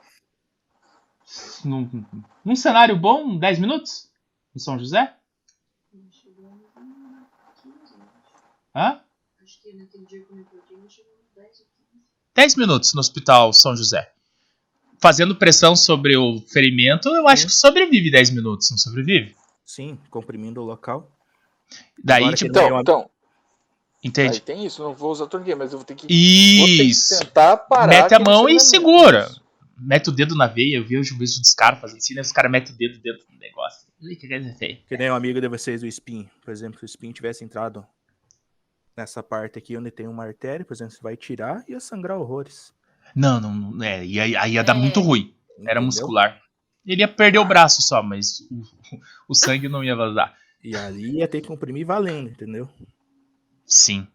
Speaker 1: Num, num cenário bom, 10 minutos? Em São José?
Speaker 6: um,
Speaker 1: Hã?
Speaker 6: Acho que naquele dia que eu me acordei, eu chegou uns 10 ou 15.
Speaker 1: 10 minutos no hospital São José. Fazendo pressão sobre o ferimento, eu acho que sobrevive 10 minutos, não sobrevive?
Speaker 3: Sim, comprimindo o local.
Speaker 1: Daí,
Speaker 3: Agora que
Speaker 1: tipo,
Speaker 3: não-
Speaker 5: Então, então, aí
Speaker 1: entende?
Speaker 5: tem isso, eu não vou usar torniquete, mas eu vou ter que, vou ter que
Speaker 1: Isso!
Speaker 5: tentar parar.
Speaker 1: Mete a
Speaker 5: aquele
Speaker 1: mão e
Speaker 5: sangramento.
Speaker 1: segura. Mete o dedo na veia, eu vejo, vejo os caras fazendo assim, né? Os caras metem o dedo dentro do negócio. Ih, que coisa feia.
Speaker 3: Que nem o amigo de vocês, o Spin. Por exemplo, se o Spin tivesse entrado nessa parte aqui onde tem uma artéria, por exemplo, você vai tirar e ia sangrar horrores.
Speaker 1: Não, não, não é, ia, aí ia dar
Speaker 4: É.
Speaker 1: muito ruim. Era
Speaker 3: entendeu?
Speaker 1: muscular. Ele ia perder o braço só, mas o, <laughs> o sangue não ia vazar.
Speaker 3: E ali ia ter que comprimir valendo, entendeu?
Speaker 1: Sim.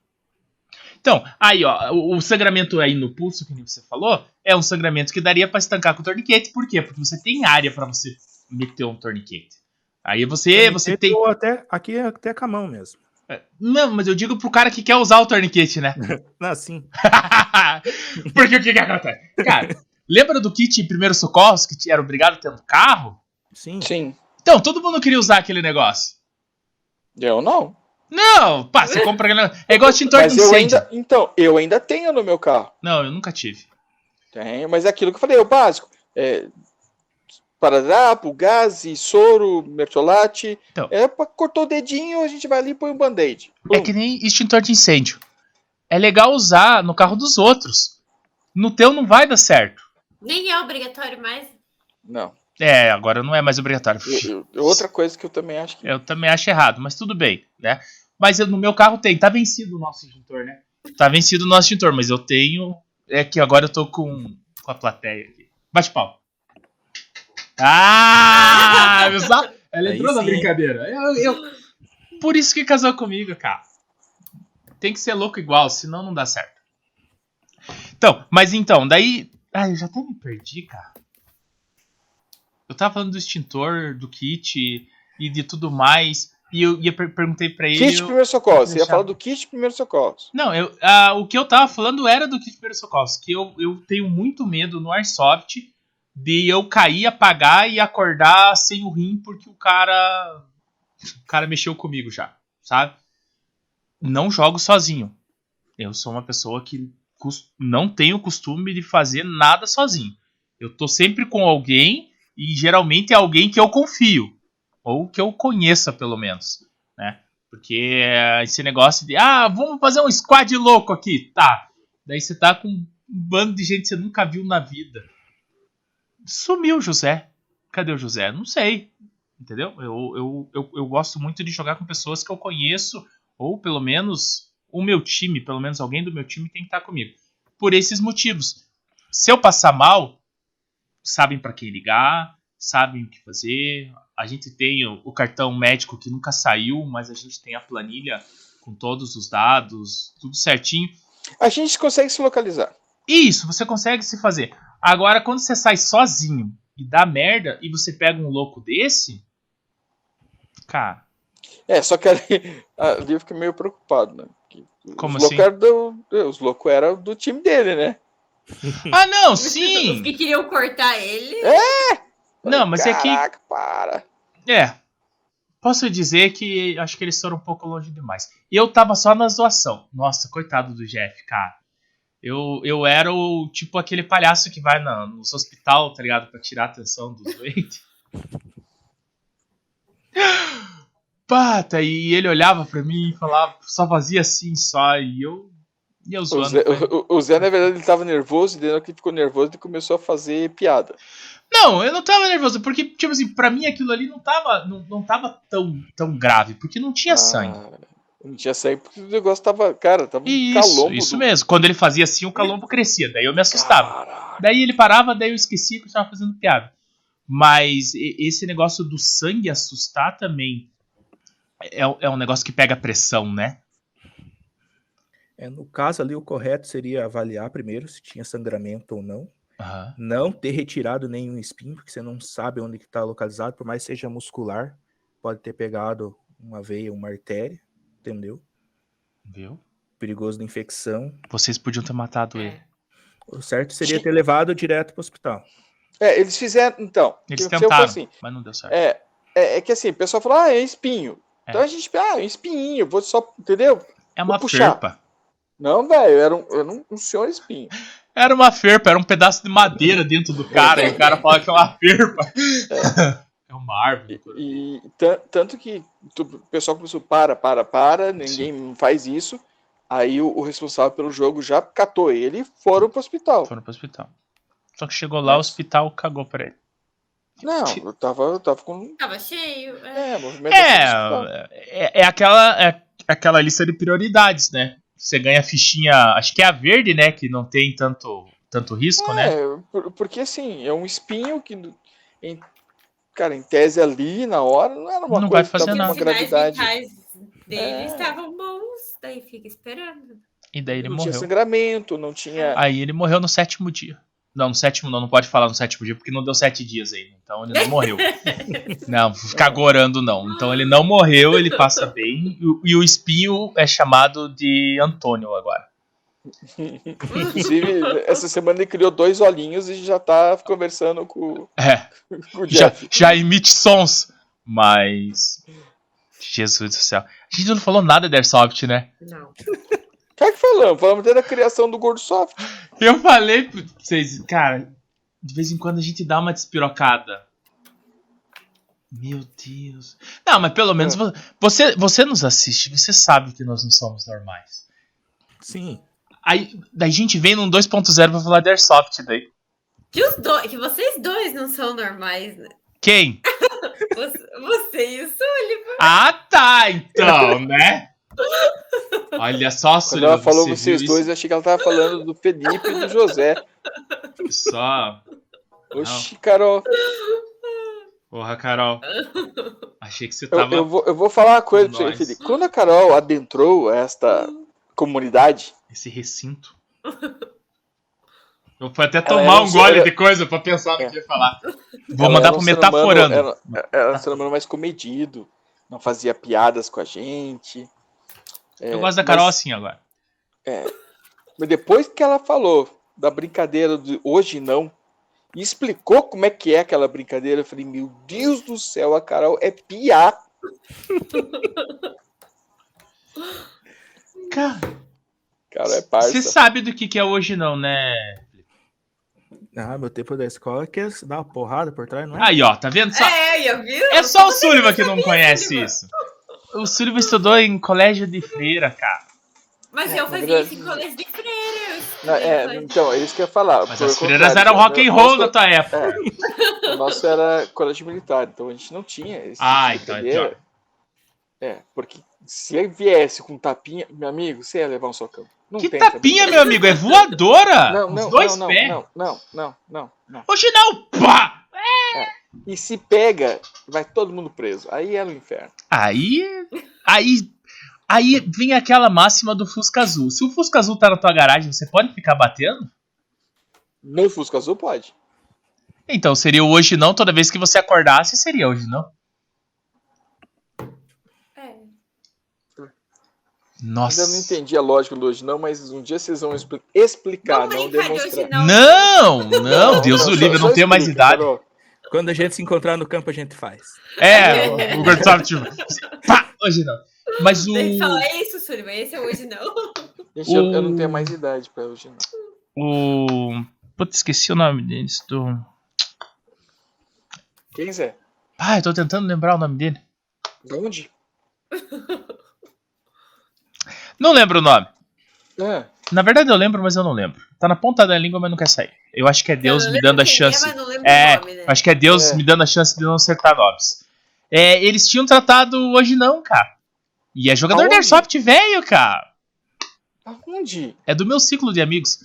Speaker 1: Então, aí, ó, o, o sangramento aí no pulso, que nem você falou, é um sangramento que daria pra estancar com o torniquete. Por quê? Porque você tem área pra você meter um torniquete. Aí você, você tem.
Speaker 3: Ou até, aqui é até com a mão mesmo.
Speaker 1: Não, mas eu digo pro cara que quer usar o torniquete, né? <laughs>
Speaker 3: Ah, sim.
Speaker 1: Porque o que que acontece? Cara, lembra do kit primeiro socorros que te- era obrigado a ter no carro?
Speaker 3: Sim.
Speaker 5: Sim,
Speaker 1: Então, todo mundo queria usar aquele negócio.
Speaker 5: eu não.
Speaker 1: Não, pá, você compra aquele- É igual extintor de
Speaker 5: Mas eu
Speaker 1: incêndio.
Speaker 5: ainda, então, eu ainda tenho no meu carro.
Speaker 1: Não, eu nunca tive.
Speaker 5: Tem, mas é aquilo que eu falei, é o básico. É, Paradapo, gás, e soro, mertiolate.
Speaker 1: Então.
Speaker 5: É pra cortou o dedinho, a gente vai ali e põe um band-aid.
Speaker 1: É que nem extintor de incêndio. É legal usar no carro dos outros. No teu não vai dar certo.
Speaker 4: Nem é obrigatório mais.
Speaker 5: Não.
Speaker 1: É, agora não é mais obrigatório.
Speaker 5: Eu- eu- outra coisa que eu também acho que.
Speaker 1: Eu também acho errado, mas tudo bem, né? Mas eu- no meu carro tem. Tá vencido o nosso extintor, né? Tá vencido o nosso extintor, mas eu tenho. É que agora eu tô com, com a plateia aqui. Bate pau. Ah! Viu só? Ela
Speaker 3: Aí
Speaker 1: entrou na
Speaker 3: sim.
Speaker 1: brincadeira. Eu- eu- Por isso que casou comigo, cara. Tem que ser louco igual, senão não dá certo. Então, mas então, daí Ah, eu já até me perdi, cara. Eu tava falando do extintor, do kit e de tudo mais. E eu ia per- perguntei pra ele.
Speaker 5: Kit
Speaker 1: eu-
Speaker 5: primeiro socorro. Você ia
Speaker 1: deixar.
Speaker 5: falar do kit primeiro socorro.
Speaker 1: Não, eu, ah, o que eu tava falando era do kit primeiro socorros, que eu, eu tenho muito medo no Airsoft de eu cair, apagar e acordar sem o rim porque o cara o cara mexeu comigo já, sabe? Não jogo sozinho. Eu sou uma pessoa que cus- não tenho o costume de fazer nada sozinho. Eu tô sempre com alguém e geralmente é alguém que eu confio ou que eu conheça pelo menos, né? Porque é, esse negócio de ah, vamos fazer um squad louco aqui, tá? Daí você tá com um bando de gente que você nunca viu na vida. Sumiu o José. Cadê o José? Não sei. Entendeu? Eu, eu, eu, eu gosto muito de jogar com pessoas que eu conheço, ou pelo menos o meu time, pelo menos alguém do meu time tem que estar comigo. Por esses motivos. Se eu passar mal, sabem pra quem ligar, sabem o que fazer. A gente tem o, o cartão médico que nunca saiu, mas a gente tem a planilha com todos os dados, tudo certinho.
Speaker 5: A gente consegue se localizar.
Speaker 1: Isso, você consegue se fazer. Agora, quando você sai sozinho e dá merda e você pega um louco desse. Cara,
Speaker 5: É, só que ali, ali eu fiquei meio preocupado, né? Porque
Speaker 1: Como
Speaker 5: os
Speaker 1: assim?
Speaker 5: Loucos eram do, os loucos eram do time dele, né?
Speaker 1: Ah, não,
Speaker 4: Os
Speaker 1: <laughs> sim!
Speaker 4: que queriam cortar ele.
Speaker 1: Não, mas é que-
Speaker 5: Caraca, para.
Speaker 1: É. Posso dizer que acho que eles foram um pouco longe demais. E eu tava só na zoação. Nossa, coitado do Jeff, cara. Eu, eu era o tipo aquele palhaço que vai na, nos hospital, tá ligado? Pra tirar a atenção dos <laughs> doentes. Pata, e ele olhava pra mim e falava, só fazia assim só. E eu. E eu
Speaker 5: O
Speaker 1: zoando.
Speaker 5: Zé, o- o Zé, na verdade, ele tava nervoso, e daí que ele ficou nervoso, ele começou a fazer piada.
Speaker 1: Não, eu não tava nervoso, porque, tipo assim, pra mim aquilo ali não tava, não, não tava tão, tão grave, porque não tinha sangue.
Speaker 5: Ah, Não tinha sangue, porque o negócio tava, cara, tava um
Speaker 1: Isso,
Speaker 5: calombo.
Speaker 1: isso
Speaker 5: do-
Speaker 1: mesmo. Quando ele fazia assim, o calombo crescia. Daí eu me assustava.
Speaker 5: Caraca.
Speaker 1: Daí ele parava, daí eu esquecia que eu tava fazendo piada. Mas e- esse negócio do sangue assustar também é, é um negócio que pega pressão, né?
Speaker 3: É, no caso ali, o correto seria avaliar primeiro se tinha sangramento ou não.
Speaker 1: Aham.
Speaker 3: Não ter retirado nenhum espinho, porque você não sabe onde que está localizado, por mais que seja muscular, pode ter pegado uma veia, uma artéria, entendeu?
Speaker 1: Viu?
Speaker 3: Perigoso de infecção.
Speaker 1: Vocês podiam ter matado
Speaker 4: né,
Speaker 1: ele.
Speaker 3: O certo seria ter levado direto para o hospital.
Speaker 5: É, eles fizeram, então. o que
Speaker 1: Eles
Speaker 5: aconteceu foi
Speaker 1: tentaram,
Speaker 5: assim,
Speaker 1: mas não deu certo.
Speaker 5: é, é, é que assim, o pessoal falou, ah, é espinho.
Speaker 1: É.
Speaker 5: Então a gente, ah, é um espinho, vou só, entendeu?
Speaker 1: É uma
Speaker 5: vou puxar.
Speaker 1: ferpa.
Speaker 5: Não, velho, era, um, era um, um senhor espinho.
Speaker 1: Era uma ferpa, era um pedaço de madeira dentro do cara, e o cara fala que é uma ferpa. <laughs> É uma árvore. cara.
Speaker 5: E tan- tanto que tu- o pessoal começou, para, para, para, ninguém faz isso. Aí o, o responsável pelo jogo já catou ele e foram pro hospital.
Speaker 1: Foram pro hospital. Só que chegou lá, o hospital cagou pra ele.
Speaker 5: Não, eu tava, eu tava com.
Speaker 4: Tava cheio. é.
Speaker 5: É, movimento hospital.
Speaker 1: É, é, é aquela, é aquela lista de prioridades, né? Você ganha a fichinha, acho que é a verde, né? Que não tem tanto, tanto risco, né?
Speaker 5: É, por- porque assim, é um espinho que. em- cara, em tese ali, na hora, não era uma
Speaker 1: Não vai
Speaker 5: coisa
Speaker 1: fazer
Speaker 5: que tava
Speaker 1: nada.
Speaker 5: com
Speaker 4: Porque
Speaker 5: uma
Speaker 4: os sinais
Speaker 5: gravidade.
Speaker 4: vitais dele
Speaker 5: É.
Speaker 4: estavam bons. Daí fica esperando.
Speaker 1: E daí ele
Speaker 5: não
Speaker 1: morreu. Ah.
Speaker 5: tinha sangramento, não tinha.
Speaker 1: Aí ele morreu no sétimo dia. Não, no sétimo não, não pode falar no sétimo dia, porque não deu sete dias ainda. Então ele não
Speaker 5: <laughs>
Speaker 1: morreu. não, ficar gorando não. Então ele não morreu, ele passa bem. E, o- e o espinho é chamado de Antônio agora. <laughs>
Speaker 5: Inclusive, essa semana ele criou dois olhinhos e já tá conversando com,
Speaker 1: É.
Speaker 5: com o
Speaker 1: já,
Speaker 5: Jeff.
Speaker 1: já emite sons, mas. Jesus do céu. A gente não falou nada da Airsoft, né?
Speaker 4: Não.
Speaker 5: Cara, que falamos? Falamos até da criação do Gordo Soft.
Speaker 1: Eu falei pra vocês, cara, de vez em quando a gente dá uma despirocada. Meu Deus. Não, mas pelo menos
Speaker 5: É.
Speaker 1: vo- você, você nos assiste, você sabe que nós não somos normais.
Speaker 3: Sim,
Speaker 1: Aí, daí a gente vem num 2.0 pra falar da Airsoft daí.
Speaker 4: Que, os dois, que vocês dois não são normais, né?
Speaker 1: Quem?
Speaker 4: Você, você e o Sullivan.
Speaker 1: Ah, tá,
Speaker 5: <laughs>
Speaker 1: então, né? Olha só,
Speaker 5: Quando
Speaker 1: Sullivan,
Speaker 5: ela falou
Speaker 1: você
Speaker 5: vocês
Speaker 1: viu
Speaker 5: dois, eu achei que ela tava falando do Felipe e do José.
Speaker 1: isso? Só
Speaker 5: Oxi, Carol,
Speaker 1: Porra, Carol. Achei que você
Speaker 5: eu,
Speaker 1: tava.
Speaker 5: eu vou, eu vou falar uma coisa pra você,
Speaker 1: Nós.
Speaker 5: Felipe. Quando a Carol adentrou esta comunidade,
Speaker 1: Esse recinto. Eu fui até
Speaker 5: Ela
Speaker 1: tomar
Speaker 5: era
Speaker 1: um
Speaker 5: um
Speaker 1: gole
Speaker 5: ser-
Speaker 1: de coisa pra pensar no
Speaker 5: É.
Speaker 1: que ia falar. Vou
Speaker 5: Ela
Speaker 1: mandar
Speaker 5: era
Speaker 1: pro
Speaker 5: um ser
Speaker 1: Metaforando.
Speaker 5: humano- Era, era um ser humano mais comedido, não fazia piadas com a gente. É,
Speaker 1: Eu gosto da Carol
Speaker 5: mas-
Speaker 1: assim agora.
Speaker 5: Mas depois que ela falou da brincadeira de hoje não, e explicou como é que é aquela brincadeira, eu falei, meu Deus do céu, a Carol é piá.
Speaker 1: Cara,
Speaker 5: Carol é
Speaker 1: você
Speaker 5: parça.
Speaker 1: sabe do que, que é hoje não, né?
Speaker 3: Ah, meu tempo da escola é que é dar uma porrada por trás, não é?
Speaker 1: Aí, ó, tá vendo? Só-
Speaker 4: É, eu vi.
Speaker 1: É só o Sullivan que
Speaker 4: sabia,
Speaker 1: não conhece
Speaker 4: Sullivan?
Speaker 1: isso. O Sullivan estudou em colégio de freira, cara.
Speaker 4: Mas
Speaker 5: É,
Speaker 4: eu
Speaker 5: na
Speaker 4: fazia
Speaker 5: verdade-
Speaker 4: isso em colégio de freira. eu estudei
Speaker 5: Não, é,
Speaker 4: colégio.
Speaker 5: então, é isso que eu ia falar.
Speaker 1: Mas
Speaker 5: por
Speaker 1: as freiras
Speaker 5: contrário,
Speaker 1: eram
Speaker 5: né?
Speaker 1: rock and roll na
Speaker 5: Nosso-
Speaker 1: tua época.
Speaker 5: O nosso era colégio militar, então a gente não tinha esse
Speaker 1: Ah,
Speaker 5: tipo de
Speaker 1: então é
Speaker 5: brincadeira. É, porque se ele viesse com tapinha, meu amigo, você ia levar um socão. Não
Speaker 1: Que
Speaker 5: tem essa
Speaker 1: tapinha,
Speaker 5: brincadeira.
Speaker 1: meu amigo, é voadora!
Speaker 5: Não,
Speaker 1: Os
Speaker 5: não,
Speaker 1: dois
Speaker 5: não,
Speaker 1: pés.
Speaker 5: não, não, não, não, não.
Speaker 1: Hoje não, pá!
Speaker 5: E se pega, vai todo mundo preso. Aí era o inferno.
Speaker 1: Aí. Aí. Aí vem aquela máxima do Fusca Azul. Se o Fusca Azul tá na tua garagem, você pode ficar batendo?
Speaker 5: No Fusca Azul pode.
Speaker 1: Então seria o hoje não, toda vez que você acordasse, seria hoje não.
Speaker 4: É.
Speaker 1: Nossa.
Speaker 5: Ainda não entendi a lógica do hoje, não, mas um dia vocês vão expli- explicar,
Speaker 4: Vamos
Speaker 5: não
Speaker 4: brincar de hoje, <laughs>
Speaker 5: demonstrar.
Speaker 1: Não,
Speaker 4: não.
Speaker 1: não,
Speaker 5: Não,
Speaker 1: Deus
Speaker 5: não,
Speaker 1: do
Speaker 5: só-
Speaker 1: livre, eu
Speaker 5: só
Speaker 1: não tenho mais
Speaker 5: explica,
Speaker 1: idade.
Speaker 5: Carol.
Speaker 3: Quando a gente se encontrar no campo, a gente faz.
Speaker 1: É,
Speaker 4: <laughs>
Speaker 1: o Gordo sabe, tipo, pá, hoje não. Mas o,
Speaker 4: Tem que falar, é isso, Sullivan, esse é hoje não.
Speaker 5: Gente, eu, eu não
Speaker 1: O-
Speaker 5: tenho mais idade pra hoje, não.
Speaker 1: o. Putz, esqueci o nome deles. Do...
Speaker 5: Quem Zé?
Speaker 1: Ah, eu tô tentando lembrar o nome dele.
Speaker 5: De onde?
Speaker 1: Não lembro o nome.
Speaker 5: Ah,
Speaker 1: Na verdade eu lembro, mas eu não lembro. Tá na ponta da língua, mas não quer sair. Eu acho que é <laughs> Deus
Speaker 4: Eu
Speaker 1: me
Speaker 4: lembro
Speaker 1: dando a
Speaker 4: quem é,
Speaker 1: chance.
Speaker 4: mas não lembro
Speaker 1: É,
Speaker 4: o nome, né?
Speaker 1: acho que é Deus
Speaker 5: É.
Speaker 1: me dando a chance de não acertar nomes. É, eles tinham tratado hoje não, cara. E é jogador de
Speaker 5: Aonde?
Speaker 1: Airsoft velho, cara.
Speaker 5: aonde?
Speaker 1: É do meu ciclo de amigos.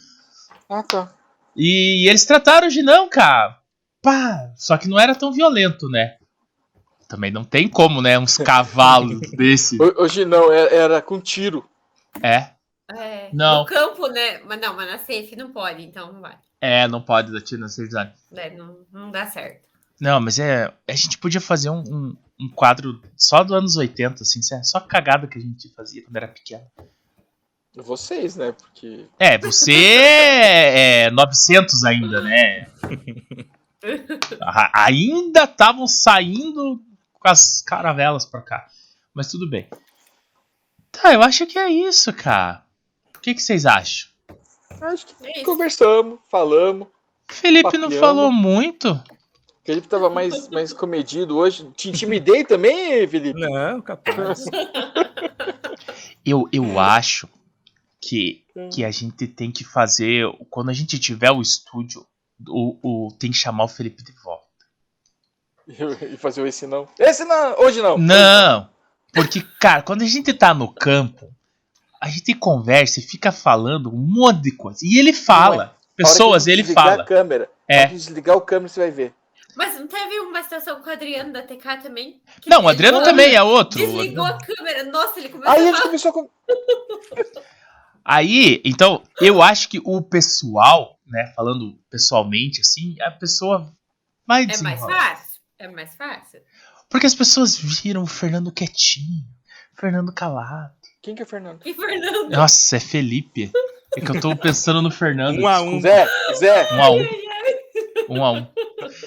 Speaker 5: Ah, tá.
Speaker 1: E eles trataram de não, cara. Pá, só que não era tão violento, né? Também não tem como, né?
Speaker 5: <laughs>
Speaker 1: Uns cavalos desse.
Speaker 5: Ho- Hoje não, é- era com tiro.
Speaker 1: É,
Speaker 4: É,
Speaker 1: Não.
Speaker 4: No campo, né? Mas não, mas na safe não pode, então não vai.
Speaker 1: é, não pode dar tiro na safe zone.
Speaker 4: Né, Não, não dá certo.
Speaker 1: Não, mas é. A gente podia fazer um, um, um quadro só dos anos 80, assim, sé- só cagada que a gente fazia quando era pequeno.
Speaker 5: Vocês, né? Porque.
Speaker 1: É, você é 900 ainda, né? A- ainda estavam saindo com as caravelas pra cá. Mas tudo bem. Tá, eu acho que é isso, cara. O que, que vocês acham?
Speaker 5: Acho que
Speaker 4: É isso.
Speaker 5: conversamos, falamos.
Speaker 1: Felipe não
Speaker 5: Papiano.
Speaker 1: falou muito.
Speaker 5: O Felipe tava mais, mais comedido hoje. Te intimidei também, Felipe?
Speaker 3: Não, capaz.
Speaker 1: <laughs> Eu, eu acho que, que a gente tem que fazer. Quando a gente tiver o estúdio, o, o, tem que chamar o Felipe de volta.
Speaker 5: E fazer o esse não. Esse não, hoje não.
Speaker 1: Não! Porque, cara, quando a gente tá no campo, a gente conversa e fica falando um monte de coisa. E ele fala.
Speaker 5: A hora que
Speaker 1: Pessoas,
Speaker 5: tu
Speaker 1: ele
Speaker 5: desligar
Speaker 1: fala.
Speaker 5: A câmera,
Speaker 1: É.
Speaker 5: a hora que tu desligar o câmera, você vai ver.
Speaker 4: Mas não teve uma situação com o Adriano da TK também? Que
Speaker 1: Não, o
Speaker 4: desligou-
Speaker 1: Adriano também é outro.
Speaker 4: Desligou a câmera. Nossa, ele começou
Speaker 5: Aí a
Speaker 4: a
Speaker 5: gente
Speaker 4: falar.
Speaker 5: começou com.
Speaker 1: Aí, então, eu acho que o pessoal, né, falando pessoalmente, assim, a pessoa vai
Speaker 4: É mais
Speaker 1: desenrolar.
Speaker 4: fácil. É mais fácil.
Speaker 1: Porque as pessoas viram o Fernando quietinho, Fernando calado.
Speaker 5: Quem que é o Fernando?
Speaker 4: E Fernando.
Speaker 1: Nossa, é Felipe. É que eu tô pensando no Fernando.
Speaker 3: Um a um.
Speaker 5: Zé, Zé,
Speaker 1: Um a um. Um a um.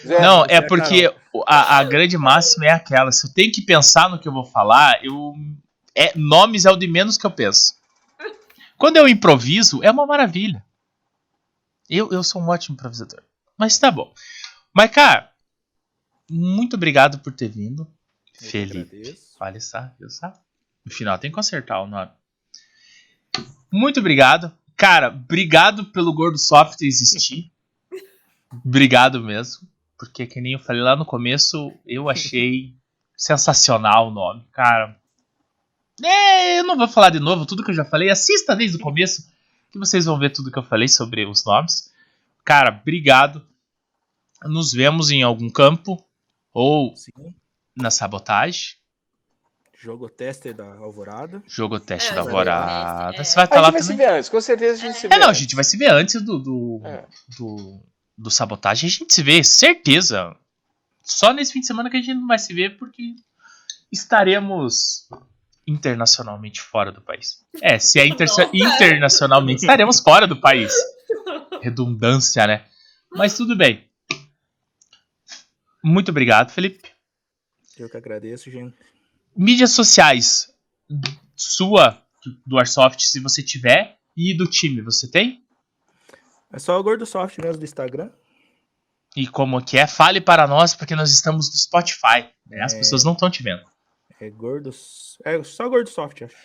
Speaker 5: Zé.
Speaker 1: Não,
Speaker 3: você
Speaker 1: é
Speaker 3: é
Speaker 1: porque a, a grande máxima é aquela. Se eu tenho que pensar no que eu vou falar, eu. É, nomes é o de menos que eu penso. Quando eu improviso, é uma maravilha. Eu, eu sou um ótimo improvisador. Mas tá bom. Mas, cara, muito obrigado por ter vindo.
Speaker 3: Eu
Speaker 1: Felipe.
Speaker 3: agradeço.
Speaker 1: Olha só, viu só? No final tem que consertar o nome. Muito obrigado. Cara, obrigado pelo Gordo Soft existir. obrigado mesmo. Porque, que nem eu falei lá no começo, eu achei sensacional o nome, cara. É, eu não vou falar de novo tudo que eu já falei. Assista desde o começo, que vocês vão ver tudo que eu falei sobre os nomes. Cara, obrigado. Nos vemos em algum campo ou
Speaker 3: Sim.
Speaker 1: na sabotagem.
Speaker 3: Jogo tester da Alvorada.
Speaker 1: Jogo teste
Speaker 4: É,
Speaker 1: da
Speaker 4: jogo
Speaker 1: Alvorada.
Speaker 4: teste, é.
Speaker 1: Você vai
Speaker 5: A
Speaker 1: estar
Speaker 5: gente
Speaker 1: lá
Speaker 5: vai se
Speaker 1: também.
Speaker 5: ver antes, com certeza a gente se vê.
Speaker 1: É, não, a
Speaker 5: antes.
Speaker 1: gente vai se ver antes do. do,
Speaker 5: É.
Speaker 1: do, do sabotagem. A gente se vê, certeza. Só nesse fim de semana que a gente não vai se ver porque estaremos internacionalmente fora do país. É, se é inter-
Speaker 4: Nossa.
Speaker 1: internacionalmente, estaremos fora do
Speaker 4: <laughs>
Speaker 1: país. Redundância, né? Mas tudo bem. Muito obrigado, Felipe.
Speaker 3: Eu que agradeço, gente.
Speaker 1: mídias sociais sua do Arsoft, se você tiver, e do time, você tem?
Speaker 3: É só o Gordosoft mesmo do Instagram.
Speaker 1: E como que é? Fale para nós, porque nós estamos no Spotify. né? As
Speaker 3: É.
Speaker 1: pessoas não estão te vendo.
Speaker 3: É Gordos. É só Gordosoft, acho.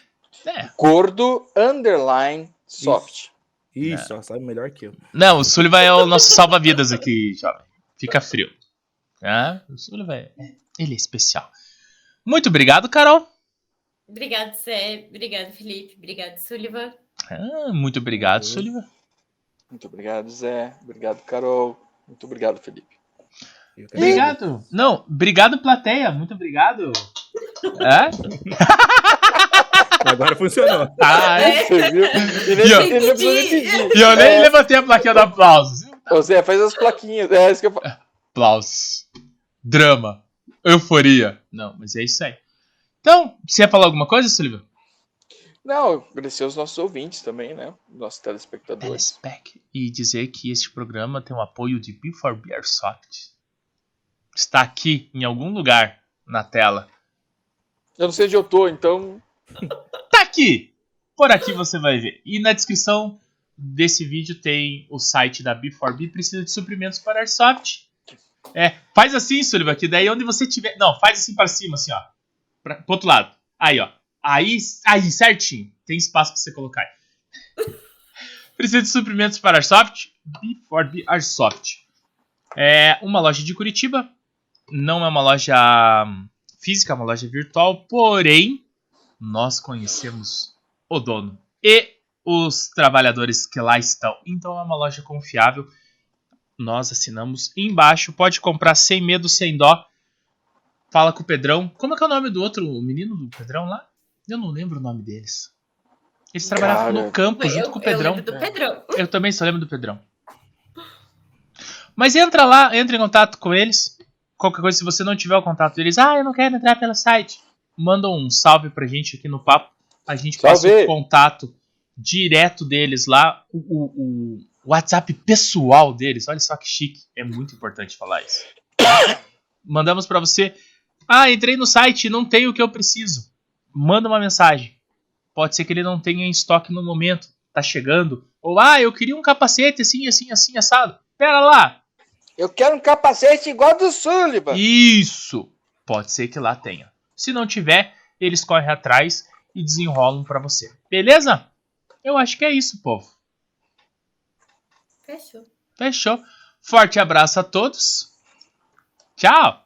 Speaker 1: É.
Speaker 5: Gordo underline soft.
Speaker 3: Isso, ó, sabe melhor que eu.
Speaker 1: Não, o Sullivan é o nosso salva-vidas aqui, jovem. Fica frio. Ah, o Sullivan, é- ele é especial. Muito obrigado, Carol.
Speaker 4: Obrigado, Sé. Obrigado, Felipe. Obrigado, Sullivan.
Speaker 1: Ah, muito obrigado,
Speaker 3: Valeu.
Speaker 1: Sullivan.
Speaker 5: Muito obrigado, Zé. Obrigado, Carol. Muito obrigado, Felipe.
Speaker 3: Eu que agradeço.
Speaker 1: Obrigado. Não, obrigado, plateia. Muito obrigado. É?
Speaker 3: Agora funcionou.
Speaker 1: Ah, é.
Speaker 5: Você <laughs> viu? E nem-
Speaker 1: E eu-
Speaker 5: ele não precisa nem pedir.
Speaker 1: E eu nem levantei a plaquinha do aplauso.
Speaker 5: Ô, Zé, faz as plaquinhas. É isso que eu falo.
Speaker 1: Aplausos. Drama. Euforia. Não, mas é isso aí. Então, você ia falar alguma coisa, Sullivan?
Speaker 5: Não, agradecer aos nossos ouvintes também, né? Nossos telespectadores.
Speaker 1: Telespec. E dizer que este programa tem o apoio de Before Beer Soft. Está aqui, em algum lugar, na tela.
Speaker 5: Eu não sei onde eu tô, então.
Speaker 1: Tá aqui! Por aqui você vai ver. E na descrição desse vídeo tem o site da B4B, precisa de suprimentos para Airsoft. É, faz assim, Sullivan, que daí onde você tiver. Não, faz assim para cima, assim, ó. Pra, pro outro lado. Aí, ó. Aí, aí, certinho. Tem espaço pra você colocar. aí. precisa de suprimentos para Airsoft? B4B Airsoft. É uma loja de Curitiba. Não é uma loja física, é uma loja virtual, porém nós conhecemos o dono e os trabalhadores que lá estão. Então é uma loja confiável. Nós assinamos embaixo. Pode comprar sem medo, sem dó. Fala com o Pedrão. Como é que é o nome do outro o menino do Pedrão lá? Eu não lembro o nome deles. Eles trabalhavam
Speaker 5: Cara.
Speaker 1: no campo junto
Speaker 4: Eu-
Speaker 1: com o
Speaker 4: eu
Speaker 1: Pedrão. É.
Speaker 4: lembro do Pedrão.
Speaker 1: Eu também só lembro do Pedrão. Mas entra lá, entra em contato com eles. Qualquer coisa, se você não tiver o contato deles, ah, eu não quero entrar pelo site. Manda um salve pra gente aqui no papo. A gente passa
Speaker 5: Salve!
Speaker 1: o contato direto deles lá, o, o- o WhatsApp pessoal deles. Olha só que chique. É muito importante falar isso. Mandamos pra você. Ah, entrei no site, não tem o que eu preciso. Manda uma mensagem. Pode ser que ele não tenha em estoque no momento tá chegando. Ou, ah, eu queria um capacete assim, assim, assim, assado. Pera lá.
Speaker 5: Eu quero um capacete igual do Sullivan.
Speaker 1: Isso. Pode ser que lá tenha. Se não tiver, eles correm atrás e desenrolam pra você. Beleza? Eu acho que é isso, povo.
Speaker 4: Fechou.
Speaker 1: Fechou. Forte abraço a todos. Tchau.